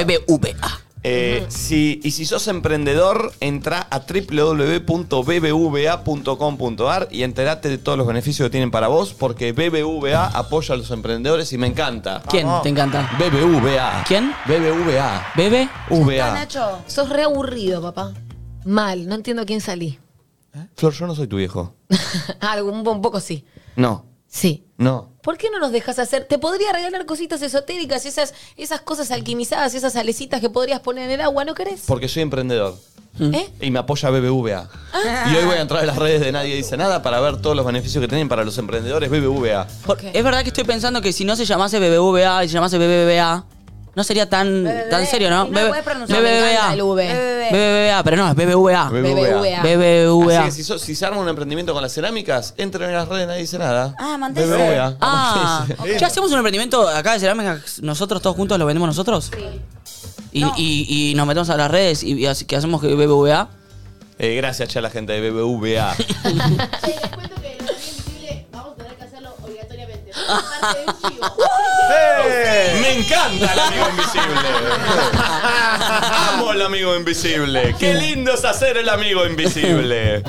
Speaker 1: En
Speaker 9: BBVA.
Speaker 1: Eh, si- y si sos emprendedor, entra a www.bbva.com.ar y enterate de todos los beneficios que tienen para vos, porque BBVA apoya a los emprendedores y me encanta.
Speaker 9: ¿Quién te encanta?
Speaker 1: BBVA.
Speaker 9: ¿Quién?
Speaker 1: BBVA.
Speaker 9: ¿Bebe?
Speaker 1: VA.
Speaker 3: Nacho, sos re aburrido, papá. Mal, no entiendo quién salí.
Speaker 1: Flor, yo no soy tu viejo.
Speaker 3: Algo, un, un poco sí.
Speaker 1: No.
Speaker 3: Sí.
Speaker 1: No.
Speaker 3: ¿Por qué no nos dejas hacer? Te podría regalar cositas esotéricas, esas, esas cosas alquimizadas, esas alecitas que podrías poner en el agua, ¿no querés?
Speaker 1: Porque soy emprendedor.
Speaker 9: Mm.
Speaker 3: ¿Eh?
Speaker 1: Y me apoya BBVA. Y hoy voy a entrar en las redes de Nadie Dice Nada para ver todos los beneficios que tienen para los emprendedores BBVA.
Speaker 9: Por- Es verdad que estoy pensando que si no se llamase BBVA y se llamase BBVA, no sería tan, tan serio, ¿no?
Speaker 5: Y no
Speaker 9: Bebe-
Speaker 5: lo podés pronunciar, me
Speaker 9: BBVA.
Speaker 5: encanta el V. BBVA.
Speaker 9: BBVA, pero no, es BBVA.
Speaker 1: BBVA.
Speaker 9: BBVA.
Speaker 1: Así que si, so- si se arma un emprendimiento con las cerámicas, entren en las redes, nadie dice nada.
Speaker 5: Ah, mantén
Speaker 1: BBVA.
Speaker 9: Ah, ¿qué hacemos un emprendimiento acá de cerámica? ¿Nosotros todos juntos lo vendemos nosotros? Y, y- y nos metemos a las redes y, y así que hacemos que BBVA.
Speaker 1: Eh, gracias ya a la gente de BBVA. ¡Me encanta el amigo invisible! ¡Amo el amigo invisible! ¡Qué lindo es hacer el amigo invisible!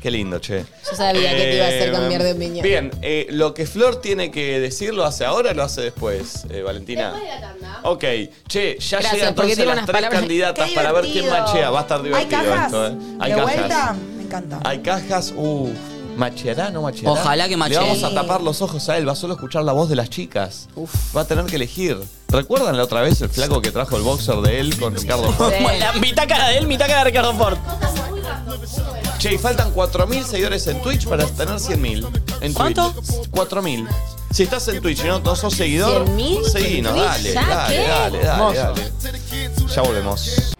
Speaker 1: Qué lindo, che. Eh,
Speaker 3: Yo sabía que te iba a hacer cambiar de opinión.
Speaker 1: Bien, eh, lo que Flor tiene que decir lo hace ahora o lo hace después, eh, Valentina. Ok, che, ya
Speaker 3: Gracias,
Speaker 1: llegan
Speaker 3: porque
Speaker 1: entonces
Speaker 3: tiene
Speaker 1: las
Speaker 3: unas
Speaker 1: tres
Speaker 3: palabras-
Speaker 1: candidatas
Speaker 5: Qué
Speaker 1: para ver quién
Speaker 5: divertido.
Speaker 1: machea. Va a estar
Speaker 5: ¿Hay
Speaker 1: divertido
Speaker 5: cajas?
Speaker 1: esto, ¿eh? Hay
Speaker 5: ¿De
Speaker 1: cajas.
Speaker 5: vuelta? Me encanta.
Speaker 1: Hay cajas, uh, macheará, no macheará.
Speaker 9: Ojalá que machee.
Speaker 1: Le vamos a
Speaker 9: Sí.
Speaker 1: tapar los ojos a él, va a solo escuchar la voz de las chicas. Va a tener que elegir. ¿Recuerdan la otra vez el flaco que trajo el boxer de él con Ricardo Ford?
Speaker 9: La mitad cara de él, mitad cara de Ricardo Ford.
Speaker 1: Che, y faltan 4.000 seguidores en Twitch para tener 100.000. En
Speaker 9: ¿Cuánto?
Speaker 1: Twitch. 4.000. Si estás en Twitch y no, no sos seguidor,
Speaker 3: 100.000
Speaker 1: seguinos,
Speaker 3: en
Speaker 1: dale, dale,
Speaker 3: Twitch, ¿ya
Speaker 1: dale,
Speaker 3: qué?
Speaker 1: dale, dale,
Speaker 3: Hermoso.
Speaker 1: dale. Ya volvemos.